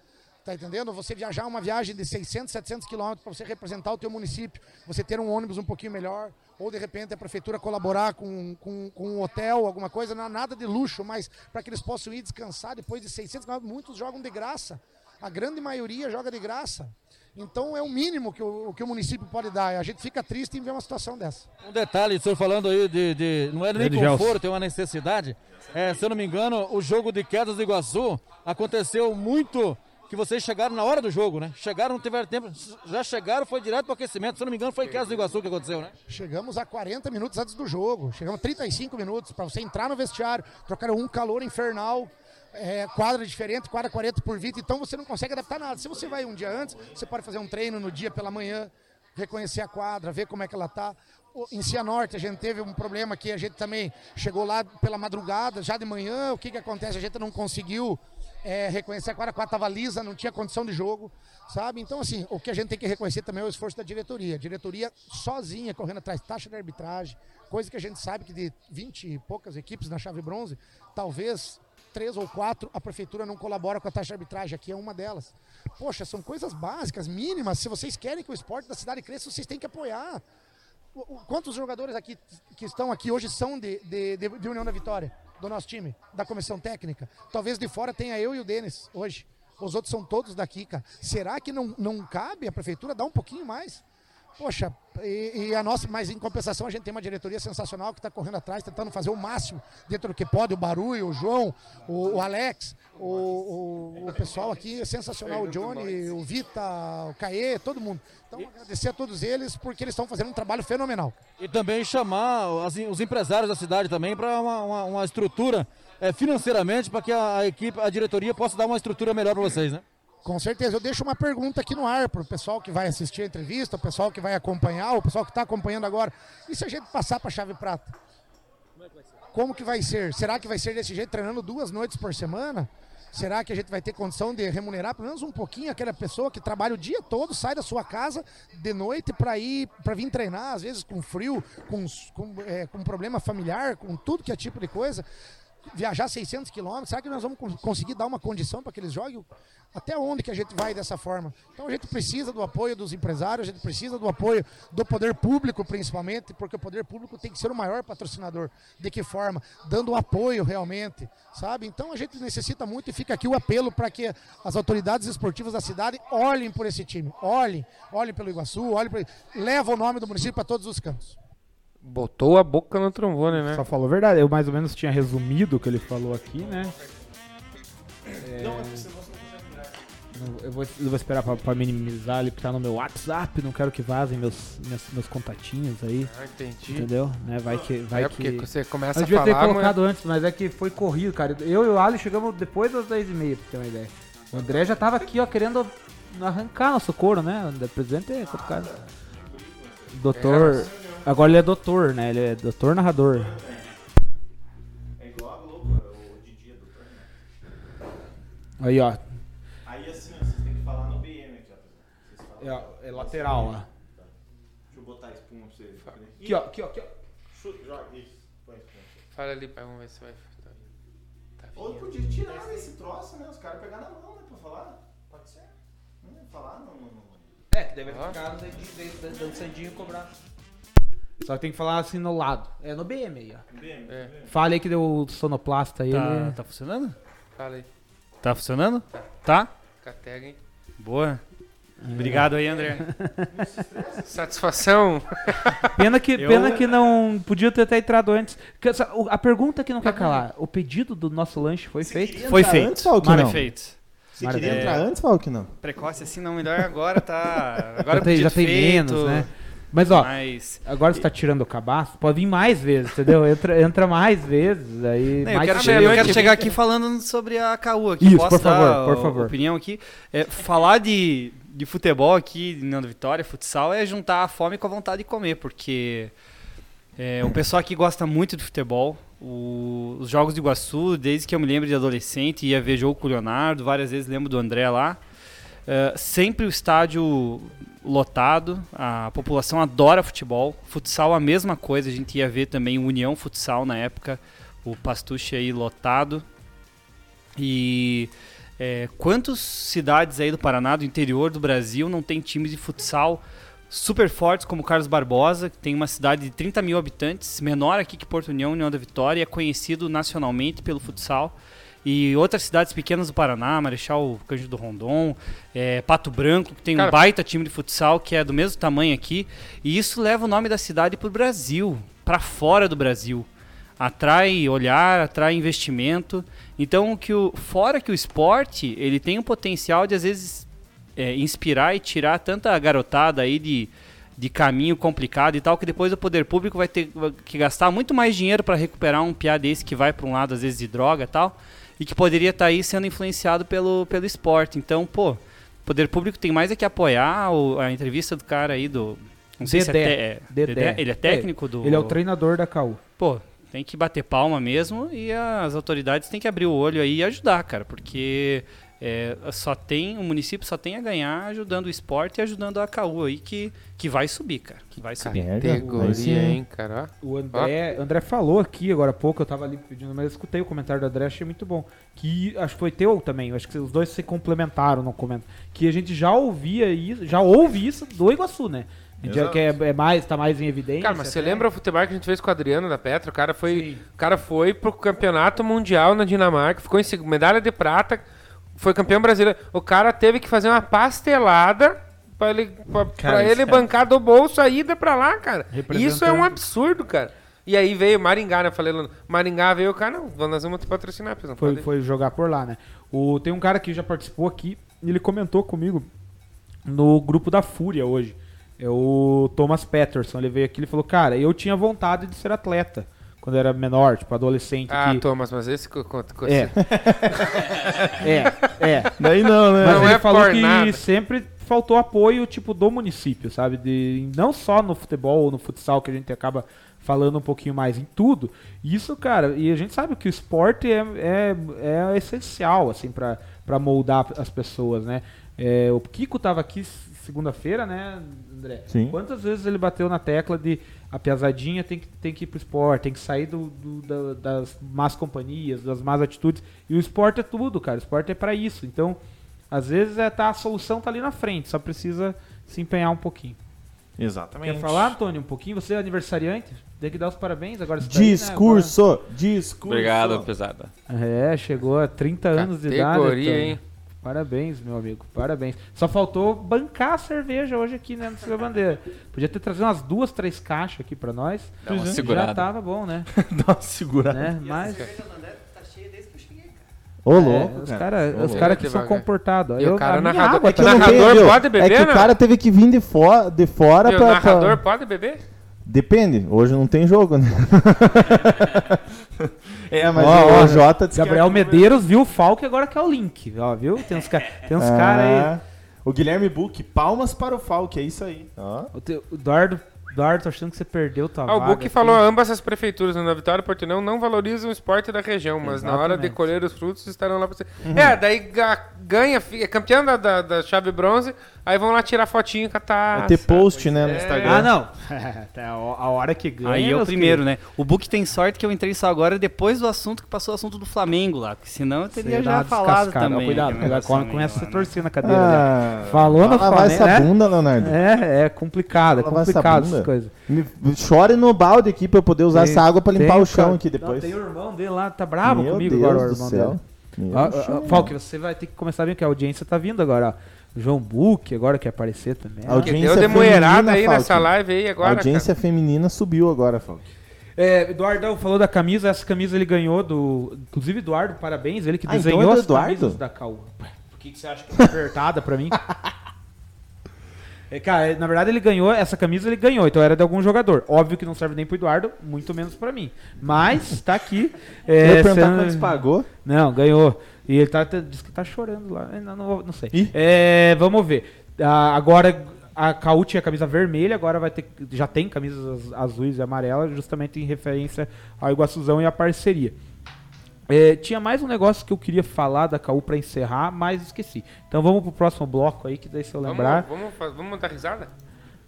Tá entendendo? Você viajar uma viagem de 600, 700 quilômetros para você representar o teu município, você ter um ônibus um pouquinho melhor, ou de repente a prefeitura colaborar com, com, com um hotel, alguma coisa, não é nada de luxo, mas para que eles possam ir descansar depois de 600 quilômetros, muitos jogam de graça. A grande maioria joga de graça. Então é o mínimo que o, que o município pode dar. A gente fica triste em ver uma situação dessa. Um detalhe, o senhor falando aí de. de- não é nem conforto, é uma necessidade. É, se eu não me engano, o jogo de quedas do Iguaçu aconteceu muito que vocês chegaram na hora do jogo, né? Chegaram, não tiveram tempo, já chegaram, foi direto pro aquecimento. Se eu não me engano, foi em quedas do Iguaçu que aconteceu, né? Chegamos a 40 minutos antes do jogo. Chegamos a 35 minutos para você entrar no vestiário. Trocaram um calor infernal. é, quadra diferente, quadra 40 por 20, então você não consegue adaptar nada. Se você vai um dia antes, você pode fazer um treino no dia pela manhã, reconhecer a quadra, ver como é que ela tá. O- Em Cianorte a gente teve um problema que a gente também chegou lá pela madrugada, já de manhã, o que que acontece? A gente não conseguiu é, reconhecer agora que a estava lisa, não tinha condição de jogo, sabe? Então, assim, o que a gente tem que reconhecer também é o esforço da diretoria. A diretoria sozinha, correndo atrás taxa de arbitragem, coisa que a gente sabe que de 20 e poucas equipes na chave bronze, talvez três ou quatro, a prefeitura não colabora com a taxa de arbitragem, aqui é uma delas. Poxa, são coisas básicas, mínimas. Se vocês querem que o esporte da cidade cresça, vocês têm que apoiar. O- o- Quantos jogadores aqui que estão aqui hoje são de, de, de- de União da Vitória, do nosso time, da comissão técnica? Talvez de fora tenha eu e o Denis hoje. Os outros são todos daqui, cara. Será que não, não cabe a prefeitura dar um pouquinho mais? Poxa, e, e a nossa, mas em compensação a gente tem uma diretoria sensacional que está correndo atrás, tentando fazer o máximo dentro do que pode, o Barulho, o João, o, o Alex, o, o- o pessoal aqui é sensacional, o Johnny, o Vita, o Caê, todo mundo. Então agradecer a todos eles porque eles estão fazendo um trabalho fenomenal. E também chamar as- os empresários da cidade também para uma, uma- uma estrutura eh, financeiramente para que a, a equipe, a diretoria possa dar uma estrutura melhor para vocês, né? Com certeza. Eu deixo uma pergunta aqui no ar para o pessoal que vai assistir a entrevista, o pessoal que vai acompanhar, o pessoal que está acompanhando agora. E se a gente passar para a chave prata? Como que vai ser? Será que vai ser desse jeito, treinando duas noites por semana? Será que a gente vai ter condição de remunerar pelo menos um pouquinho aquela pessoa que trabalha o dia todo, sai da sua casa de noite para ir, para vir treinar, às vezes com frio, com, s- com, eh, com problema familiar, com tudo que é tipo de coisa? viajar 600 quilômetros, será que nós vamos con- conseguir dar uma condição para que eles joguem? Até onde que a gente vai dessa forma? Então a gente precisa do apoio dos empresários, a gente precisa do apoio do poder público principalmente, porque o poder público tem que ser o maior patrocinador. De que forma? Dando um apoio realmente, sabe? Então a gente necessita muito e fica aqui o apelo para que as autoridades esportivas da cidade olhem por esse time, olhem, olhem pelo Iguaçu, olhem, por... leva o nome do município para todos os cantos. Botou a boca no trombone, né? Só falou a verdade. Eu mais ou menos tinha resumido o que ele falou aqui, né? é né? Não, Eu vou, eu vou esperar pra, pra minimizar ele, porque tá no meu WhatsApp, não quero que vazem meus, meus, meus contatinhos aí, Ah, entendi. entendeu? Né? Vai que... Vai É porque que... você Eu começa a devia ter falar, mas... colocado antes, mas é que foi corrido, cara. Eu e o Ali chegamos depois das 10h30, pra ter uma ideia. O André já tava aqui, ó, querendo arrancar nosso couro, né? O André- presidente é complicado. Doutor... Agora ele é doutor, né? Ele é doutor narrador. É igual a Globo, o Didi é do Aí, ó. Aí assim, ó, vocês têm que falar no BM aqui, ó. Vocês falam, assim, É, né? ó, é lateral, né? ó. Deixa eu botar a espuma pra vocês. Aqui, Ih, ó, aqui, ó, aqui, ó. Chuta, joga isso. Põe a espuma. Fala ali, pai, vamos ver se vai... tá- tá Ou vindo. podia tirar esse troço, né? Os caras pegar na mão, né? Pra falar. Pode ser. Não, falar não, não, não. É, que deve Ó. ficar dando Sandinho cobrar. Só que tem que falar assim no lado. É no BM aí, ó. BM. É, Fala aí que deu o sonoplasta aí. Tá, ele- tá funcionando? fala aí. Tá funcionando? Tá? Catega, hein? Boa. É. Obrigado aí, André. Satisfação? Pena que, Eu- pena que não podia ter até entrado antes. Que essa- o- A pergunta que não quer calar: o pedido do nosso lanche foi feito? Foi Entrar feito. Antes, fala que Maravilha. não. Perfeito. Se queria Maravilha. entrar antes, fala que não. Precoce assim não, melhor agora tá. Agora já tem, já pedido tem feito, menos, né? Mas ó, Mas. Agora você tá tirando o cabaço, pode vir mais vezes, entendeu? Entra, entra mais vezes, aí Não, eu mais quero, cheiro. che- eu quero chegar aqui falando sobre a KU aqui. Isso, Posso por favor, dar por o- favor. opinião aqui? É, falar de, de futebol aqui, de Nando Vitória, futsal, é juntar a fome com a vontade de comer, porque é, o pessoal aqui gosta muito de futebol. O- os jogos de Iguaçu, desde que eu me lembro de adolescente, ia ver jogo com o Leonardo, várias vezes lembro do André lá. É, sempre o estádio lotado, a população adora futebol. Futsal, a mesma coisa, a gente ia ver também o União Futsal na época, o Pastuche aí lotado. E é, quantas cidades aí do Paraná, do interior do Brasil, não tem times de futsal super fortes como Carlos Barbosa, que tem uma cidade de 30 mil habitantes, menor aqui que Porto União, União da Vitória, e é conhecido nacionalmente pelo futsal. E outras cidades pequenas do Paraná, Marechal Cândido Rondon, é, Pato Branco, que tem Cara- um baita time de futsal que é do mesmo tamanho aqui. E isso leva o nome da cidade para o Brasil, para fora do Brasil atrai olhar, atrai investimento. Então, que o, fora que o esporte, ele tem um potencial de, às vezes, é, inspirar e tirar tanta garotada aí de, de caminho complicado e tal, que depois o poder público vai ter que gastar muito mais dinheiro para recuperar um piá desse que vai para um lado, às vezes, de droga e tal, e que poderia estar aí sendo influenciado pelo, pelo esporte. Então, pô, o poder público tem mais é que apoiar o- a entrevista do cara aí do... Não sei se é, Dedé. te- é Dedé. Dedé. Ele é técnico do... Ele é o treinador da KU. Pô, Tem que bater palma mesmo e as autoridades têm que abrir o olho aí e ajudar, cara, porque é, só tem o município só tem a ganhar ajudando o esporte e ajudando a AKU aí que, que vai subir, cara. Que vai subir. Categoria, hein, cara. Ó. O André, Ah. André falou aqui agora há pouco, eu tava ali pedindo, mas eu escutei o comentário do André, achei muito bom. Que acho que foi teu também, acho que os dois se complementaram no comentário. Que a gente já ouvia isso, já ouve isso do Iguaçu, né? A gente já Exato. que é, é mais, tá mais em evidência. Cara, mas você até. lembra o futebol que a gente fez com o Adriano da Petra? O cara foi, o cara foi pro campeonato mundial na Dinamarca, ficou em seg- medalha de prata, foi campeão brasileiro. O cara teve que fazer uma pastelada pra ele, pra, pra é- ele bancar do bolso a ida pra lá, cara. Isso é um absurdo, cara. E aí veio Maringá, né? Eu Falei, Lando, Maringá veio o cara, não, nós vamos te patrocinar, pessoal. Foi, Pode- foi jogar por lá, né? O, tem um cara que já participou aqui, e ele comentou comigo no grupo da Fúria hoje. É o Thomas Patterson. Ele veio aqui e falou: Cara, eu tinha vontade de ser atleta quando era menor, tipo adolescente. Ah, que- Thomas, mas esse co- co- co- É. é, é. Daí não, né? Mas Não ele é falou por que nada. sempre faltou apoio, tipo, do município, sabe? De, não só no futebol ou no futsal, que a gente acaba falando um pouquinho mais em tudo. Isso, cara, e a gente sabe que o esporte é, é, é essencial, assim, pra, pra moldar as pessoas, né? É, o Kiko tava aqui s- segunda-feira, né, André? Sim. Quantas vezes ele bateu na tecla de a piazadinha tem que, tem que ir pro esporte, tem que sair do, do- da- das más companhias, das más atitudes. E o esporte é tudo, cara. O esporte é pra isso. Então, às vezes é, tá, a solução tá ali na frente, só precisa se empenhar um pouquinho. Exatamente. Quer falar, Antônio, um pouquinho? Você é aniversariante? Tem que dar os parabéns agora. você tá aí, né? Discurso, discurso. Obrigado, pesada. Agora- É, chegou a 30 anos de idade. então. Categoria, Antônio. hein? Parabéns, meu amigo, parabéns. Só faltou bancar a cerveja hoje aqui, né, no Silvio Bandeira. Podia ter trazido umas duas, três caixas aqui pra nós. Dá uma Já tá segurada. tava bom, né? Dá uma segurada. né? Mas Ô, é, louco, os cara. caras Ô, os louco. cara que são Devagar. comportados. E o cara a minha narrador- água é que tá- o narrador veio. pode beber, é que né? o cara teve que vir de, fo de fora E o pra, narrador pra... pode beber? Depende, hoje não tem jogo, né? É, Mas mas o, eu- o Jota disse que- Gabriel Medeiros viu o Falco e agora quer o Link, ó, viu? Tem uns, ca- tem uns caras aí. Ah, O Guilherme Buck, palmas para o Falk, é isso aí. ó. O, teu- o Eduardo, Eduardo, tô achando que você perdeu tua Ah, o vaga Buck aqui. falou ambas as prefeituras, né, na Vitória e Portunão, não valorizam o esporte da região, mas na hora de Exatamente. colher os frutos estarão lá pra você. Uhum. É, daí ga- ganha, fi- é campeão da, da, da chave bronze, aí vão lá tirar fotinho e catar. Vai ter post, né, no Instagram. Ah, não. Tá, a a hora que ganha. Aí é o meus primeiro, né? O Book tem sorte que eu entrei só agora depois do assunto que passou o assunto do Flamengo lá, porque senão eu teria Você dá já uma falado descascada. também. Cuidado, né, cuidado, do come- Flamengo começa a lá, se né? torcer na cadeira. né? Ah, Falou no vai Flamengo, essa né? bunda, Leonardo. É, é complicado, é Fala, vai essa complicado bunda. essas coisas. Me- Chore no balde aqui pra eu poder usar Tem- essa água pra limpar tem o chão cara- aqui Não, depois. tem o irmão dele lá, tá bravo Meu comigo Deus agora, o do irmão Ah, céu. dele. Meu Ó, Deus. ó, ó, Falk, você vai ter que começar a ver que a audiência tá vindo agora, ó. O João Buck agora quer aparecer também. Audi- Que deu audiência demoerada feminina, aí nessa Falcão. live aí a agora, audiência é feminina subiu agora, Falk. É, Eduardão falou da camisa, essa camisa ele ganhou do. Inclusive, Eduardo, parabéns, ele que Ah, então desenhou é do as Eduardo? camisas da Caú. Por que, que você acha que foi apertada pra mim? É, cara, na verdade ele ganhou, essa camisa ele ganhou, então era de algum jogador. Óbvio que não serve nem pro Eduardo, muito menos pra mim. Mas tá aqui. Eu É, ia perguntar sendo- quantos pagou. Não, ganhou. E ele tá, tá- diz que tá chorando lá. Eh, Não, não, vou- não sei. É, vamos ver. Ah, agora a Caú tinha camisa vermelha, agora vai ter, já tem camisas az- azuis e amarelas, justamente em referência ao Iguaçuzão e à parceria. É, tinha mais um negócio que eu queria falar da Caú pra encerrar, mas esqueci. Então vamos pro próximo bloco aí, que daí se eu cara. lembrar. Vamos, vamos, fa- vamos dar risada?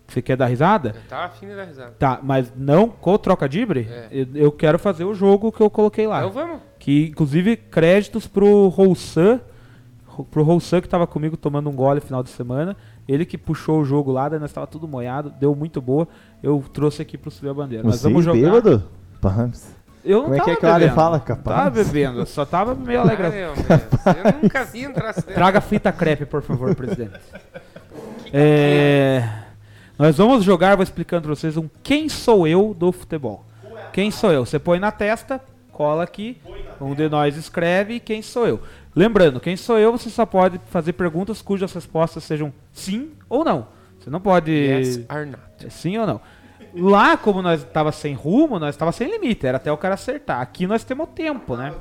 Você quer dar risada? Eu tava afim de dar risada. Tá, mas não com o troca-dibre? É. Eu, eu quero fazer o jogo que eu coloquei lá. Tá. Então vamos. Que inclusive créditos pro Roussan, ro- pro Roussan que tava comigo tomando um gole final de semana. Ele que puxou o jogo lá, daí nós tava tudo moiado, deu muito boa. Eu trouxe aqui pro subir a bandeira. Mas Você é vamos jogar. bêbado? Pams. Eu não Como é que tava é que o Ale bebendo. fala, Não Tava capaz? bebendo, eu só tava meio Tá Ah, meu, alegre. meu, eu nunca vi um traço desse. Traga fita crepe, por favor, presidente. É, nós vamos jogar, vou explicando pra vocês um quem sou eu do futebol. Quem sou eu? Você põe na testa, cola aqui, um de nós escreve quem sou eu. Lembrando, quem sou eu, você só pode fazer perguntas cujas respostas sejam sim ou não. Você não pode Yes or not. é Sim ou não? Lá, como nós tava sem rumo, nós tava sem limite, era até o cara acertar. Aqui nós temos tempo, né?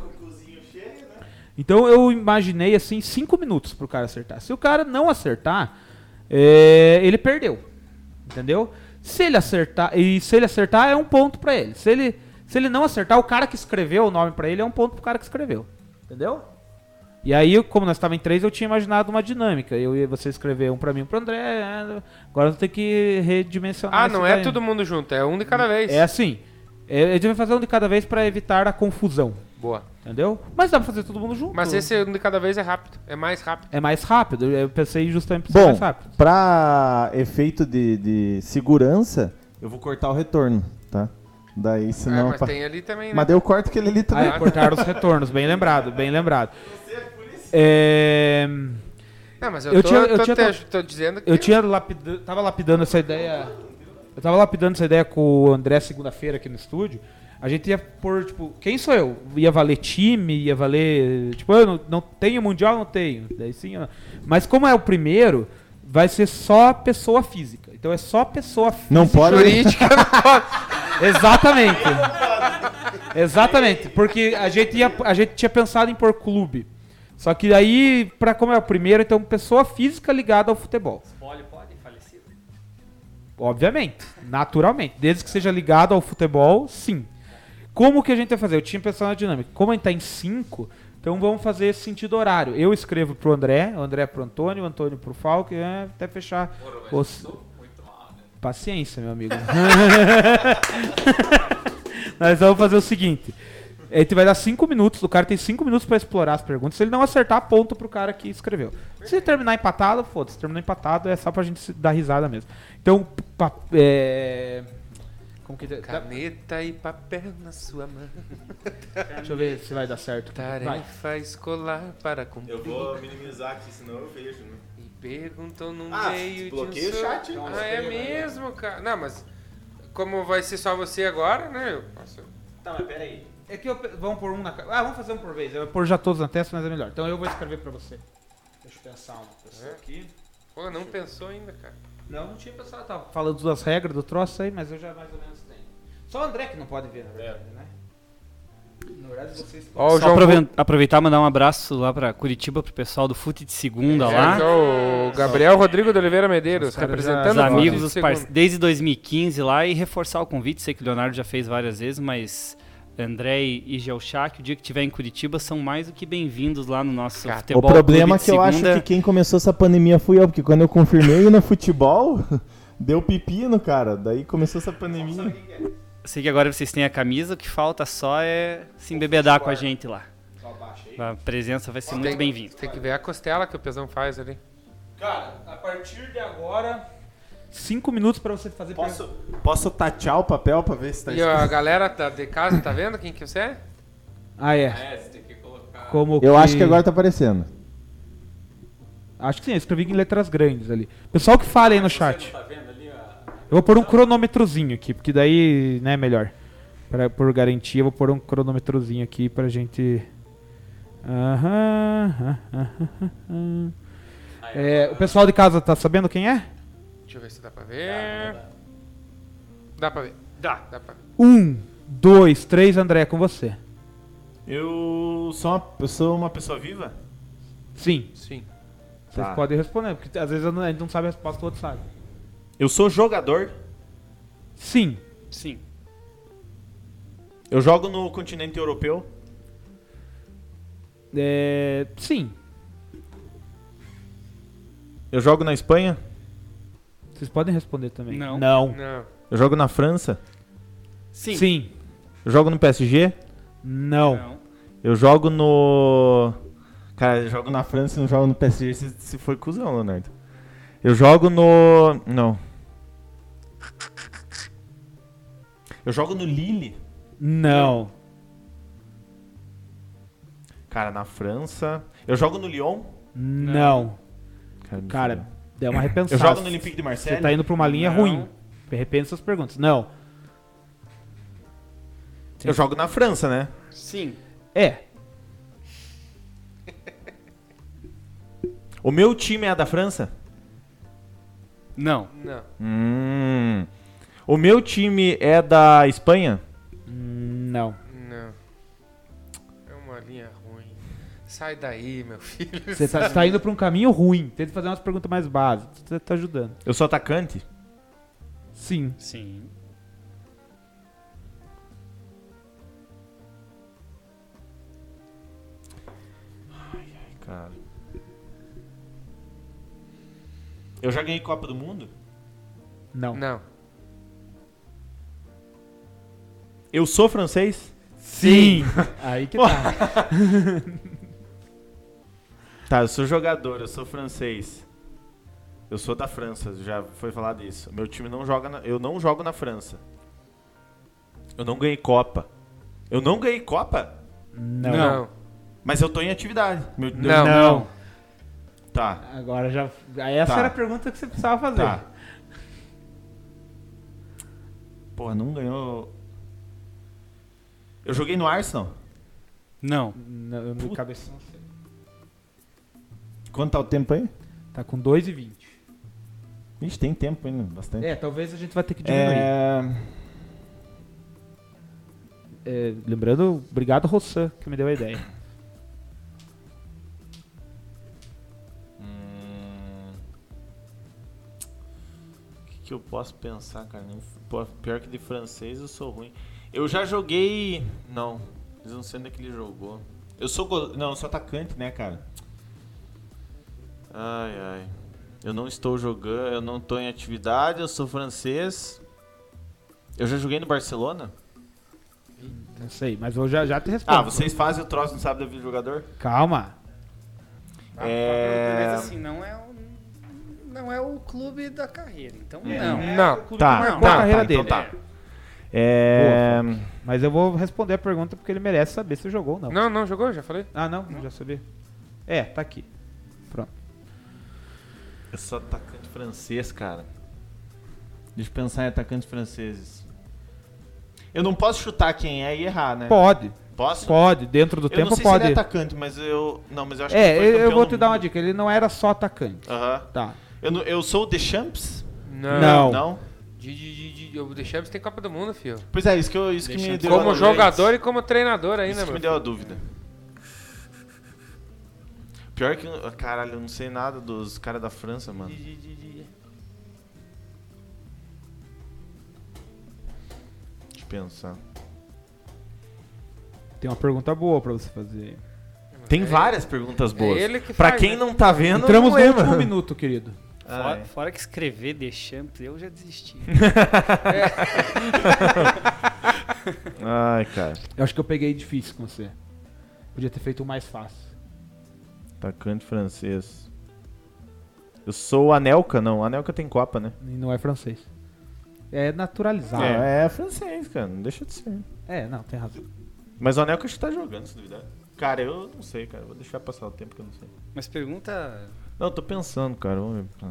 Então eu imaginei assim, cinco minutos pro cara acertar. Se o cara não acertar, é, ele perdeu. Entendeu? Se ele acertar, e se ele acertar é um ponto pra ele. Se ele Se ele não acertar, o cara que escreveu o nome pra ele é um ponto pro cara que escreveu. Entendeu? E aí, como nós estávamos em três, eu tinha imaginado uma dinâmica. Eu ia você escrever um pra mim, um pro André. é, Agora eu tenho que Tá, redimensionar. Ah, isso não é daí. todo mundo junto, é um de cada vez. É assim. É, eu devia fazer um de cada vez pra evitar a confusão. Boa. Entendeu? Mas dá pra fazer todo mundo junto. Mas esse um de cada vez é rápido, é mais rápido. É mais rápido. Eu pensei justamente pra ser Bom, mais rápido. pra efeito de, de segurança, eu vou cortar o retorno, tá? Daí, Ah, senão. mas pa- tem ali também, né? Ah, mas daí eu corto aquele ali também. Aí Ah, é, cortaram os retornos, bem lembrado, bem lembrado. É, Não, mas eu, Eu tô, tinha- eu tô tinha te- to- tô dizendo que eu tinha lapida, tava lapidando essa ideia. Eu tava lapidando essa ideia com o André segunda-feira aqui no estúdio. A gente ia pôr, tipo, quem sou eu? Ia valer time, ia valer. Tipo, eu não, não tenho mundial, não tenho. Daí sim, ó. Mas como é o primeiro, vai ser só pessoa física. Então é só pessoa física. Não pode. jurídica não pode. é Exatamente. Exatamente. Porque a gente, ia, a gente tinha pensado em pôr clube. Só que aí, pra como é o primeiro, então pessoa física ligada ao futebol. Pode, pode, falecido. Obviamente, naturalmente. Desde que seja ligado ao futebol, sim. Como que a gente vai fazer? Eu tinha pensado na dinâmica. Como a gente tá em 5, então vamos fazer esse sentido horário. Eu escrevo pro André, o André pro Antônio, o Antônio pro Falco, é, até fechar. os- Paciência, meu amigo. Nós vamos fazer o seguinte. A gente vai dar 5 minutos, o cara tem 5 minutos pra explorar as perguntas. Se ele não acertar, ponto pro cara que escreveu. Se terminar empatado, foda-se. Terminar empatado é só pra gente se dar risada mesmo. Então, pa- é... Como que... tá? dá- Caneta e papel na sua mão. Deixa eu ver se vai dar certo. Tá, Vai. Tarefa escolar para cumprir. Eu vou minimizar aqui, senão eu vejo, né? E perguntou no Ah, meio de um bloqueia o so- chat, então, Ah, você é tem, né? mesmo, cara. Não, mas como vai ser só você agora, né? Eu posso... Tá, mas peraí. É que eu pe- vamos pôr um na... ca- Ah, vamos fazer um por vez. Eu vou pôr já todos na testa, mas é melhor. Então eu vou escrever pra você. Deixa eu pensar uma pessoa aqui. Pô, não pensou ainda, cara. Não, não tinha pensado. Tava falando das regras do troço aí, mas eu já mais ou menos tenho. Só o André que não pode ver, na verdade, né? Na verdade, vocês... Ó, o Só João aproven- aproveitar e mandar um abraço lá pra Curitiba, pro pessoal do Fute de Segunda lá. É, o Gabriel Rodrigo de Oliveira Medeiros, Os caras representando os o Clube amigos, de os Segundo. parce- desde 2015 lá e reforçar o convite. Sei que o Leonardo já fez várias vezes, mas André e Gelchak, o dia que tiver em Curitiba, são mais do que bem-vindos lá no nosso Cara, O futebol. problema é Clube de que eu acho Segunda. que quem começou essa pandemia fui eu, porque quando eu confirmei no futebol, deu pepino, cara. Daí começou essa pandemia. Sei que agora vocês têm a camisa, o que falta só é se embebedar com a gente lá. A presença vai ser muito Tem- bem-vinda. Tem que ver a costela que o Pezão faz ali. Cara, a partir de agora... Cinco minutos pra você fazer... Posso? Posso tatear o papel pra ver se tá E a galera tá de casa tá vendo quem que você é? Ah, é. Como Eu acho que agora tá aparecendo. Acho que sim, eu escrevi em letras grandes ali. Pessoal que fala aí no chat. Eu vou pôr um cronômetrozinho aqui, porque daí, né, melhor. Pra, por garantia, eu vou pôr um cronômetrozinho aqui pra gente. Aham. aham, aham. É, o pessoal de casa tá sabendo quem é? Deixa eu ver se dá pra ver. Dá pra ver. Dá. Dá pra ver. Um, dois, três, André, é com você. Eu sou uma, eu sou uma pessoa viva? Sim, Sim. vocês Tá. podem responder, porque às vezes eu não- a gente não sabe a resposta, o outro sabe. Eu sou jogador. Sim, Sim. Eu jogo no continente europeu. é, sim. Eu jogo na Espanha. Vocês podem responder também. Não. Não. Não. Eu jogo na França. Sim. Sim. Eu jogo no PSG. Não. Não. Eu jogo no. Cara, eu jogo Na na. França não joga no PSG. Se, se foi cuzão, Leonardo. Eu jogo no. Não. Eu jogo no Lille. Não. Cara, na França. Eu jogo no Lyon. Não. Cara, me Cara, fudeu. deu uma eu repensada. jogo no Olympique de Você Marseille. tá indo pra uma linha Não. ruim. Repensa suas perguntas. Não. Eu jogo na França, né? Sim. É. O meu time é a da França? Não. Não. Hum. O meu time é da Espanha? Não. Não. É uma linha ruim. Sai daí, meu filho. Você tá, você tá indo pra um caminho ruim. Tenta fazer umas perguntas mais básicas. Você tá ajudando. Eu sou atacante? Sim. Sim. cara. Eu já ganhei Copa do Mundo? Não. Não. Eu sou francês? Sim! Aí que tá. Tá, eu sou jogador, eu sou francês. Eu sou da França, já foi falado isso. Meu time não joga, na, eu não jogo na França. Eu não ganhei Copa. Eu não ganhei Copa? Não. Não. Mas eu tô em atividade. Meu, meu- Não. Não. Tá, Agora já. Essa Tá. era a pergunta que você precisava fazer. tá. Porra, não ganhou. Eu joguei no Arsenal. Não. Não, no Puta. cabeção. Quanto tá o tempo aí? Tá com 2,20. Ixi, tem tempo ainda, bastante. É, talvez a gente vai ter que diminuir. É... É, lembrando, obrigado, Rossan, que me deu a ideia. O Hum, que, que eu posso pensar, cara? Nem f- pô, Pior que de francês eu sou ruim. Eu já joguei. Não, mas eu não sei onde é que ele jogou. Eu sou. Go... Não, eu sou atacante, né, cara? Ai, ai. Eu não estou jogando, eu não estou em atividade, eu sou francês. Eu já joguei no Barcelona? Não sei, mas eu já, já te respondo. Ah, vocês fazem o troço, não sabe da vida do jogador? Calma. É. Mas assim, não é, o, não é o clube da carreira. Então, não. É. Não. Tá, a tá, carreira tá, então dele. tá. É. Mas eu vou responder a pergunta porque ele merece saber se jogou ou não. Não, não jogou? Já falei? Ah, não? Já sabia? É, tá aqui. Eu sou atacante francês, cara. Deixa eu pensar em atacantes franceses. Eu não posso chutar quem é e errar, né? Pode, Posso? pode. Dentro do Eu tempo não sei pode. se ele é atacante, mas eu. Não, mas eu acho que é, ele foi eu, eu campeão vou do te dar uma mundo. dica. Ele não era só atacante. Aham. Tá. Eu, não- eu sou o Deschamps? Não. Não. Não? De, de, de, de, o The Champions tem Copa do Mundo, filho. Pois é, isso que, eu, isso que me deu a Como dúvida. jogador e como treinador Isso, ainda, né, isso que me meu. deu a dúvida. Pior que. eu- Caralho, eu não sei nada dos caras da França, mano. Deixa eu pensar. Tem uma pergunta boa pra você fazer. Tem várias perguntas boas. É ele que pra faz, quem né? não tá vendo, Entramos não no lembra. último minuto, querido. Ah, Fora, é. fora que escrever Deschamps, eu já desisti. Ai, cara. Eu acho que eu peguei difícil com você. Podia ter feito o mais fácil. Atacante francês. Eu sou o Anelka, não. Anelka tem Copa, né? E não é francês. É naturalizado. É, é. francês, cara. Não deixa de ser. não, tem razão. Mas o Anelka acho que tá jogando, se duvidar. Cara, eu não sei, cara. Vou deixar passar o tempo que eu não sei. Mas pergunta. Não, eu tô pensando, cara. Vamos ver.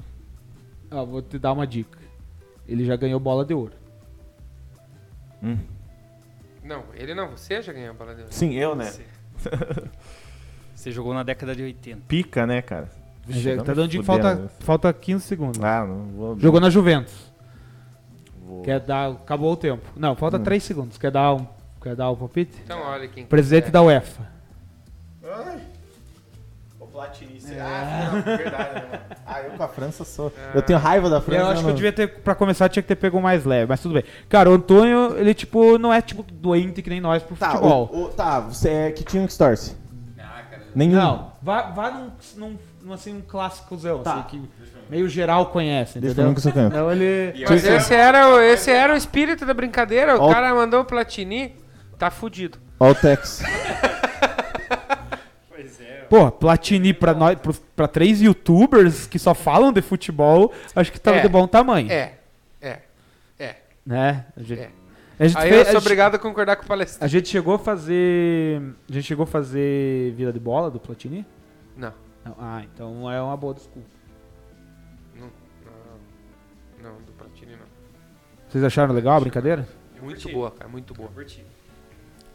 Ó, vou te dar uma dica. Ele já ganhou bola de ouro. Não, ele não. Você já ganhou a bola de ouro. Sim, eu, né? Você jogou na década de 80. Pica, né, cara? Vixe, Já- não tá me dando de fudendo, falta, né? falta 15 segundos. Ah, não vou. Jogou na Juventus. vou- Quer dar. Acabou o tempo. Não, falta 3 segundos. Quer dar um. Quer dar o palpite? Então olha quem. Presidente é. da UEFA. O Platini. Ah, não, verdade, né, mano? Ah. Ah, eu com a França sou. Eu tenho raiva da França. Eu acho né, que eu mano? devia ter, pra começar, tinha que ter pego um mais leve, mas tudo bem. Cara, o Antônio, ele, tipo, não é, tipo, doente que nem nós pro Tá, futebol. o- o- tá, você é que um time que você torce? Ah, Nenhum. Não, vá, vá num, num, num, assim, um clássicozão, Tá. assim, que meio geral conhece, Deixa eu ver entendeu? que você canto. Então ele... Mas esse era, o, esse era o espírito da brincadeira. O cara mandou o Platini, tá fudido. Ó o Tex. Pô, Platini pra, nós, pro- pra três youtubers que só falam de futebol, acho que tá É. de bom tamanho, É, é, é. né? A gente, É. a gente Aí fez- eu a sou gente- obrigado a concordar com o A Palestina. gente chegou a fazer. A gente chegou a fazer vira de bola do Platini? Não, Não. Ah, então é uma boa desculpa. não, não, do Platini não. Vocês acharam legal a brincadeira? Muito boa, cara, muito boa.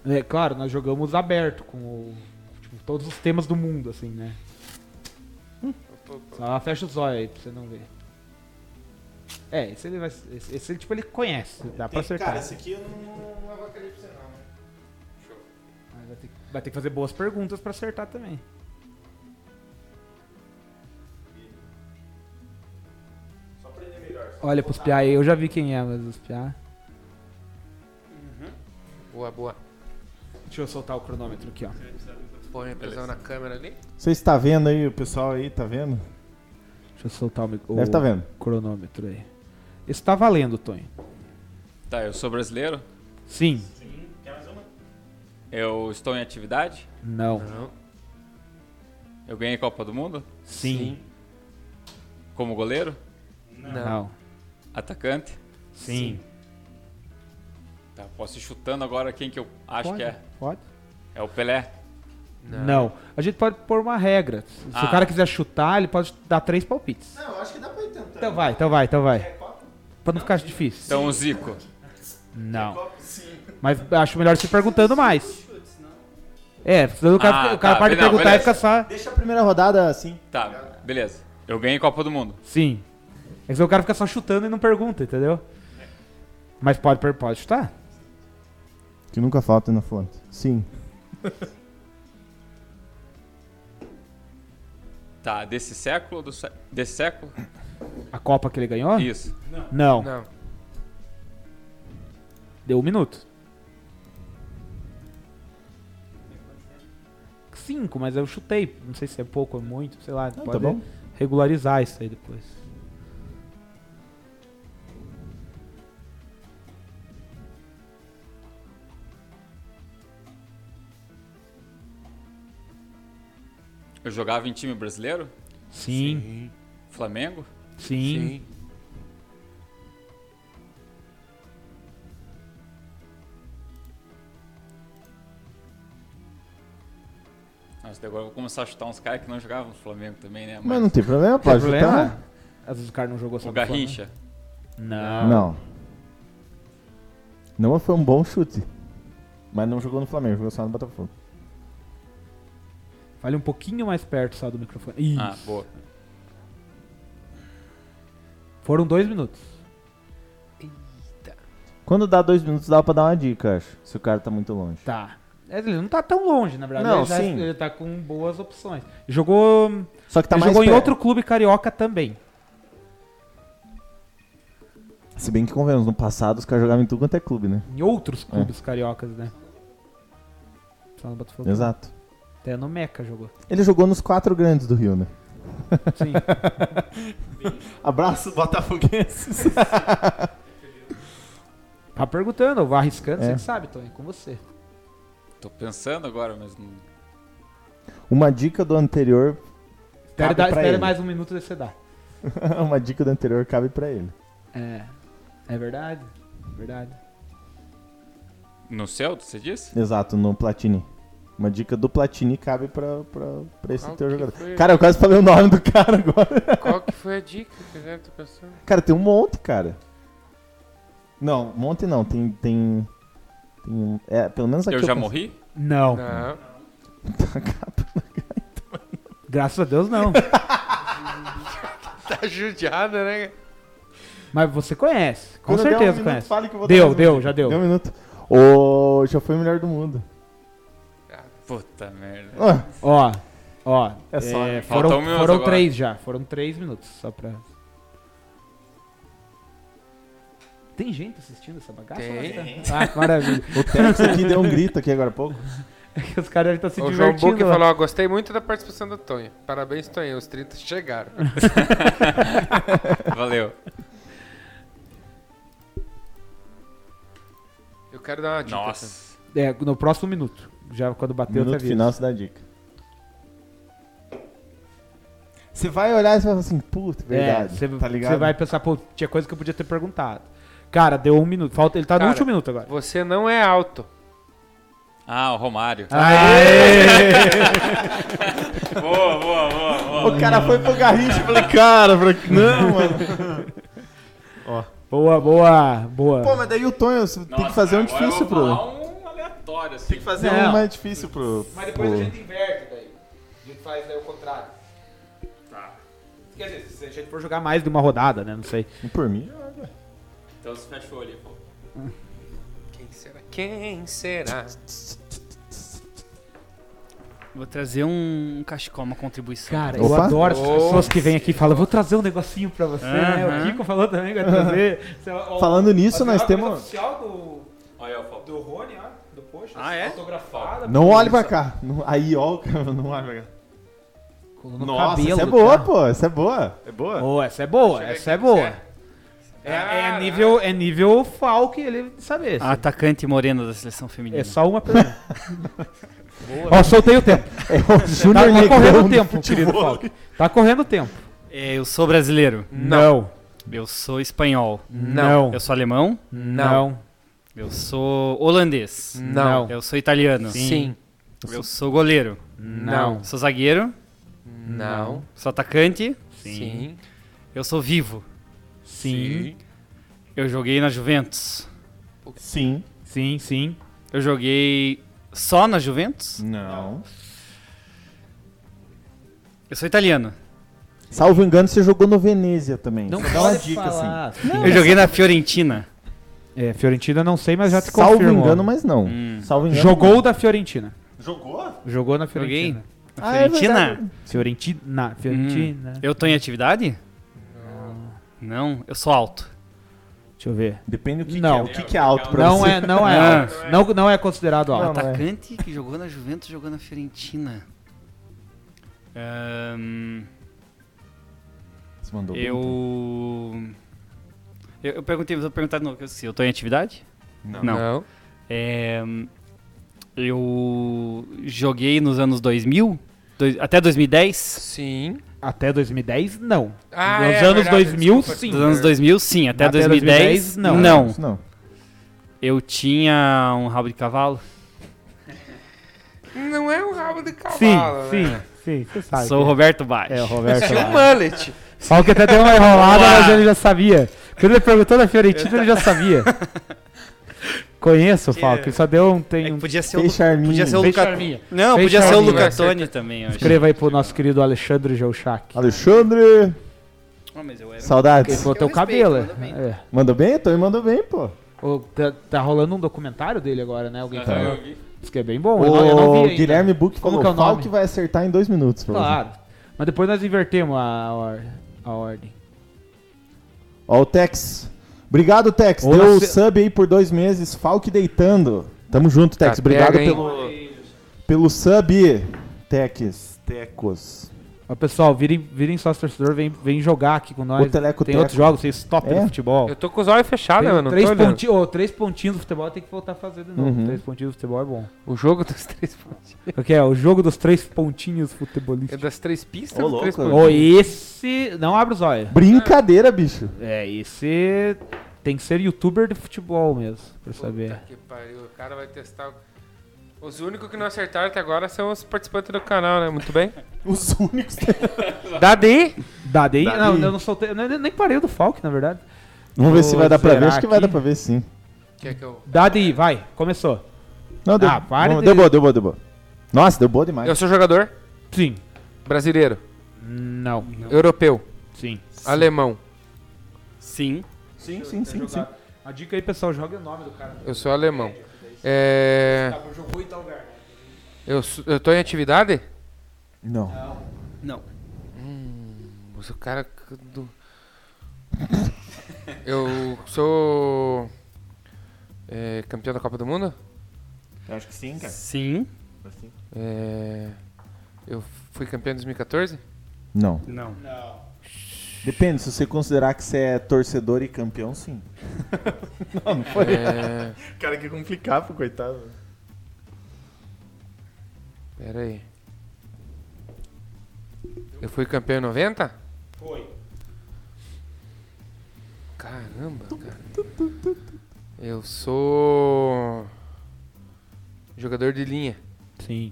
É claro, nós jogamos aberto com o- tipo, todos os temas do mundo, assim, né? Só fecha os olhos aí pra você não ver. É, esse ele vai. Esse, esse, tipo ele conhece, dá pra acertar. Cara, esse aqui eu não, é não avacalhei pra você, não. né? Mas vai, ter, que- vai ter que fazer boas perguntas pra acertar também. Olha pros piá aí, eu já vi quem é, mas os piá. Boa, boa. Deixa eu soltar o cronômetro aqui, ó. Põe a pressão na câmera ali. Você está vendo aí, o pessoal aí, tá vendo? Deixa eu soltar o, mic- o Deve tá vendo. cronômetro aí. Isso tá valendo, Tonho. Tá, eu sou brasileiro? Sim. Eu estou em atividade? Não. Eu ganhei Copa do Mundo? Sim. Como goleiro? Não. Atacante? Sim. Tá, posso ir chutando agora quem que eu acho Pode? que é. Pode? É o Pelé. Não. A gente pode pôr uma regra. Se Ah. o cara quiser chutar, ele pode dar três palpites. Não, acho que dá pra ir É tentar. Então vai, então vai, então vai. Pra não é ficar difícil. Então o Zico. Não. Mas acho melhor se perguntando mais. É, senão o cara, Ah, o cara tá, para de não, perguntar e beleza. fica só. Deixa a primeira rodada assim. Tá, beleza. Eu ganhei Copa do Mundo. Sim. É que senão o cara fica só chutando e não pergunta, entendeu? Mas pode, per- pode chutar? Que nunca falta na fonte. Sim. Tá, desse século ou do sé... desse século? A Copa que ele ganhou? Isso. Não. Não. Deu um minuto. Cinco, mas eu chutei. Não sei se é pouco ou muito, sei lá. Não, pode tá bom. regularizar isso aí depois. Eu jogava em time brasileiro? Sim. Flamengo? Sim. Sim. Nossa, daí agora eu vou começar a chutar uns caras que não jogavam no Flamengo também, né? Mas não tem problema, Tem pode tá. problema? chutar. Às vezes o cara não jogou só O no Flamengo. Garrincha. Não. Não. Não mas foi um bom chute. Mas não jogou no Flamengo, jogou só no Botafogo. Fale um pouquinho mais perto só do microfone. né? Isso. Ah, boa. Foram dois minutos. Quando dá dois minutos, dá pra dar uma dica, acho. Se o cara tá muito longe. Tá. É, Ele não tá tão longe, na verdade. Não, ele, já- sim. ele tá com boas opções. Jogou. Só que tá ele mais jogou em perto. outro clube carioca também. Se bem que convenhamos, no passado os caras jogavam em tudo quanto é clube, né? Em outros clubes cariocas, né? Só no Botafogo. Exato. Até no Meca jogou. Ele jogou nos quatro grandes do Rio, né? Sim. Abraço, Botafoguenses. tá perguntando, eu vou arriscando, É. você que sabe, Tony, com você. Tô pensando agora, mas não. Uma dica do anterior. Espere, Cabe dar- pra espere ele. mais um minuto e você dá. Uma dica do anterior cabe pra ele. É. É verdade. Verdade. No céu, você disse? Exato, no Platini. Uma dica do Platini cabe pra, pra, pra esse Ah, Qual teu que jogador. foi? Cara, eu quase falei o nome do cara agora. Qual que foi a dica que eu tô pensando? Cara, tem um monte, cara. Não, um monte não. Tem. tem, tem um- é, pelo menos aqui. eu já penso- morri? Não. Não. Graças a Deus, não. Tá judiada, né? Mas você conhece. Com Quando der um certeza minuto, conhece. fale que eu vou dar Deu, mais um deu, minuto. já deu. Deu um minuto. Ô, já foi o melhor do mundo. Puta merda. Ah, Ó, ó. É só, é, né? foram Falta um minuto foram agora. três já. Foram três minutos, só pra. Tem gente assistindo essa Tá bagaça? Tem. Ah, que maravilha. o Tex aqui deu um grito aqui agora há pouco. Que Os caras devem estar se O João divertindo. Buque lá. falou, ó, gostei muito da participação do Tonho. Parabéns, Tonho, os 30 chegaram. Valeu. Eu quero dar uma dica. assim. também. É, Nossa. no próximo minuto. Já quando bateu, Minuto tá vivo. final, você dá a dica. Você vai olhar e você vai falar assim, puta, verdade. É, você tá ligado? Você vai pensar, pô, tinha coisa que eu podia ter perguntado. Cara, deu um minuto. Falta, ele tá no Cara, último minuto agora. Você não é alto. Ah, o Romário. O cara foi pro Garrincha e falei, cara, pra... não, mano. Boa, boa, boa. Pô, mas daí o Tonho você tem que fazer um difícil pro. um aleatório, assim. Tem que fazer Não. um mais difícil pro. Mas depois pro... inverte daí. A gente faz daí o contrário. Tá. Quer dizer, se a gente for jogar mais de uma rodada, né? Não sei. um Por mim. Então você fecha o olho, pô. Quem será? Quem será? Vou trazer um cachecol, uma contribuição. Cara, eu Opa. adoro essas Nossa. pessoas que vêm aqui e falam, vou trazer um negocinho pra você, né? O Aham. Kiko falou também que vai trazer. Sei lá, ó, Falando nisso, material nós temos. oficial do, Olha aí, ó, faltou. do Rony, ó. Do coxa, Ah, é? autografada. Não olhe pra cá. Não- Aí, ó, o cara, não olhe pra cá. Colou no Nossa, cabelo tá? essa é do boa, cara. pô. Essa é boa. É boa? Ô, essa é boa, essa é boa. É, é nível, é nível Falk ele de saber. assim. Atacante morena da seleção feminina. É só uma pergunta. Ó, soltei o tempo. É o um Tá, Júnior tá Negrão correndo o do tempo, futebol. querido Falk. Tá correndo o tempo. É, eu sou brasileiro. Não. Eu sou espanhol. Não. Eu sou alemão. Não. Eu sou holandês. Não. Eu sou italiano. Sim. Eu sou goleiro. Não. Sou zagueiro. Não. Sou atacante. Sim. Eu sou vivo. Sim. Eu joguei na Juventus. Sim. Sim, sim. Eu joguei só na Juventus. Não. Eu sou italiano. Salvo engano, você jogou no Venezia também. Só dá uma dica, assim. assim. eu joguei na Fiorentina. É, Fiorentina não sei, mas já te Salvo confirmo. engano, mas não. Hum. Salvo engano. Jogou da Fiorentina. Jogou? Jogou na Joguei. Fiorentina. Na Ah, é Fiorentina? verdade. Fiorentina. Fiorentina. Eu tô em atividade? Não. eu sou alto. Deixa eu ver. Depende do que, Não. que é. O que, que é alto pra Não você? é, não é Ah. alto. Não, não é considerado Não, alto. não é. Atacante que jogou na Juventus, jogou na Fiorentina. Ahn, Você mandou bem, então. eu... eu. Eu perguntei, vou perguntar de novo, que eu esqueci. Eu tô em atividade? Não. Não. É, eu joguei nos anos 2000, dois- até 2010. Sim. Até 2010, não. Ah, Nos é anos verdade, 2000, desculpa, sim. Dos anos 2000, sim. Até, Até 2010, 2010, não. não. Isso não. Eu tinha um rabo de cavalo. Não é um rabo de Sim, cavalo, sim, né? sim. Você sabe. Sou o que Roberto Baggio. Ah, é. É, o Roberto. Tinha um lá. mullet. Só que até deu uma enrolada, Vamos lá. mas ele já sabia. Quando ele perguntou da Fiorentina, ele já sabia. Conheço o Falco, ele só deu um. Tem um... É podia ser Fez charminho. Podia ser o Fez Luca... charminha. Não, Fez podia ser o charminho, Luca vai acertar. Toni também, eu acho. Escreva aí pro nosso querido Alexandre Jouchak. Alexandre, Ah, mas eu era- Ele saudades. falou teu respeito, cabelo. manda bem. É. Mandou bem? Também mandou bem, pô. Ô, tá, tá rolando um documentário dele agora, né? Alguém Aham, falou. eu vi. Diz que é bem bom. eu não- eu não vi Tá. O ainda. Guilherme Buck Como falou que é o nome? Tá. "Fala que vai acertar em dois minutos. pra você." Claro. Mas depois nós invertemos a, or- a ordem. Ó, o Tex. Obrigado, Tex. Ô, Deu o cê- sub aí por dois meses. Falque deitando. Tamo junto, Tex. Tá Obrigado pega, hein? pelo, pelo sub, Tex. Tecos. Ó, pessoal, virem, virem sócio torcedor, vem, vem jogar aqui com nós. O Teleco Tem Teco. outros jogos, vocês stop É? no futebol. Eu tô com os olhos Ah, fechados, né, Tem mano. Não três, tô olhando. ponti- ô, três pontinhos do futebol tem que voltar a fazer de novo. Uhum. Três pontinhos do futebol é bom. O jogo dos três pontinhos. O que é? O jogo dos três pontinhos É futebolísticos. das três pistas Ô, ou dos três louco. pontinhos? Ô, esse. Não abre os olhos. É Brincadeira, bicho. É, esse. Tem que ser youtuber de futebol mesmo, pra saber. Puta que pariu, o cara vai testar. Os únicos que não acertaram até agora são os participantes do canal, né? Muito bem. Os únicos. Dá D. Dá daí? Dá Não, daí. eu não soltei. eu nem- nem parei do Falk, na verdade. Vamos ver se Vou vai dar pra ver. zerar Acho que vai aqui. dar pra ver, sim. Que é que eu... Dá daí, vai. Começou. Não, deu, Ah, para vamos- de- deu boa, deu boa, deu boa. Nossa, deu boa demais. eu sou jogador Sim. brasileiro, Não. europeu, Sim. alemão. Sim. Sim, sim, sim, sim. A dica aí, pessoal, joga o nome do cara. Eu sou alemão. É. Tá, Eu, sou- eu tô em atividade? Não. Não. Mas o cara. que- do- Eu sou. é, campeão da Copa do Mundo? Eu acho que sim, cara. Sim. É, eu fui campeão em 2014? Não. Não. Depende, se você considerar que você é torcedor e campeão, sim. não, não foi. É. Cara, que complicado, coitado. Pera aí. Eu fui campeão em 90? Foi. Caramba, cara. Eu sou. jogador de linha. Sim.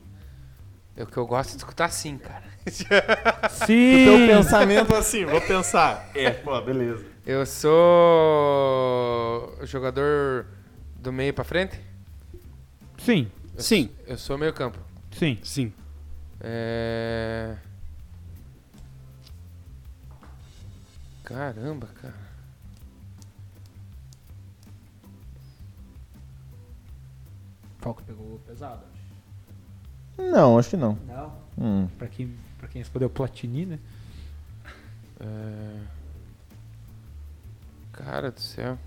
É o que eu gosto de escutar sim, cara. Sim! Pensamento assim, vou pensar. É, pô, beleza. Eu sou. jogador do meio pra frente? Sim. Sim. Eu sou meio campo. Sim. Sim. É. Caramba, cara. Falco pegou pesado. Não, acho que não. Não. Hum. Pra quem, pra quem respondeu Platini, né? É... Cara do céu.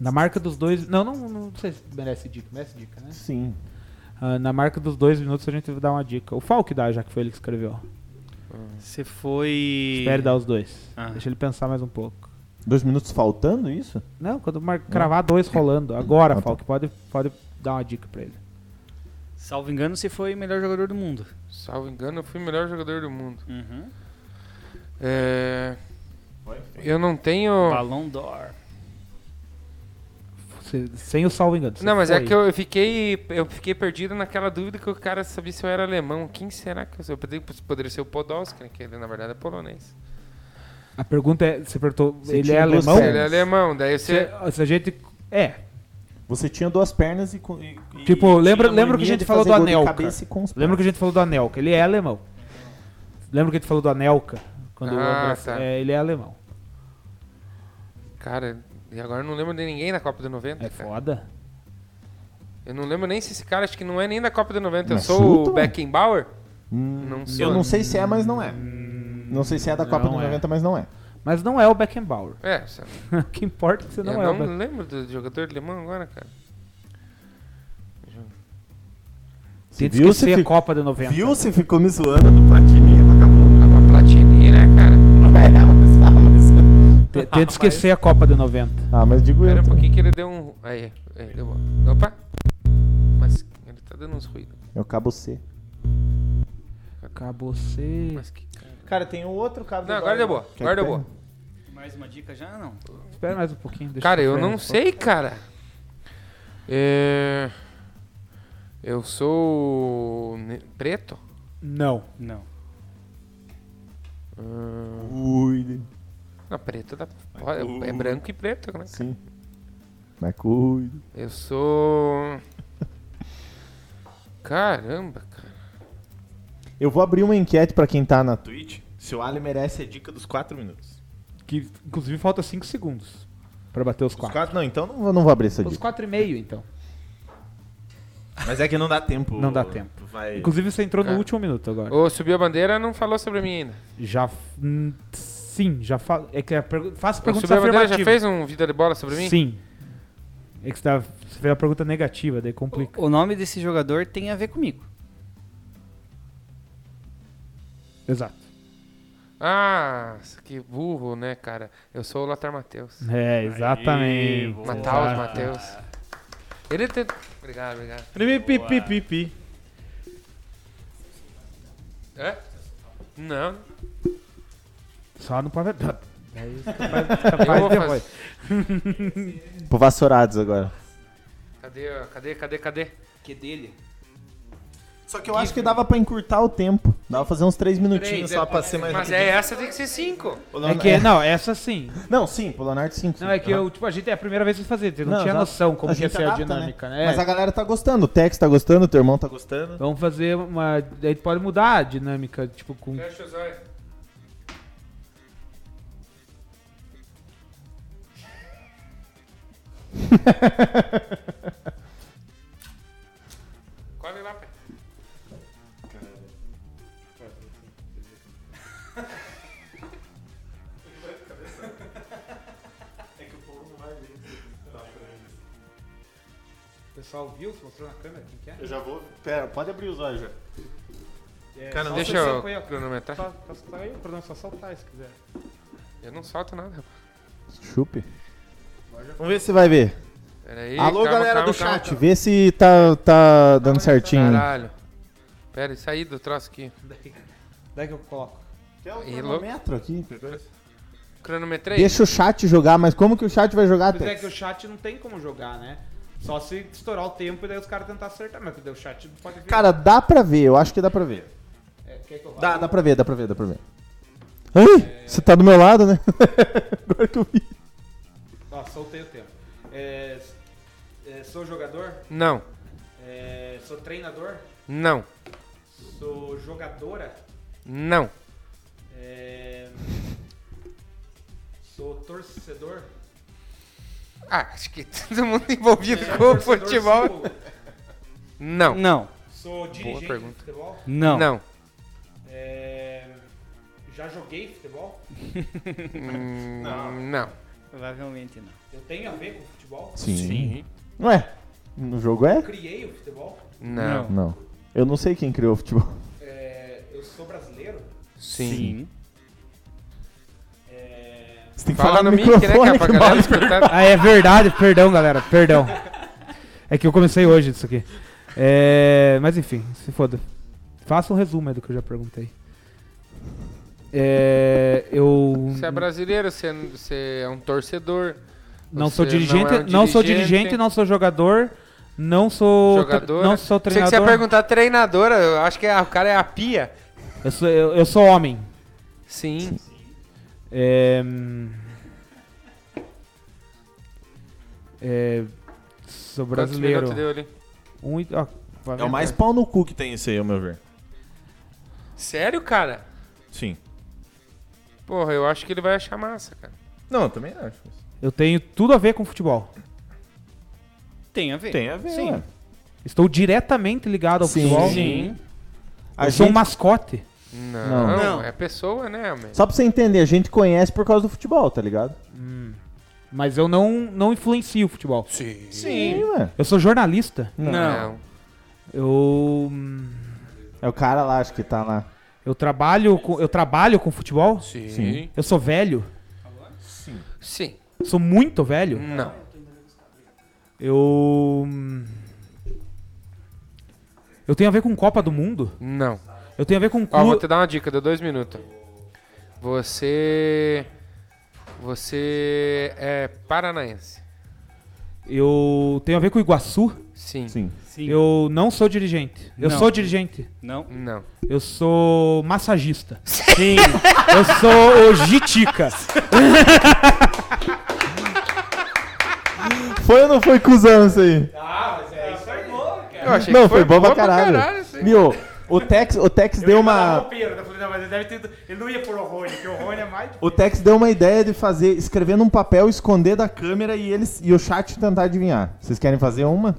Na marca dos dois. Não, não, não sei se merece dica. Merece dica, né? Sim. Ah, na marca dos dois minutos a gente vai dar uma dica. O Falk dá, já que foi ele que escreveu. Você foi. Espere dar os dois. Ah. Deixa ele pensar mais um pouco. Dois minutos faltando isso? Não, quando mar... cravar dois rolando. Agora, Ah, tá. Falk, pode, pode dar uma dica pra ele. Salvo engano, você foi o melhor jogador do mundo. Salvo engano, eu fui o melhor jogador do mundo. Uhum. É, Eu não tenho. Balão d'Or. Você- sem o salvo engano. você Não, mas é foi. que eu eu fiquei, eu fiquei perdido naquela dúvida que o cara sabia se eu era alemão. Quem será que eu sou? Poderia, poderia ser o Podolski, né, que ele na verdade é polonês. A pergunta é: você perguntou, Você ele tinha é duas alemão? Bom, ele é alemão, daí você. Se, se a gente. É. Você tinha duas pernas e. co- e- e Tipo, tinha lembra- lembra mania que a gente de falou fazer do gol de anel, cabeça e com os Lembra que a gente falou do Anelka? Ele é alemão. Lembra que a gente falou do Anelka? Quando o Ah, André- tá. é, ele é alemão. Cara, e agora eu não lembro de ninguém na Copa de 90. É cara. foda. Eu não lembro nem se esse cara acho que não é nem da Copa de 90. Eu Mas sou chuta, o mano. Beckenbauer? Hum, Não eu sou. não sei se é, mas não é. Não sei se é da Copa Não de é. 90, mas não é. Mas não é o Beckenbauer. É, você- o que importa é que você não eu é o não Beckenbauer. lembro do jogador alemão agora, cara. Tá Tenta viu? Você esquecer a ficou- Copa de 90. Viu? Você ficou me zoando do Platini. Tava Platini, né, cara? Te- Tenta esquecer a Copa de 90. Ah, mas digo eu. Espera um também. pouquinho que ele deu um. Aí, aí deu uma- Opa! Mas ele tá dando uns ruídos. É o cabo C. Acabou ser. Mas que cara. Cara, tem um outro cabo Não, agora deu boa. Quer Agora deu que boa. Mais uma dica já? Não. Espera mais um pouquinho. deixa Cara, o eu Fred não falar. sei, cara. É... Eu sou ne- preto? Não. Não. Hum, Cuide. Não, preto dá... pode- é branco e preto, né? Sim. Mas cuide. Eu sou. Caramba, cara. Eu vou abrir uma enquete pra quem tá na. Twitch, se o Ali merece a dica dos 4 minutos. Que, inclusive, falta 5 segundos pra bater os Os 4. 4 não, então não. Eu não vou abrir essa Os dica. 4,5, então. Mas é que não dá tempo. Não dá tempo. Vai... Inclusive, você entrou Cara. no último minuto agora. Ô, subiu a bandeira, não falou sobre mim ainda. Já. f- hum, Sim, já falo. É que a pergu... faço Ô, perguntas subiu a bandeira já afirmativas. fez um vida de bola sobre mim? Sim. É que você, tá- você fez a pergunta negativa, daí complica. O nome desse jogador tem a ver comigo. Exato. Ah, que burro, né, cara? Eu sou o Latar Matheus. É, exatamente. Mataus Ah. Matheus. Ele tem. Obrigado, obrigado. Pi, pi, pi, pi. É? Não. Só no pavedão. Eu vou depois. fazer. Pro Vassourados agora. Cadê, ó? cadê, cadê, cadê? Que dele? Só que eu acho que dava pra encurtar o tempo. Dava pra fazer uns três minutinhos só pra ser mais. Mas é essa tem que ser cinco. O É Leonardo- que, não, essa sim. Não, sim, pro Leonardo 5. Não, é que eu, tipo, a gente é a primeira vez que fazer, não, Não, tinha exato. noção como A que ia gente ser a adapta, dinâmica, né? Mas a galera tá gostando. O Tex tá gostando, o teu irmão tá gostando. Vamos fazer uma. A gente pode mudar a dinâmica, tipo, com. Fecha os olhos. Colhe lá, pai. É O pessoal viu, mostrou na câmera quem que é? Eu já vou. Pera, pode abrir os olhos já. É, Cara, não Deixa eu cronometrar. Só, só aí, Bruno, só soltar se quiser. Eu não solto nada, rapaz. Chupe. Vamos ver se vai ver. Pera aí, Alô, calma, galera calma, do calma. chat. Vê se tá, tá dando certinho. Caralho. Pera, isso aí do troço aqui. Daí que eu coloco. Quer um E louco. Metro aqui. Cronometrei? Deixa o chat jogar, mas como que o chat vai jogar, Mas é que o Tex? chat não tem como jogar, né? Só se estourar o tempo e daí os caras tentar acertar, mas que daí o chat não pode ver. Cara, dá pra ver, eu acho que dá pra ver. É, quer que eu vá? Dá, dá pra ver, dá pra ver, dá pra ver. Ai, você tá do meu lado, né? Agora que eu vi. Ó, soltei o tempo. É, é, sou jogador, Não, é, sou treinador, não, sou jogadora, não, é, sou torcedor. Ah, acho que todo mundo envolvido com o É, torcedor, futebol. Sou, Não, Não. sou dirigente de pergunta. futebol, Não. não. é, já joguei futebol. Hum, Não. Provavelmente não. Eu tenho a ver com futebol? Sim. Não é? No jogo é? Criei o futebol? Não. Não. Eu não sei quem criou o futebol. É, eu sou brasileiro? Sim. É, Você tem que Fala falar no no mic, né, microfone, cara, pra que galera mal escutar. Ah, é verdade. Perdão, galera. Perdão. É que eu comecei hoje isso aqui. É, mas enfim, se foda. Faça um resumo aí do que eu já perguntei. É, eu Você é brasileiro, você é, você é um torcedor. não você sou dirigente, não, é um sou dirigente, não sou jogador, não sou tre- Jogadora. não sou Sei que treinador. você ia perguntar treinadora, eu acho que é- o cara é a pia. eu, sou, eu, eu sou homem. Sim. É, hum, é, sou Quantos brasileiro. minutos deu ali? Um, e- ó, vai- É o mais pau no cu que tem isso aí, ao meu ver. Sério, cara? Sim. Porra, eu acho que ele vai achar massa, cara. Não, eu também acho. Eu tenho tudo a ver com futebol. Tem a ver. Tem a ver. Sim. ué. Estou diretamente ligado ao Sim. futebol. Sim. Eu sou um mascote. Não, Não. é pessoa, né, homem? Só pra você entender, a gente conhece por causa do futebol, tá ligado? Mas eu não, não influencio o futebol. Sim. Sim, ué. Eu sou jornalista. Não. Não. Eu. hum, É o cara lá, acho que tá lá. Eu trabalho com, eu trabalho com futebol. Sim. Sim. Sim. Eu sou velho. Sou muito velho. Não. Eu. hum, Eu tenho a ver com Copa do Mundo. Não. Eu tenho a ver com Ó, Ah, vou clu- te dar uma dica, deu dois minutos. Você. Você é paranaense. Eu tenho a ver com Iguaçu. Sim. Sim. Sim. Eu não sou dirigente. Eu Não. sou dirigente. Não. Não. Eu sou massagista. Sim. Eu sou o Jitica. Foi ou não foi cuzão isso aí? Eu achei não, que foi, bom pra boa caralho. assim. Viu? O Tex, o Tex deu Tá uma. Ele não ia por Rony, porque o Rony é mais. O Tex deu uma ideia de fazer, escrever num papel, esconder da câmera e eles e o chat tentar adivinhar. Vocês querem fazer uma?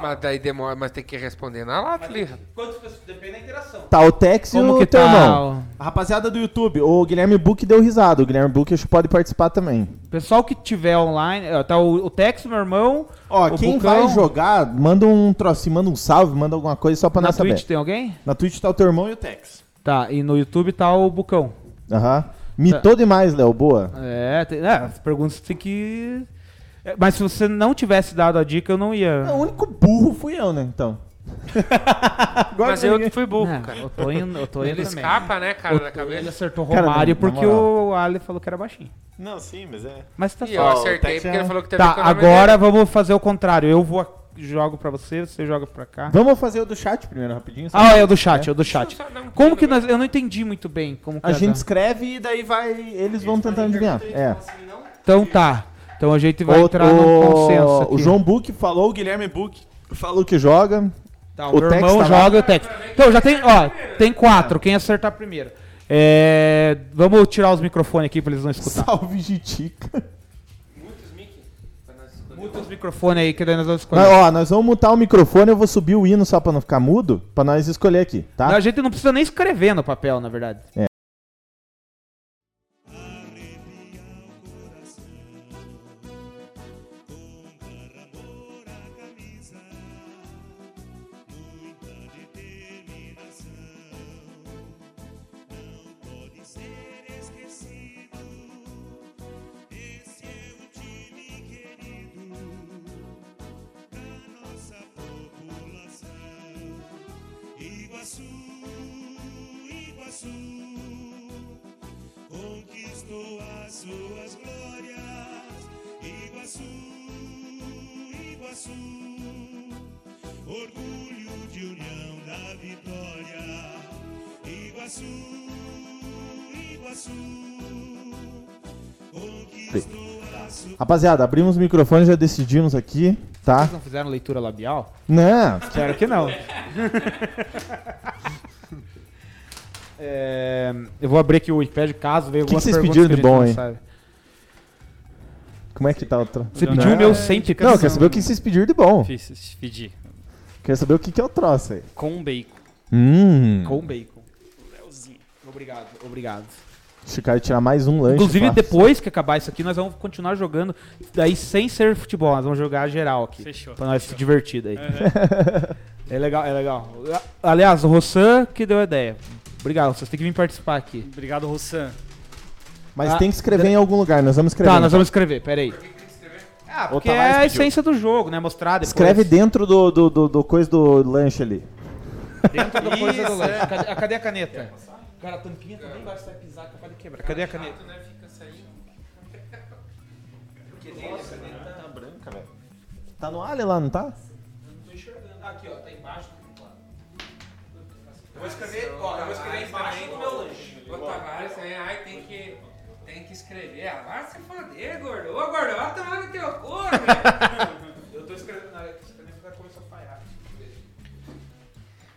Mas daí demora, mas tem que responder na lata ali. Quantas pessoas depende da interação. Tá, o Tex e Como o que teu tá irmão. A rapaziada do YouTube, o Guilherme Book deu risada. O Guilherme Book acho que pode participar também. Pessoal que tiver online, ó, tá o, o Tex, meu irmão. Ó, o quem Bucão. vai jogar, manda um troço, manda um salve, manda alguma coisa só pra Na nós Twitch saber. tem alguém? Na Twitch tá o teu irmão e o Tex. Tá, e no YouTube tá o Bucão. Aham. Mitou demais, Léo. Boa. É, tem, é, as perguntas tem que. É, Mas se você não tivesse dado a dica, eu não ia. O único burro fui eu, né, então. Agora Mas que eu ninguém- fui burro, Não, cara. eu tô indo, eu tô indo Ele também. escapa, né, cara, da Ele cabeça. acertou Cara, Romário na porque o Ali falou que era baixinho. Não, sim, mas é. Mas tá E eu só. acertei Tex porque é- ele falou que teve Tá, que eu não me agora lembro. vamos fazer o contrário. Eu vou a- jogo pra você, você joga pra cá. Vamos fazer o do chat primeiro, rapidinho. Ah, é o do chat, é o do Deixa chat. eu só dar um Como pulo, que né? nós. Eu não entendi muito bem como que A é gente da- escreve e daí vai. Eles vão tentando adivinhar. É. Então tá. Então a gente vai entrar num consenso. Aqui. o João Book falou, o Guilherme Book falou que joga. Tá, o o meu Tex irmão tá lá. joga e o Tex. Então já tem. Ó, tem quatro. Quem acertar primeiro? É, vamos tirar os microfones aqui pra eles não Tá. escutar. Salve, Jitica. Muta os microfones aí que daí nós vamos escolher. Mas, ó, nós vamos mutar o microfone, eu vou subir o hino só pra não ficar mudo, pra nós escolher aqui, tá? Não, A gente não precisa nem escrever no papel, na verdade. Rapaziada, abrimos o microfone, já decidimos aqui, tá? Vocês não fizeram leitura labial? Não, Claro que não. É, eu vou abrir aqui o Wikipedia caso veio Que que algumas vocês perguntas pediram de a gente bom, não hein? sabe. como é que tá o troço? Você pediu o meu sem picar. Não, eu quero saber o que vocês pediram de bom. Fiz, pedi. Quero saber o que, que é o troço aí. Com bacon. Hum. Com bacon. Obrigado, obrigado. Ficar e tirar mais um lanche. Inclusive, pá. depois que acabar isso aqui, nós vamos continuar jogando. Daí sem ser futebol, nós vamos jogar geral aqui. Fechou. Pra nós se divertir daí. É legal, é legal. Aliás, o Rossan que deu a ideia. Obrigado, vocês têm que vir participar aqui. Obrigado, Rossan. Mas Ah, tem que escrever em algum lugar, nós vamos escrever. Tá, nós vamos escrever, peraí. Ah, porque Otávio é a tá pediu. essência do jogo, né? Mostrar depois. Escreve dentro do, do, do, do coisa do lanche ali. dentro da coisa do lanche. Cadê, ah, cadê a caneta? Cara, a tampinha também vai sair pisar, capaz de quebrar. Cadê a caneta? Tá no alho lá, não tá? Aqui, ó, tá embaixo do Eu vou escrever, ó, eu vou escrever tá, embaixo do meu lanche. O Tavares, né? Ai, tem que, tem que escrever. Ah, vai se foder, gordo. Ô, gordo, vai tomar no teu cu, velho. Eu tô escrevendo na caneta, vai começar a falhar.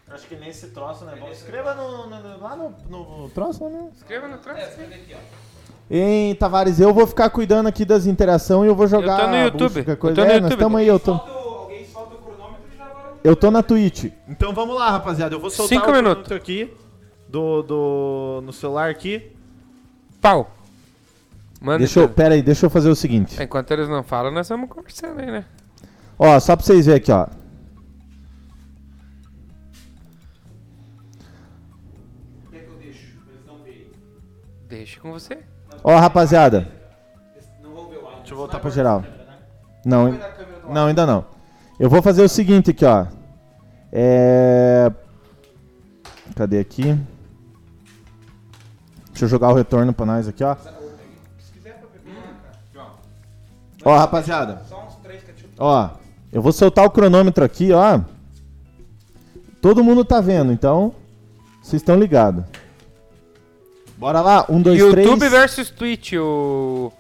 Acho que nesse troço, né? é Escreva no, lá no, troço, né? Escreva no É, traço. Hein, Tavares, eu vou ficar cuidando aqui das interações e eu vou jogar. tô no a YouTube, busca, eu coisa. tô no É, nós YouTube. tamo aí, eu tô. Eu tô na Twitch. Então vamos lá, rapaziada. Eu vou soltar Cinco o minutos. minuto aqui do, do no celular aqui. Pau. Manda. Deixa eu, então. pera aí, deixa eu fazer o seguinte. Enquanto eles não falam, nós vamos conversando aí, né? Ó, só pra vocês verem aqui, ó. Deixa com você. Ó, rapaziada. Deixa eu voltar né? Tá pra geral. Não, não, ainda não. Eu vou fazer o seguinte aqui, ó. É... Cadê aqui? Deixa eu jogar o retorno pra nós aqui, ó. né, Ó, rapaziada. Ó, eu vou soltar o cronômetro aqui, ó. Todo mundo tá vendo, então vocês estão ligados. Bora lá, um, dois, três. YouTube versus Twitch, o.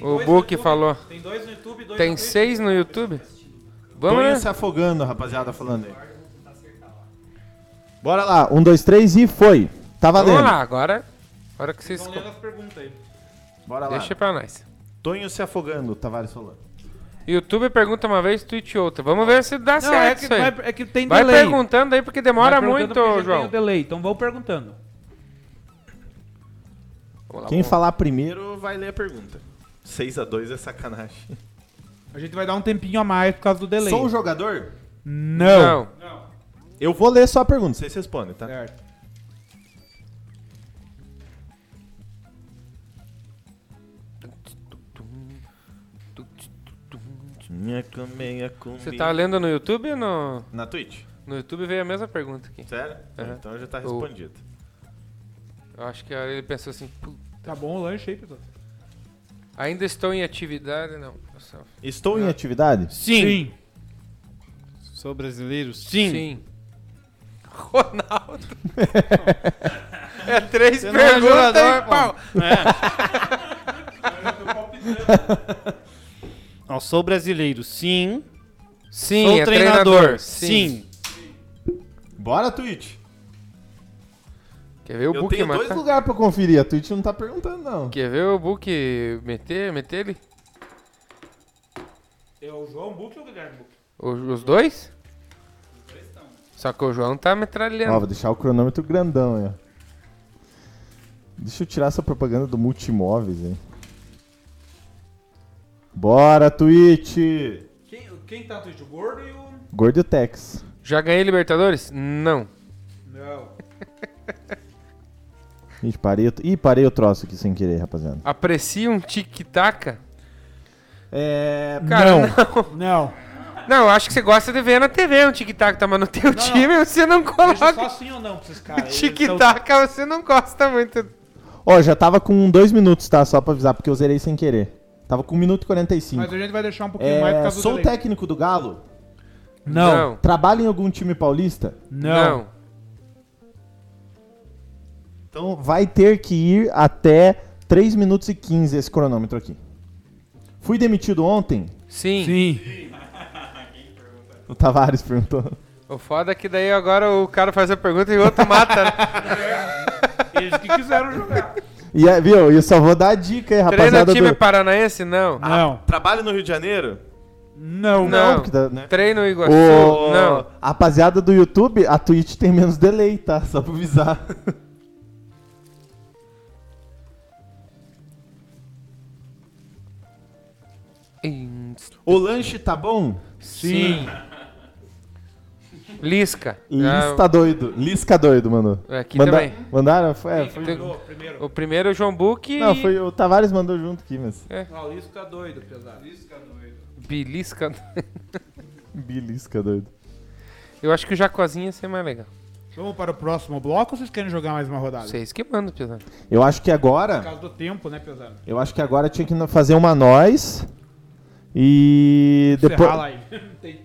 O Book falou. Tem dois no YouTube, dois Tem seis no YouTube? Vamos, Tonho né? se afogando, rapaziada, falando aí. Bora lá, um, dois, três e foi. Tá valendo. Vamos lá, agora. Agora que vocês. co- as perguntas aí. Bora lá. Deixa pra nós. Tonho se afogando, Tavares falando. YouTube pergunta uma vez, Twitch outra. Vamos ver se dá Não, Tá é certo que, isso aí. vai- é que tem Vai delay. perguntando aí porque demora Vai perguntando muito, porque já Tem João. o delay, então vão perguntando. Vamos lá, Quem vamos- falar primeiro. Primeiro vai ler a pergunta. 6x2 é sacanagem. A gente vai dar um tempinho a mais por causa do delay. Sou um jogador? Não. Não. Eu vou ler só a pergunta. Vocês respondem, tá? Certo. Minha caminha com. Você tá lendo no YouTube ou no... Na Twitch? no YouTube veio a mesma pergunta aqui. Sério? É. Aham. Então já tá Eu- respondido. Eu acho que ele pensou assim, "Pô, Tá bom o lanche aí, pessoal. ainda estou em atividade, não. eu só- Estou Em em. atividade? Sim. Sou brasileiro? Sim. Sim. Ronaldo. é três perguntas e pau. Não, sou brasileiro? Sim. Sim, sou é treinador? treinador. Sim. Bora, Twitch! Quer ver o Eu Book tenho dois matar? Lugar pra conferir, a Twitch não tá perguntando, não. Quer ver o Book meter, meter ele? É o João Book ou o Guilherme Book? O- os dois? Só que o João tá metralhando. Ó, vou deixar o cronômetro grandão aí, ó. Deixa eu tirar essa propaganda do Multimóveis aí. Bora, Twitch! Quem, quem tá no Twitch? O Gordo e o... Gordotex. Já ganhei Libertadores? Não. Não. Ih, parei, o- Ih, parei o troço aqui sem querer, rapaziada. Aprecia um tic-taca? É. Cara, não. Não. Não, eu acho que você gosta de ver na TV um tic-tac, tá? Mas no teu time você não Deixa só coloca. assim ou não pra esses caras. Eles tão- Tic-tac, você não gosta muito. Ó, já tava com dois minutos, tá? Só pra avisar, porque eu zerei sem querer. Tava com 1 minuto e 45. Mas a gente vai deixar um pouquinho mais por É, causa do sou delay. técnico do Galo? Não. Trabalho em algum time paulista? Não. Não. não. Então vai ter que ir até 3 minutos e 15 esse cronômetro aqui. Fui demitido ontem? Sim. Sim. O Tavares perguntou. O foda é que daí agora o cara faz a pergunta e o outro mata. né? Eles que quiseram jogar. E aí, viu, eu só vou dar a dica aí, Treina rapaziada. time do... Ah. paranaense? Não. Não. Trabalho no Rio de Janeiro? Não. não. porque tá, dá- né? Treino Iguaçu? O... Não. Rapaziada do YouTube, a Twitch tem menos delay, tá? Só pra avisar. Em- O lanche tá bom? Sim. Lisca. Lista tá doido. Lisca doido, mano. Ah, É, aqui Manda- também. Mandaram? Foi, é, foi- Tem- Ah, O primeiro é o João Book Não, e foi o Tavares mandou junto aqui, mas. tá Lisca doido, pesado. Bilisca. Bilisca doido. Eu acho que o Jacozinho ia ser mais legal. Vamos para o próximo bloco ou vocês querem jogar mais uma rodada? Vocês que mandam, pesado. Eu acho que Por agora. causa do tempo, né, pesado? Eu acho que agora tinha que fazer uma nós. E depois. Ferrar a live. tem,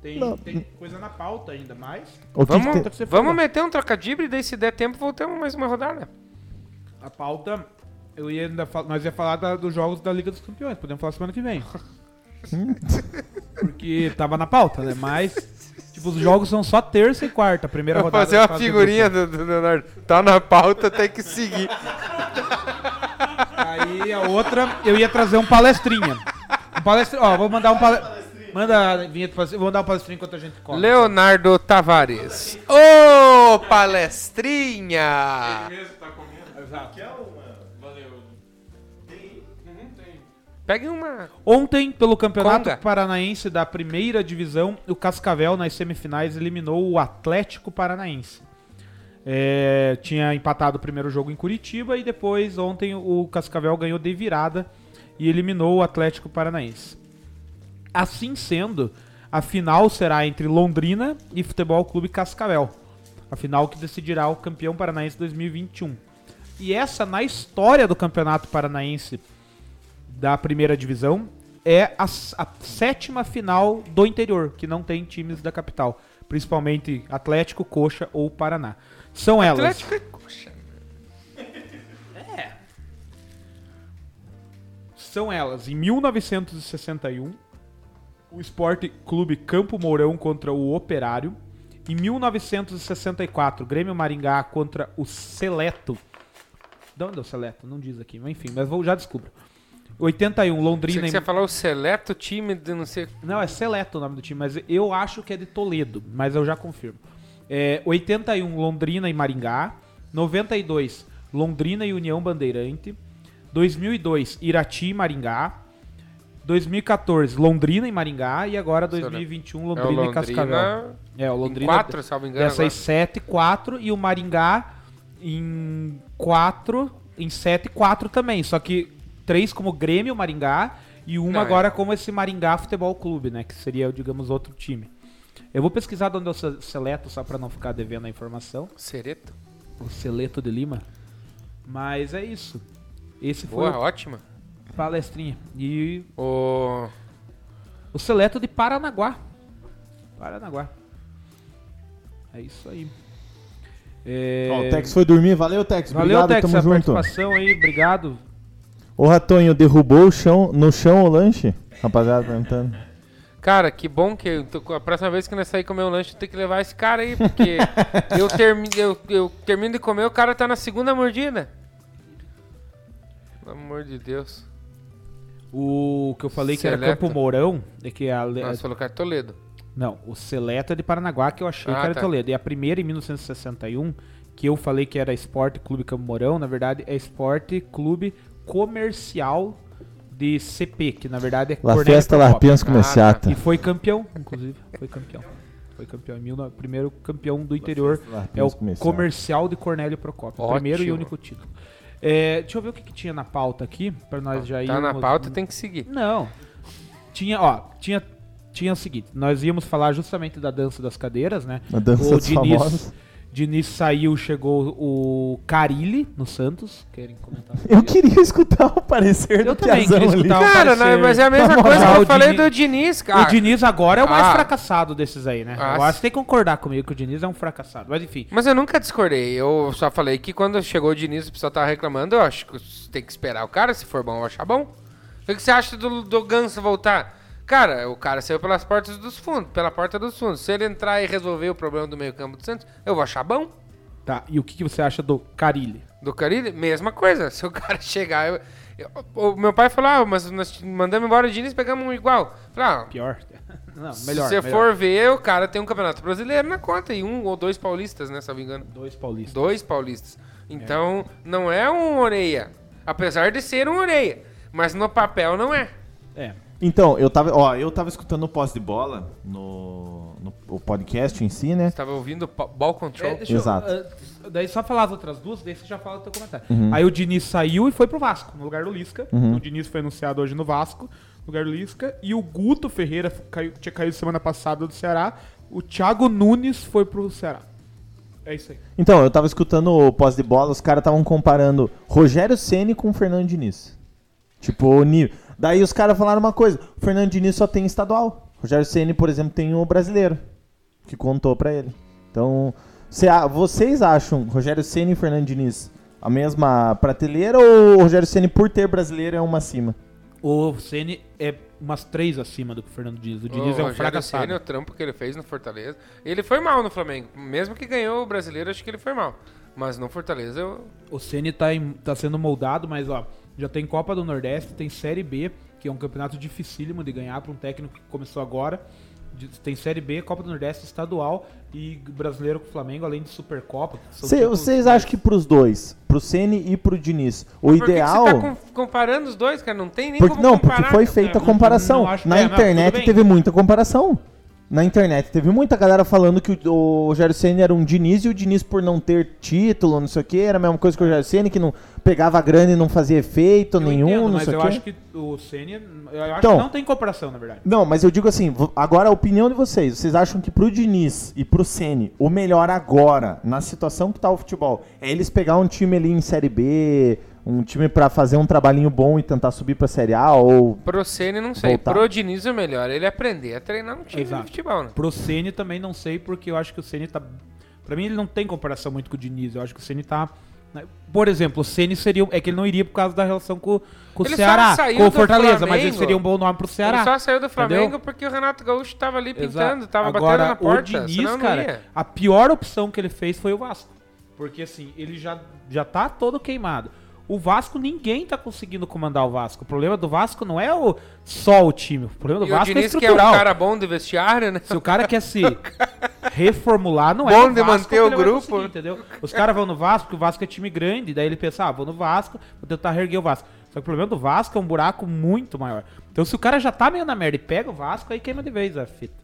tem- Não. tem coisa na pauta ainda, mas... O que Vamos, que tem- que ser vamos foda. meter um trocadilho e daí se der tempo voltamos mais uma rodada. A pauta, eu ia ainda fal- nós ia falar da- dos jogos da Liga dos Campeões, podemos falar semana que vem. Porque tava na pauta, né? Mas, tipo, os jogos são só terça e quarta, a primeira Vou rodada. fazer da uma fase de figurinha do, do Leonardo. Tá na pauta, tem que seguir. grupo. Aí a outra, eu ia trazer um palestrinha. Um palestrinha, ó, vou mandar um palestrinha. Manda a vinheta, pra você, vou mandar um palestrinha enquanto a gente come. Leonardo Tavares. Ô, palestrinha! Uhum. Pegue uma. Ontem, pelo Campeonato Conga. Paranaense da Primeira Divisão, o Cascavel nas semifinais eliminou o Atlético Paranaense. É, tinha empatado o primeiro jogo em Curitiba e depois ontem o Cascavel ganhou de virada e eliminou o Atlético Paranaense. Assim sendo, a final será entre Londrina e Futebol Clube Cascavel. A final que decidirá o campeão paranaense 2021. E essa, na história do Campeonato Paranaense da primeira divisão é a, s- a sétima final do interior, que não tem times da capital, principalmente Atlético, Coxa ou Paraná. São elas. Atlético é coxa. São elas, em 1961, o Esporte Clube Campo Mourão contra o Operário. Em 1964, Grêmio Maringá contra o Seleto. De onde é o Seleto? Não diz aqui, mas enfim, mas vou, já descubro. 81, Achei Londrina. que em- você ia falar o seleto time de não sei. Não, é Seleto o nome do time, mas eu acho que é de Toledo, mas eu já confirmo. É, 81, Londrina e Maringá. 92, Londrina e União Bandeirante. 2002, Irati e Maringá. 2014, Londrina e Maringá. E agora 2021, É o Londrina, Londrina e Cascavel. É, o Em Londrina. quatro, salvo engano. Dessa aí, agora. 7 4 e o Maringá em 4, em 7 4 também, só que três como Grêmio Maringá e uma Não, é. agora como esse Maringá Futebol Clube, né, que seria, digamos, outro time. Eu vou pesquisar de onde eu se- seleto só pra não ficar devendo a informação. Sereto. O Seleto de Lima. Mas é isso. Esse foi Boa, ótima. o palestrinha e O. o Seleto de Paranaguá. Paranaguá. É isso aí. É... Ó, o Tex foi dormir. Valeu, Tex. Valeu, Obrigado, Tex, a tamo junto. participação aí, obrigado. O Ratonho derrubou o chão, no chão o lanche? Rapaziada, tá perguntando. Cara, que bom que eu tô- a próxima vez que nós sair comer um lanche, eu tenho que levar esse cara aí, porque eu, termi, eu, eu termino de comer, o cara tá na segunda mordida. Pelo amor de Deus. O que eu falei que era Seleta. Campo Mourão, é que a, Nós Nossa, colocar Toledo. não, o Seleto é de Paranaguá que eu achei Ah, que era tá. Toledo. E a primeira em 1961, que eu falei que era Esporte Clube Campo Mourão, na verdade é Esporte Clube Comercial de CP, que na verdade é La Cornélio festa Procópio. Larpians Comerciata. E foi campeão, inclusive, foi campeão. Foi campeão, em mil no- primeiro campeão do interior. É o Larpians comercial de Cornélio Procópio. Ótimo. Primeiro e único título. É, deixa eu ver o que, que tinha na pauta aqui, pra nós já Tá irmos... na pauta, tem que seguir. Não. Tinha, ó, tinha, tinha o seguinte, nós íamos falar justamente da dança das cadeiras, né? A dança o dos famosos. Diniz saiu, chegou o Carilli no Santos. Querem comentar? Eu queria escutar o parecer Eu do também Piazão queria ali. escutar o- Cara, não, parecer- mas é a mesma Na coisa que moral, eu o falei Diniz- do Diniz, cara. o Diniz agora é o mais Ah. fracassado desses aí, né? Ah, Agora sim. você tem que concordar comigo que o Diniz é um fracassado. Mas enfim, Mas eu nunca discordei. Eu só falei que quando chegou o Diniz, o pessoal tava reclamando. Eu acho que tem que esperar o cara. Se for bom, eu vou achar bom. O que você acha do, do Ganso voltar? Cara, o cara saiu pelas portas dos fundos, pela porta dos fundos. Se ele entrar e resolver o problema do meio-campo do Santos, eu vou achar bom. tá. E o que, que você acha do Carilli? Do Carilli, mesma coisa. Se o cara chegar. eu- eu- o meu pai falou: ah, mas nós mandamos embora o Diniz pegamos um igual. Falei, ah, Pior? Não, melhor. se você melhor. for ver, o cara tem um campeonato brasileiro na conta e um ou dois paulistas, né? Se eu não me engano. Dois paulistas. Dois paulistas. Então, não é um Oreia. Apesar de ser um Oreia. Mas no papel não é. É. Então, eu tava, ó, eu tava escutando o posse de bola no, no o podcast em si, né? Estava ouvindo pa- Ball Control. É, deixa eu- Exato. ah, daí só falar as outras duas, daí você já fala o teu comentário. Aí o Diniz saiu e foi pro Vasco, no lugar do Lisca. Então, O Diniz foi anunciado hoje no Vasco, no lugar do Lisca. E o Guto Ferreira caiu- tinha caído semana passada do Ceará. O Thiago Nunes foi pro Ceará. É isso aí. Então, eu tava escutando o pós de bola, os caras estavam comparando Rogério Ceni com Fernando Diniz. Tipo, o nível. Daí os caras falaram uma coisa: o Fernando Diniz só tem estadual. Rogério Ceni, por exemplo, tem o brasileiro, que contou pra ele. Então, cê a- vocês acham Rogério Ceni e Fernando Diniz a mesma prateleira ou o Rogério Ceni por ter brasileiro é uma acima? O Ceni é umas três acima do que o Fernando Diniz. O Diniz é um Rogério Ceni, fracassado. o trampo que ele fez no Fortaleza. Ele foi mal no Flamengo. Mesmo que ganhou o brasileiro, acho que ele foi mal. Mas no Fortaleza eu. O Ceni tá, em- tá sendo moldado, mas ó, já tem Copa do Nordeste, tem Série B, que é um campeonato dificílimo de ganhar pra um técnico que começou agora. De- Tem Série B, Copa do Nordeste, Estadual e Brasileiro com o Flamengo, além de Supercopa. que são Cê- títulos- vocês acham que pros dois, pro Ceni e pro Diniz, o Por que que ideal. você tá com- comparando os dois, cara? Não tem nem Porque, como não, comparar. porque foi cara. feita a não comparação. acho- Na é, mas tudo internet bem. teve muita comparação. Na internet teve muita galera falando que o, o Rogério Ceni era um Diniz e o Diniz por não ter título, não sei o que, era a mesma coisa que o Rogério Ceni que não pegava grana e não fazia efeito Eu nenhum, entendo, não mas sei o eu quê. acho que o Ceni, eu acho Então- que não tem comparação, na verdade. Não, mas eu digo assim, vo- agora a opinião de vocês. Vocês acham que pro Diniz e pro Ceni, o melhor agora, na situação que tá o futebol, é eles pegar um time ali em Série B, um time pra fazer um trabalhinho bom e tentar subir pra Série A ou Pro Ceni, não sei. Voltar. Pro Diniz é melhor. Ele aprender a treinar um time Exato. de futebol, né? Pro Ceni também não sei, porque eu acho que o Ceni tá. Pra mim, ele não tem comparação muito com o Diniz. Eu acho que o Ceni tá. né? Por exemplo, o Ceni seria. É que ele não iria por causa da relação com, com o Ele só Ceará, saiu com o do Fortaleza, mas ele Flamengo. seria um bom nome pro Ceará. Ele só saiu do Flamengo Entendeu? porque o Renato Gaúcho tava ali Exato. pintando, tava Agora, batendo na porta. O Diniz, senão não cara, ia. a pior opção que ele fez foi o Vasco. Porque assim, ele já, já tá todo queimado. O Vasco, ninguém tá conseguindo comandar o Vasco. O problema do Vasco não é o, só o time. O problema do E o Vasco é Diniz, que é um estrutural. cara bom de vestiário, né? Se o cara quer se reformular, não é Bom no de Vasco manter que ele o vai grupo. conseguir, entendeu? Os caras vão no Vasco, porque o Vasco é time grande, daí ele pensa, ah, vou no Vasco, vou tentar reerguer o Vasco. Só que o problema do Vasco é um buraco muito maior. Então se o cara já tá meio na merda e pega o Vasco, aí queima de vez a fita.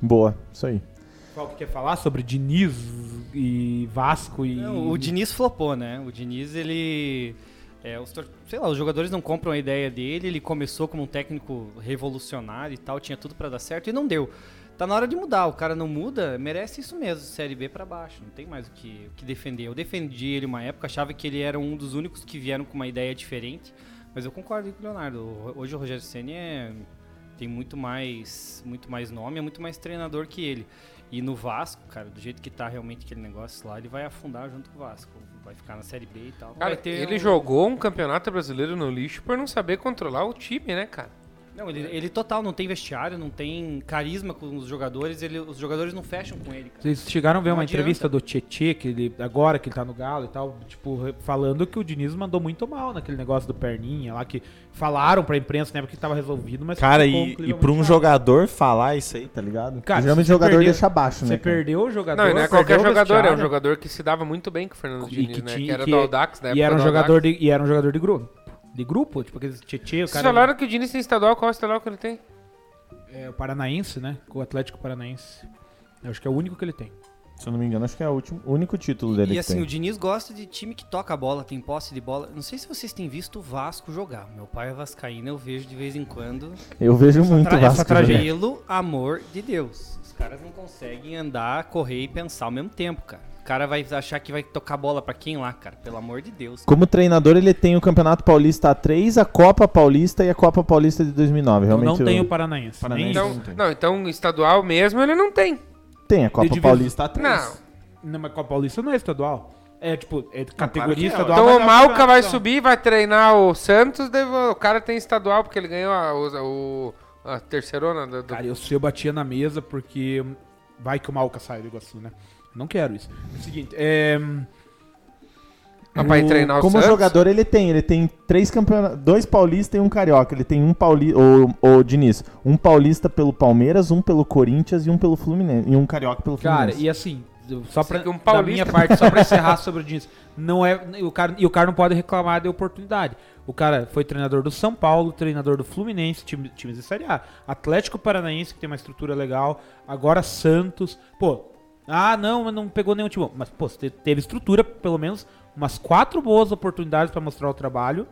boa, isso aí. Qual que quer falar sobre Diniz e Vasco e... Não, É, o Diniz flopou, né? O Diniz, ele. é, os tor- sei lá, os jogadores não compram a ideia dele. Ele começou como um técnico revolucionário e tal, tinha tudo pra dar certo e não deu. Tá na hora de mudar. O cara não muda, merece isso mesmo. Série B pra baixo, não tem mais o que, o que defender. Eu defendi ele uma época, achava que ele era um dos únicos que vieram com uma ideia diferente. Mas eu concordo com o Leonardo. O- Hoje o Rogério Ceni é, tem muito mais, muito mais nome, é muito mais treinador que ele. E no Vasco, cara, do jeito que tá realmente aquele negócio lá, ele vai afundar junto com o Vasco. Vai ficar na Série B e tal. Não Cara, vai ter ele um- jogou um campeonato brasileiro no lixo por não saber controlar o time, né, cara? Não, ele, ele total não tem vestiário, não tem carisma com os jogadores, ele, os jogadores não fecham com ele, cara. Vocês chegaram a ver Não uma adianta. entrevista do Tietê, que ele, agora que ele tá no Galo e tal, tipo, re- falando que o Diniz mandou muito mal naquele negócio do Perninha lá, que falaram pra imprensa na época que tava resolvido, mas. Cara, ficou um e, clima e muito pra um chato. jogador falar isso aí, Tá ligado? Cara, Geralmente se jogador perdeu- deixa baixo, Você né? cara? perdeu o jogador. Não, e não é perdeu qualquer o jogador, é um vestiário, jogador que se dava muito bem com o Fernando E Diniz, que, né? tinha, Que era que- do Aldax, né? e era um do Aldax. jogador de E era um jogador de grupo. De grupo, tipo aquele Tietê, o Vocês cara. falaram que o Diniz tem estadual, qual é o estadual que ele tem? É o Paranaense, né? Com o Atlético Paranaense. Eu acho que é o único que ele tem. Se eu não me engano, acho que é o último, o único título dele E que assim, tem. o Diniz gosta de time que toca a bola, tem posse de bola. Não sei se vocês têm visto o Vasco jogar. Meu pai é vascaíno, eu vejo de vez em quando. Eu vejo muito Tra- é Vasco. tragédia. né? Pelo amor de Deus. Os caras não conseguem andar, correr e pensar ao mesmo tempo, cara. O cara vai achar que vai tocar bola pra quem lá, cara? Pelo amor de Deus. Como treinador, ele tem o Campeonato Paulista A3, a Copa Paulista e a Copa Paulista de 2009. Eu Realmente não tenho o eu- Paranaense. Paranaense. Nem- Isso, Então, não tem. não, então estadual mesmo ele não tem. tem a Copa divisão. Paulista A3. Não. Não, mas Copa Paulista não é estadual. É tipo, é categoria que é, estadual. Então mas o é um Malca campeonato, vai então. subir, vai treinar o Santos, daí o cara tem estadual porque ele ganhou a, o- o- a terceirona do, do Cara, eu, se eu batia na mesa porque vai que o Malca sai do Iguaçu, né? Não quero isso. É o seguinte, é... Ah, pra ir treinar o Como Santos? jogador, ele tem. Ele tem três campeonatos. Dois paulistas e um carioca. Ele tem um paulista. O, Diniz. Um paulista pelo Palmeiras, um pelo Corinthians e um pelo Fluminense. E um carioca pelo Cara, Fluminense. e assim, só Sei pra, que um da paulista- minha parte, só pra encerrar sobre o Diniz. Não é, e o cara, e o cara não pode reclamar de oportunidade. O cara foi treinador do São Paulo, treinador do Fluminense, time- times de Série A. Atlético Paranaense, que tem uma estrutura legal. Agora Santos. Pô, ah, não, mas não pegou nenhum time. bom. Mas, pô, você te- teve estrutura, pelo menos umas quatro boas oportunidades pra mostrar o trabalho.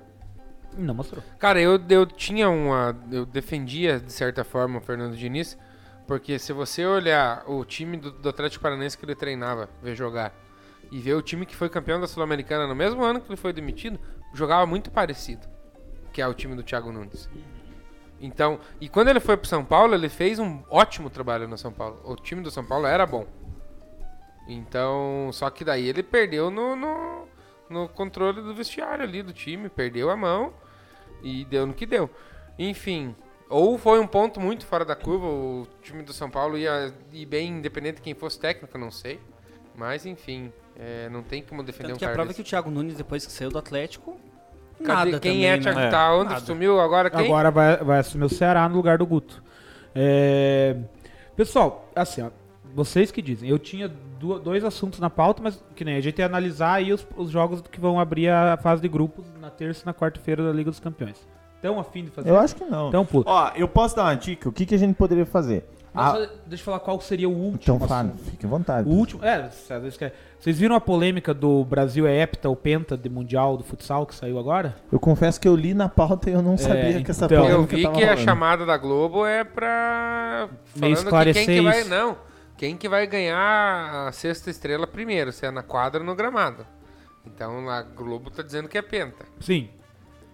E não mostrou. Cara, eu, eu tinha uma. Eu defendia, de certa forma, o Fernando Diniz, porque se você olhar o time do, do Atlético Paranense que ele treinava, ver jogar, e ver o time que foi campeão da Sul-Americana no mesmo ano que ele foi demitido, jogava muito parecido, que é o time do Thiago Nunes. Então, e quando ele foi pro São Paulo, ele fez um ótimo trabalho no São Paulo. O time do São Paulo era bom. Então, só que daí ele perdeu no, no, no controle do vestiário ali do time, perdeu a mão e deu no que deu. Enfim, ou foi um ponto muito fora da curva, o time do São Paulo ia ir bem, independente de quem fosse técnico, não sei. Mas enfim, é, não tem como defender Tanto um que a cara prova é desse. que o Thiago Nunes, depois que saiu do Atlético, Cadê- nada quem também, é né? Thiago? Tá, onde Nada. sumiu agora quem? Agora vai, vai assumir o Ceará no lugar do Guto. É, Pessoal, assim, ó, vocês que dizem. Eu tinha du- dois assuntos na pauta, mas que nem a gente ia analisar aí os, os jogos que vão abrir a fase de grupos na terça e na quarta-feira da Liga dos Campeões. Estão afim de fazer? Eu acho que não. Então, pô. Ó, eu posso dar uma dica? O que, que a gente poderia fazer? Não, Ah, só deixa eu falar qual seria o último. então assunto. fala, fique à vontade. O último. É, às vezes que é- vocês viram a polêmica do Brasil é hepta ou penta de mundial do futsal que saiu agora? Eu confesso que eu li na pauta e eu não sabia que essa então. pauta Eu vi tava que a rolando. chamada da Globo é pra. Falando que Meio quem que esclarecer vai. isso. Não. Quem que vai ganhar a sexta estrela primeiro, se é na quadra ou no gramado. Então a Globo tá dizendo que é penta. Sim.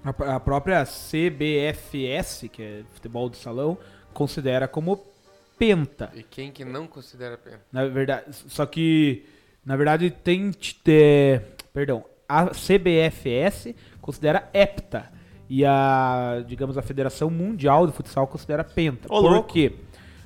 A, pr- a própria CBFS, que é futebol de salão, considera como penta. E quem que não considera penta? Na verdade, só que na verdade tem t- é, perdão, a CBFS considera hepta e a, digamos, a Federação Mundial de Futsal considera penta. Ô, por louco. quê?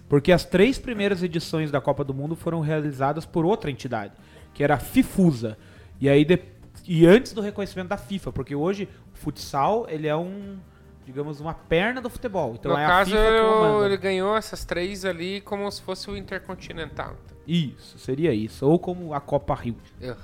Porque as três primeiras edições da Copa do Mundo foram realizadas por outra entidade, que era a FIFUSA. E aí de- e antes do reconhecimento da FIFA, porque hoje o futsal, ele é um, digamos, uma perna do futebol. Então no é caso, a FIFA que comanda. ele ganhou essas três ali como se fosse o Intercontinental. Isso, seria isso, ou como a Copa Rio. Eu-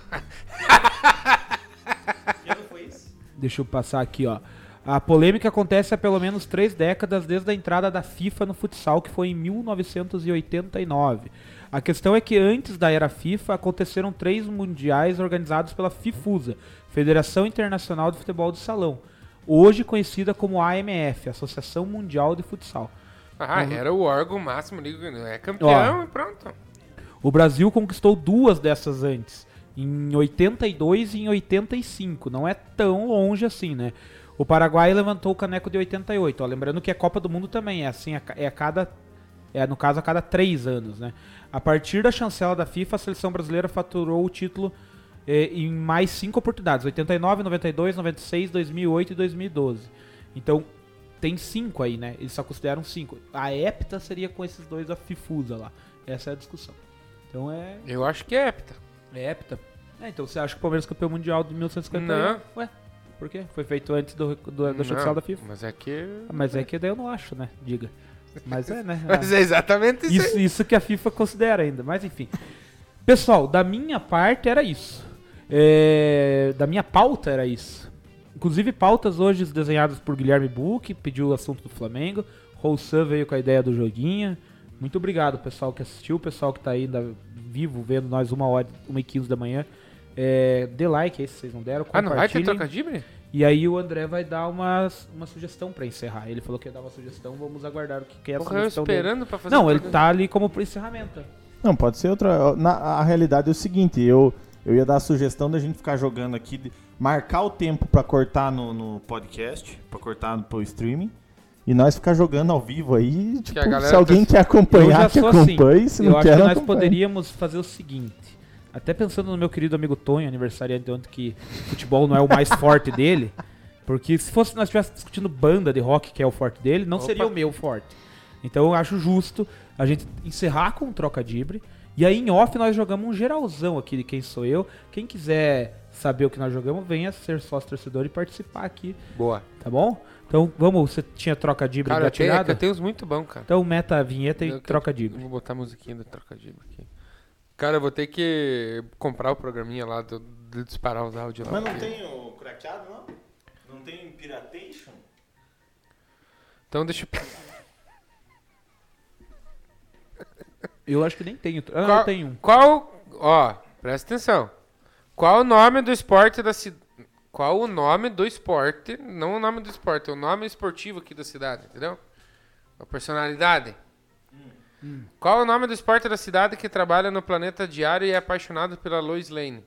Deixa eu passar aqui, ó. A polêmica acontece há pelo menos três décadas desde a entrada da FIFA no futsal, que foi em 1989. A questão é que antes da era FIFA aconteceram três mundiais organizados pela FIFUSA, Federação Internacional de Futebol de Salão, hoje conhecida como AMF, Associação Mundial de Futsal. Ah, Uhum. era o órgão máximo ali. É campeão e pronto. O Brasil conquistou duas dessas antes, em 82 e em 85. Não é tão longe assim, né? O Paraguai levantou o caneco de 88. Ó, lembrando que a Copa do Mundo também é assim, a ca- é a cada. É, no caso, a cada três anos, né? A partir da chancela da FIFA, a seleção brasileira faturou o título eh, em mais cinco oportunidades: 89, 92, 96, 2008 e 2012. Então, tem cinco aí, né? Eles só consideram cinco. A hepta seria com esses dois da FIFUSA lá. Essa é a discussão. Então é. Eu acho que é hepta. É hepta. É, então você acha que o Palmeiras é campeão mundial de 1951? Não. um? Ué, por quê? Foi feito antes do, do, da Não, chancela da FIFA. Mas é que. Ah, Mas é que daí eu não acho, né? Diga. Mas é, né? Mas é exatamente isso. Isso, isso que a FIFA considera ainda, mas enfim. Pessoal, da minha parte era isso. É, da minha pauta era isso. Inclusive, pautas hoje desenhadas por Guilherme Buch, pediu o assunto do Flamengo. Roussan veio com a ideia do joguinho. Muito obrigado, pessoal que assistiu, pessoal que tá aí ainda vivo, vendo nós uma hora, uma e quinze da manhã. É, dê like aí se vocês não deram, Ah, não vai ter compartilhem. trocadilho? E aí o André vai dar uma, uma sugestão pra encerrar. Ele falou que ia dar uma sugestão, vamos aguardar o que, que é a Porra, eu sugestão dele. esperando pra fazer. Não, um ele trocadilho. tá ali como pro encerramento. Não, pode ser outra. Na, a realidade é o seguinte, eu, eu ia dar a sugestão da gente ficar jogando aqui, de marcar o tempo pra cortar no, no podcast, pra cortar no, pro streaming. E nós ficar jogando ao vivo aí, tipo, a galera tá se alguém quer Eu acompanhar, já que sou assim. acompanhe, se Eu não acho quer, que não nós acompanha. poderíamos fazer o seguinte. Até pensando no meu querido amigo Tonho, aniversariante de ontem, que futebol não é o mais forte dele. Porque se fosse nós estivéssemos discutindo banda de rock, que é o forte dele, não Opa. seria o meu forte. Então eu acho justo a gente encerrar com um trocadibre. E aí em off nós jogamos um geralzão aqui de quem sou eu. Quem quiser saber o que nós jogamos, venha ser sócio torcedor e participar aqui, Boa. tá bom? Então vamos, você tinha trocadibre Cara, eu tenho, é que engatilhado? eu tenho uns muito bons, cara. Então meta a vinheta e Eu- trocadibre. Vou botar a musiquinha do trocadilho aqui. Cara, eu vou ter que comprar o programinha lá do, de disparar os áudios lá. Mas não porque- Tá tem o craqueado, não? Não tem piratation? Então deixa eu... Eu acho que nem tenho. Ah, Qual- eu tenho um. Qual. Ó, presta atenção. Qual o nome do esporte da cidade. Qual o nome do esporte. Não o nome do esporte, é o nome esportivo aqui da cidade, entendeu? A personalidade. Qual o nome do esporte da cidade que trabalha no planeta diário e é apaixonado pela Lois Lane?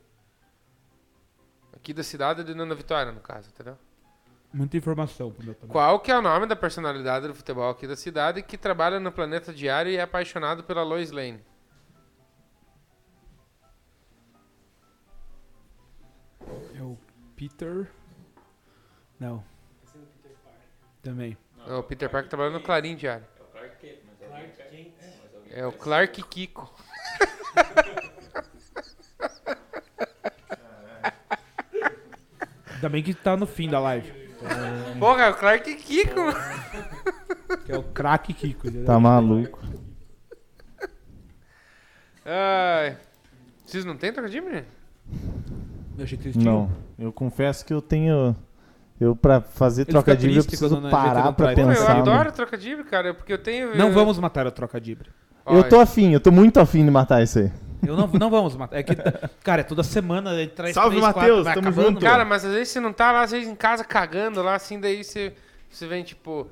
Aqui da cidade de Nana Vitória, no caso, entendeu? Muita informação pro meu tamanho. Qual que é o nome da personalidade do futebol aqui da cidade que trabalha no planeta diário e é apaixonado pela Lois Lane? É o Peter. Não. Também. É o Peter Parker trabalha no Clarim Diário. É o Clark Kiko. Ainda bem que tá no fim da live. Porra, é o Clark Kiko, mano. Que é o craque Kiko. Tá maluco. Ai. Vocês não tem trocadilho, menino? Eu achei que vocês tinham. Não, eu confesso que eu tenho. Eu, pra fazer Ele trocadilho, fica eu triste preciso quando a gente parar não é pra traz. Pô, Pô, pensar. eu mano. adoro trocadilho, cara, porque eu tenho. Não vamos matar a troca de Ibra. Ó, então, Eu tô afim, eu tô muito afim de matar isso aí. Eu não, não vamos matar. É que, cara, é toda semana ele traz Salve, três, quatro, Matheus, vai tamo acabando. junto. Cara, mas às vezes você não tá lá, às vezes em casa cagando lá, assim, daí você, você vem tipo.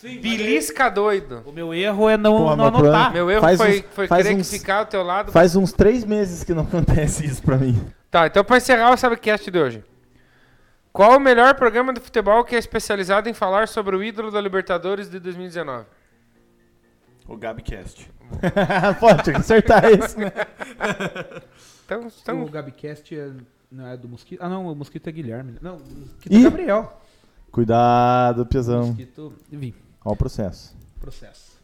Belisca doido. O meu erro é não, Porra, não mas pra- anotar. Meu erro Faz foi, uns- foi faz querer uns- que ficar ao teu lado. Faz uns três meses que não acontece isso pra mim. Tá, então pra encerrar o Sabcast de hoje. Qual o melhor programa de futebol que é especializado em falar sobre o ídolo da Libertadores de 2019? O Gabcast. Pode tinha que acertar isso, né? Então, O então Gabcast é, não é do Mosquito. Ah, não, o Mosquito é Guilherme. Não, o Mosquito Ih. é Gabriel. Cuidado, piazão. Mosquito. Enfim, Olha o processo. processo.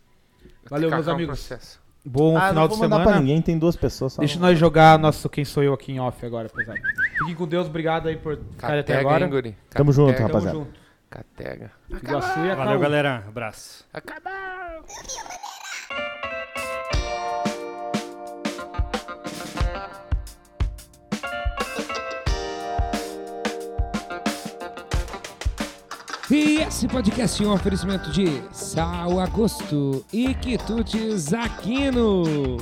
Valeu, meus Cacau é amigos. um processo. Bom ah, final de não vou mandar pra semana. ninguém, tem duas pessoas só. Deixa nós jogar nosso Quem Sou Eu aqui em off agora, pesado. Fiquem com Deus, obrigado aí por ficarem até Catega, agora. hein, guri? Tamo junto, Catega. rapaziada. Catega. Iguaçu e Valeu, Acau. galera. Abraço. Acabou! E esse podcast é um oferecimento de Sal Agosto e Quitutes Aquino.